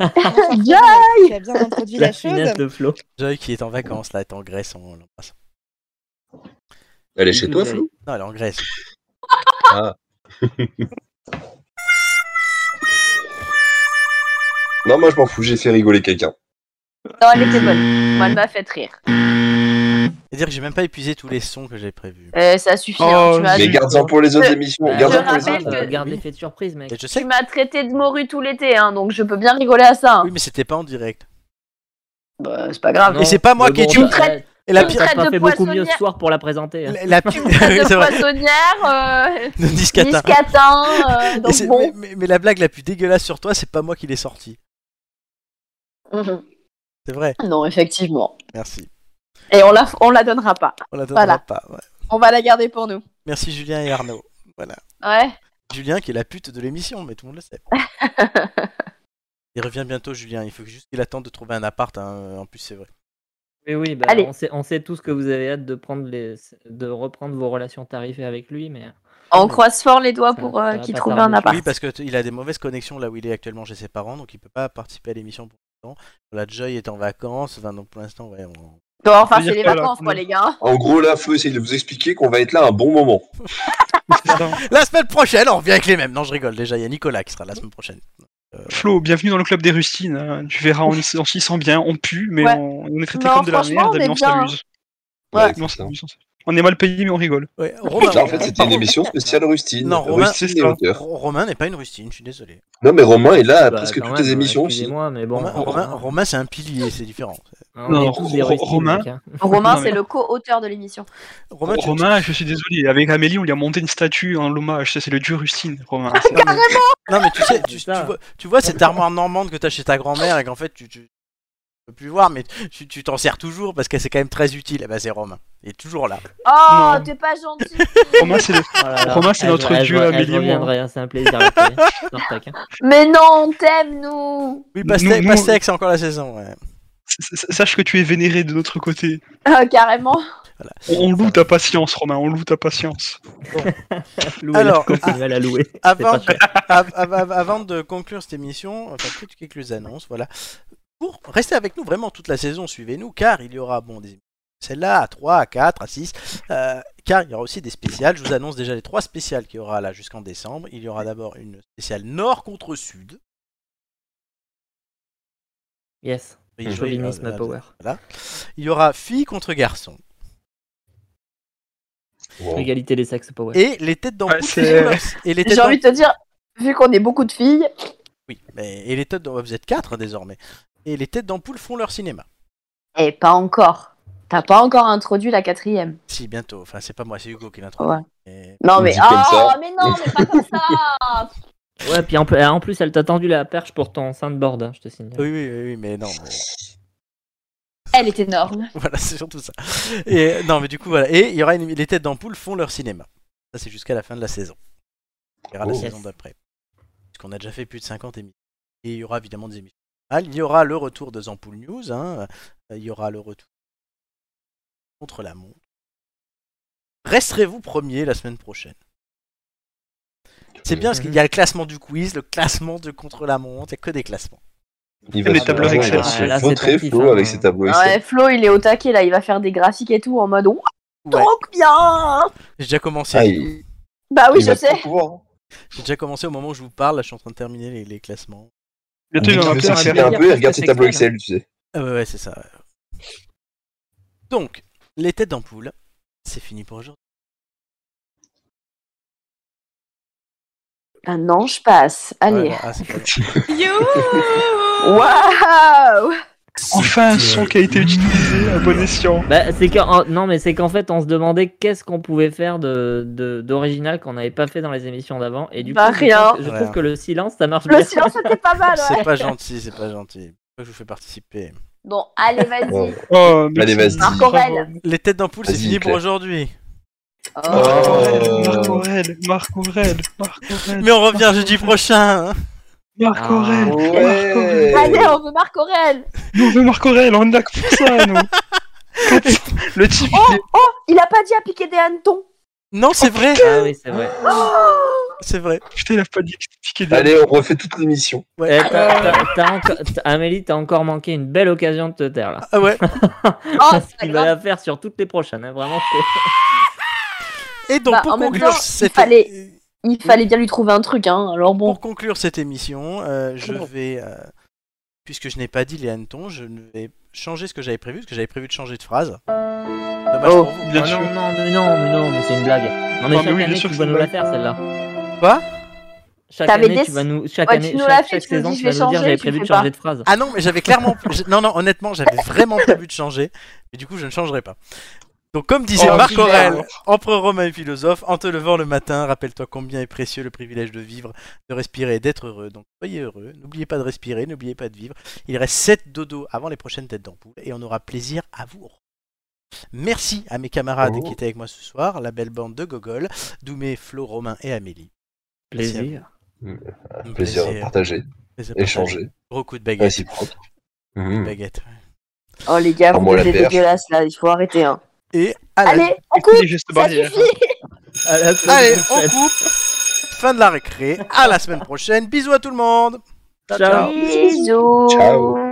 Speaker 5: Bien
Speaker 11: Tu as bien introduit la,
Speaker 2: la
Speaker 11: chose.
Speaker 2: finesse de Flo.
Speaker 1: Joy qui est en vacances, là, elle est en Grèce, on l'embrasse.
Speaker 4: Elle est chez toi, Flo
Speaker 1: Non, elle est en Grèce.
Speaker 4: Ah. Non, moi je m'en fous, j'ai fait rigoler quelqu'un.
Speaker 10: Non, elle était bonne. Moi, elle m'a fait rire.
Speaker 1: C'est-à-dire que j'ai même pas épuisé tous les sons que j'ai prévus.
Speaker 10: Euh, ça suffit. hein,
Speaker 3: Oh,
Speaker 10: tu m'as-
Speaker 5: Ah,
Speaker 4: Mais garde-en pour les autres
Speaker 10: Je-
Speaker 4: émissions.
Speaker 2: Bah,
Speaker 4: Garde-en
Speaker 10: je
Speaker 4: pour les
Speaker 10: rappelle
Speaker 4: autres.
Speaker 10: que-
Speaker 2: euh, garde l'effet de surprise, mec.
Speaker 1: Et je sais
Speaker 10: Tu
Speaker 1: que
Speaker 10: m'as traité de morue tout l'été, hein, donc je peux bien rigoler à ça. hein.
Speaker 1: oui, mais c'était pas en direct.
Speaker 10: Bah, c'est pas grave.
Speaker 1: Et c'est pas moi
Speaker 2: mais
Speaker 1: qui ai
Speaker 2: bon,
Speaker 1: dû-
Speaker 2: t'as-
Speaker 10: traites-
Speaker 1: Et la
Speaker 10: tu me
Speaker 1: pire.
Speaker 2: T'as
Speaker 10: traites
Speaker 2: pas
Speaker 10: de
Speaker 2: fait beaucoup mieux
Speaker 10: poissonnière.
Speaker 2: ce soir pour la présenter. hein.
Speaker 1: La la pire.
Speaker 10: Tu me traites
Speaker 1: c'est
Speaker 10: de
Speaker 1: vrai.
Speaker 10: poissonnière,
Speaker 1: De
Speaker 10: euh,
Speaker 1: discatin.
Speaker 10: niscatin, euh,
Speaker 1: Et
Speaker 10: donc
Speaker 1: c'est- mais,
Speaker 10: bon.
Speaker 1: mais- mais la blague la plus dégueulasse sur toi, c'est pas moi qui l'ai sortie.
Speaker 10: Mhm.
Speaker 1: C'est vrai.
Speaker 5: Non, effectivement.
Speaker 1: Merci.
Speaker 5: Et on la, f- on la donnera pas.
Speaker 1: On la donnera
Speaker 5: Voilà.
Speaker 1: pas. ouais.
Speaker 5: On va la garder pour nous.
Speaker 1: Merci Julien et Arnaud.
Speaker 10: Ouais.
Speaker 1: Julien qui est la pute de l'émission, mais tout le monde le sait. il revient bientôt, Julien. Il faut que- juste qu'il attende de trouver un appart. hein. En plus, c'est vrai.
Speaker 2: Oui, oui, bah,
Speaker 10: Allez.
Speaker 2: on, sait, on sait tous que vous avez hâte de, prendre les, de reprendre vos relations tarifées avec lui, mais
Speaker 5: On
Speaker 10: On croise fort les doigts
Speaker 2: Ça-
Speaker 10: pour
Speaker 2: ça
Speaker 10: euh,
Speaker 2: va
Speaker 10: qu'il
Speaker 2: pas
Speaker 10: trouve
Speaker 2: tarder,
Speaker 10: un
Speaker 2: je
Speaker 10: appart.
Speaker 1: Oui, parce qu'il a des mauvaises connexions là où il est actuellement chez ses parents, donc il peut pas participer à l'émission pour l'instant. La Joy est en vacances, enfin, donc pour l'instant, ouais, on-
Speaker 10: Bon, enfin,
Speaker 3: Je veux
Speaker 10: c'est les
Speaker 3: dire que là,
Speaker 10: vacances, quoi,
Speaker 3: on est-
Speaker 10: les gars. hein.
Speaker 4: En gros, là, Flo essaye de vous expliquer qu'on va être là un bon moment.
Speaker 3: c'est ça.
Speaker 1: La semaine prochaine, on revient avec les mêmes. Non, je rigole déjà, il y a Nicolas qui sera la semaine prochaine.
Speaker 3: Flo, bienvenue dans le club des rustines. hein. Tu verras, on, y- on s'y sent bien, on pue, mais
Speaker 5: Ouais.
Speaker 3: on, on est traité
Speaker 5: Non,
Speaker 3: comme de la
Speaker 5: franchement,
Speaker 3: merde,
Speaker 5: on
Speaker 3: mais
Speaker 5: est
Speaker 3: on
Speaker 5: bien, hein.
Speaker 3: s'amuse.
Speaker 4: Ouais,
Speaker 3: Mais on
Speaker 4: c'est ça.
Speaker 3: s'amuse, on s'amuse. On est mal payé, mais on rigole.
Speaker 1: Ouais, Romain.
Speaker 4: Là, en fait, c'était une émission spéciale Rustine.
Speaker 1: Non, Romain,
Speaker 4: Rustine
Speaker 3: c'est
Speaker 4: et
Speaker 3: ça.
Speaker 4: auteur.
Speaker 1: Ro- Romain n'est pas une rustine, je suis désolé.
Speaker 4: Non, mais Romain est là à
Speaker 2: Bah,
Speaker 4: presque
Speaker 2: quand
Speaker 4: Ah, toutes
Speaker 2: même,
Speaker 4: les émissions aussi.
Speaker 2: Excusez-moi, mais bon.
Speaker 1: Romain,
Speaker 2: on-
Speaker 1: Romain-
Speaker 2: on-
Speaker 1: Romain, c'est un pilier, c'est différent.
Speaker 2: on
Speaker 3: Non,
Speaker 2: est tous des
Speaker 3: Ro-
Speaker 2: récits,
Speaker 3: Romain.
Speaker 2: mec, hein.
Speaker 10: Romain,
Speaker 3: Non, mais-
Speaker 10: c'est le co-auteur de l'émission.
Speaker 1: Romain, tu-
Speaker 3: Romain, je suis désolé, avec Amélie, on lui a monté une statue en l'hommage. Ça, c'est le dieu Rustine, Romain.
Speaker 5: Ah,
Speaker 3: C'est-
Speaker 1: Non, mais tu sais, tu, tu
Speaker 2: C'est ça.
Speaker 1: vois, tu vois cette armoire normande que t'as chez ta grand-mère et qu'en fait tu, tu, tu peux plus voir, mais tu tu t'en sers toujours parce que c'est quand même très utile. Eh ben, c'est Romain. Il est toujours là.
Speaker 10: Oh,
Speaker 3: Non.
Speaker 10: t'es pas gentil.
Speaker 3: Romain, c'est le-
Speaker 2: Oh là là.
Speaker 3: Romain, c'est
Speaker 2: Ah, je-
Speaker 3: notre
Speaker 2: ah, je-
Speaker 3: dieu,
Speaker 2: ah, je
Speaker 3: Amélie, moi.
Speaker 2: reviendrai, hein, C'est un plaisir. la télé. Startac, hein.
Speaker 10: Mais non, on t'aime, nous.
Speaker 1: Oui,
Speaker 3: Nous-
Speaker 1: Pastèque,
Speaker 3: nous-
Speaker 1: Pastèque, c'est encore la saison. ouais.
Speaker 3: s- s- Sache que tu es vénéré de notre côté.
Speaker 10: Ah, carrément.
Speaker 3: On, on loue ta patience, Romain, on loue ta patience.
Speaker 2: Louez-la,
Speaker 1: Alors,
Speaker 2: continuez à la louer. c'est pas
Speaker 1: Avant,
Speaker 2: cher.
Speaker 1: av- av- avant de conclure cette émission, enfin, peut-être quelques annonces, voilà. Pour rester avec nous vraiment toute la saison, suivez-nous, car il y aura, bon, des celle-là, à 3, à 4, à 6, euh, car il y aura aussi des spéciales. Je vous annonce déjà les trois spéciales qu'il y aura là jusqu'en décembre. Il y aura d'abord une spéciale nord contre sud.
Speaker 2: Yes.
Speaker 1: Veuillez jouer,
Speaker 2: Chauvinisme
Speaker 1: euh,
Speaker 2: à power.
Speaker 1: voilà. Il y aura filles contre garçons.
Speaker 4: Wow.
Speaker 2: Égalité des sexes power.
Speaker 1: Et les têtes
Speaker 3: Ouais,
Speaker 1: d'ampoule.
Speaker 3: c'est-
Speaker 1: fusion Lost. et les têtes
Speaker 5: J'ai envie de te dire, vu qu'on est beaucoup de filles,
Speaker 1: d'ampoule- Oui, mais- et les têtes d'ampoule. Vous êtes 4 désormais. Et les têtes d'ampoule font leur cinéma.
Speaker 5: et pas encore. T'as pas encore introduit la quatrième.
Speaker 1: Si, bientôt. Enfin, c'est pas moi, c'est Hugo qui l'introduit.
Speaker 5: Ouais.
Speaker 1: Et-
Speaker 5: Non mais
Speaker 4: Dit comme
Speaker 5: oh,
Speaker 4: ça.
Speaker 5: mais non, mais pas comme ça.
Speaker 2: Ouais, puis en, pl- en plus, elle t'a tendu la perche pour ton soundboard, hein, je te signale.
Speaker 1: Oui, oui, oui, oui, mais non. mais-
Speaker 10: Elle est énorme.
Speaker 1: Voilà, c'est surtout ça. Et non, mais du coup, voilà. Et il y aura une... les têtes d'ampoule font leur cinéma. Ça, c'est jusqu'à la fin de la saison. On verra la
Speaker 4: Oh.
Speaker 1: saison d'après. Puisqu'on a déjà fait plus de 50 émissions. Et il y aura évidemment des émissions. Ah, il y aura le retour de Zampoul News. hein. Euh, Il y aura le retour contre la montre. Resterez-vous premier la semaine prochaine. C'est bien parce qu'il y a le classement du quiz, le classement de contre la montre, il n'y a que des classements.
Speaker 4: Il va
Speaker 3: Les
Speaker 4: se-
Speaker 3: tableurs
Speaker 4: vraiment, il va
Speaker 3: Excel.
Speaker 4: se
Speaker 2: Ah, là, c'est
Speaker 4: vautrer,
Speaker 2: ton
Speaker 4: Flo
Speaker 2: kiff,
Speaker 4: avec
Speaker 2: hein.
Speaker 4: ses tableaux
Speaker 5: Ouais,
Speaker 4: Excel.
Speaker 5: Flo, il est au taquet là, il va faire des graphiques et tout en mode Ouah,
Speaker 1: Ouais,
Speaker 5: trop bien.
Speaker 1: j'ai déjà commencé.
Speaker 4: Ah, il-
Speaker 5: Bah oui,
Speaker 4: il
Speaker 5: je
Speaker 4: va tout
Speaker 5: sais.
Speaker 4: pouvoir, hein.
Speaker 1: J'ai déjà commencé au moment où je vous parle, là je suis en train de terminer les, les classements.
Speaker 3: Bientôt,
Speaker 4: Dès
Speaker 3: il
Speaker 4: qu'il
Speaker 3: va
Speaker 4: veut
Speaker 2: faire un
Speaker 4: s'exciter un
Speaker 2: délire
Speaker 4: peu, il
Speaker 2: presque
Speaker 4: regarde ses tableaux
Speaker 2: sexuel.
Speaker 4: Excel, tu sais.
Speaker 1: Ah ouais, ouais, c'est ça. ouais. Donc, les têtes d'ampoule, c'est fini pour aujourd'hui.
Speaker 5: Bah non, je passe. Allez.
Speaker 1: Ouais, ah, c'est pas grave.
Speaker 10: You
Speaker 5: Waouh
Speaker 3: Enfin, un
Speaker 4: euh,
Speaker 3: son qui a été utilisé à bon escient.
Speaker 2: Bah, c'est qu'en- non, mais c'est qu'en fait, on se demandait qu'est-ce qu'on pouvait faire de, de- d'original qu'on n'avait pas fait dans les émissions d'avant. Et du
Speaker 5: Bah,
Speaker 2: coup, je
Speaker 5: rien.
Speaker 2: trouve- Je, trouve
Speaker 1: Rien.
Speaker 2: que le silence, ça marche
Speaker 5: Le
Speaker 2: bien.
Speaker 5: silence était pas mal.
Speaker 1: C'est
Speaker 5: Ah, Ouais.
Speaker 1: pas gentil, c'est pas gentil. Pourquoi je vous fais participer
Speaker 10: Bon, allez, vas-y.
Speaker 4: Bon.
Speaker 3: Oh,
Speaker 4: Allez,
Speaker 3: merci.
Speaker 4: vas-y.
Speaker 10: Marc Aurel.
Speaker 1: Les têtes d'ampoule, c'est
Speaker 4: Vas-y,
Speaker 1: fini pour
Speaker 4: Claire.
Speaker 1: aujourd'hui.
Speaker 3: Marc Aurel,
Speaker 4: Oh.
Speaker 3: Marc Aurel, Marc Aurel, Marc Aurel,
Speaker 1: Mais on revient jeudi prochain. hein.
Speaker 3: Marc
Speaker 2: Ah.
Speaker 3: Aurel. Marc Aurel.
Speaker 4: Ouais.
Speaker 5: Allez, on veut Marc Aurel.
Speaker 3: Nous on veut Marc Aurel, on est là pour ça, nous. Oh Le type, il est-
Speaker 5: Il a pas dit à piquer des hannetons.
Speaker 1: Non, c'est vrai.
Speaker 2: Ah oui, c'est vrai.
Speaker 5: Oh,
Speaker 1: C'est vrai.
Speaker 3: putain, il a pas dit que c'était piqué des-
Speaker 4: Allez, on refait toute l'émission.
Speaker 2: Eh, t'as- t'as- t'as encore- t'as- Amélie, t'as encore manqué une belle occasion de te taire là.
Speaker 1: Ah ouais.
Speaker 5: Oh,
Speaker 2: Parce
Speaker 5: c'est pas
Speaker 2: qu'il va la
Speaker 5: grave.
Speaker 2: faire sur toutes les prochaines. hein, vraiment,
Speaker 1: Et donc
Speaker 5: Bah,
Speaker 1: pour
Speaker 5: en même
Speaker 1: conclure
Speaker 5: temps, il
Speaker 1: cette
Speaker 5: fallait- Il fallait bien lui trouver un truc, hein. Alors bon.
Speaker 1: pour conclure cette émission, euh, je
Speaker 5: Bon.
Speaker 1: vais euh, puisque je n'ai pas dit les hannetons, je ne vais changer ce que j'avais prévu, parce que j'avais prévu de changer de phrase. Dommage
Speaker 5: Oh.
Speaker 1: pour vous.
Speaker 3: Bien
Speaker 2: Ah
Speaker 3: sûr.
Speaker 2: Non, non, mais non, mais non, mais c'est une blague. Non, mais
Speaker 3: Ah, mais
Speaker 2: chaque
Speaker 3: oui, bien
Speaker 2: année,
Speaker 3: sûr
Speaker 2: tu
Speaker 3: que
Speaker 2: vas
Speaker 3: c'est
Speaker 2: nous
Speaker 3: une
Speaker 2: la faire celle-là.
Speaker 1: Quoi
Speaker 2: Chaque
Speaker 5: T'avais
Speaker 2: année,
Speaker 5: des-
Speaker 2: tu vas nous. Chaque
Speaker 5: Ouais, tu
Speaker 2: année,
Speaker 5: nous
Speaker 2: chaque,
Speaker 5: l'as fait,
Speaker 2: chaque
Speaker 5: tu nous
Speaker 2: saison,
Speaker 5: dis,
Speaker 2: tu
Speaker 5: je vais
Speaker 2: vas nous dire
Speaker 5: changer,
Speaker 2: j'avais
Speaker 5: tu
Speaker 2: prévu
Speaker 5: fais
Speaker 2: de
Speaker 5: pas.
Speaker 2: changer de phrase.
Speaker 1: Ah non, mais j'avais clairement. je- Non, non, honnêtement, j'avais vraiment prévu de changer. Mais du coup, je ne changerai pas. Donc, comme disait
Speaker 3: Oh,
Speaker 1: Marc
Speaker 3: super.
Speaker 1: Aurèle, empereur romain et philosophe, en te levant le matin, rappelle-toi combien est précieux le privilège de vivre, de respirer et d'être heureux. Donc, soyez heureux, n'oubliez pas de respirer, n'oubliez pas de vivre. Il reste 7 dodos avant les prochaines têtes d'ampoule et on aura plaisir à vous. retrouver. Merci à mes camarades
Speaker 4: Oh.
Speaker 1: qui étaient avec moi ce soir, la belle bande de Gogol, Doumé, Flo, Romain et Amélie.
Speaker 2: Plaisir.
Speaker 1: Un
Speaker 4: Plaisir, partagé,
Speaker 1: Plaisir partagé.
Speaker 4: échangé,
Speaker 1: Gros coup de baguette.
Speaker 4: réciproque.
Speaker 1: coup de
Speaker 4: Mhm.
Speaker 1: baguette.
Speaker 5: Oh les gars,
Speaker 4: Ah,
Speaker 5: vous
Speaker 4: moi, la
Speaker 5: devenez
Speaker 4: perche.
Speaker 5: dégueulasse là. Il faut arrêter. Hein.
Speaker 1: Et à la
Speaker 5: Allez, on coupe.
Speaker 3: Écoutez les gestes
Speaker 5: Ça
Speaker 3: barrières.
Speaker 5: suffit.
Speaker 1: Allez, on coupe. Fin de la récré. À la semaine prochaine. Bisous à tout le monde.
Speaker 2: Ciao.
Speaker 5: Bisous.
Speaker 4: Ciao.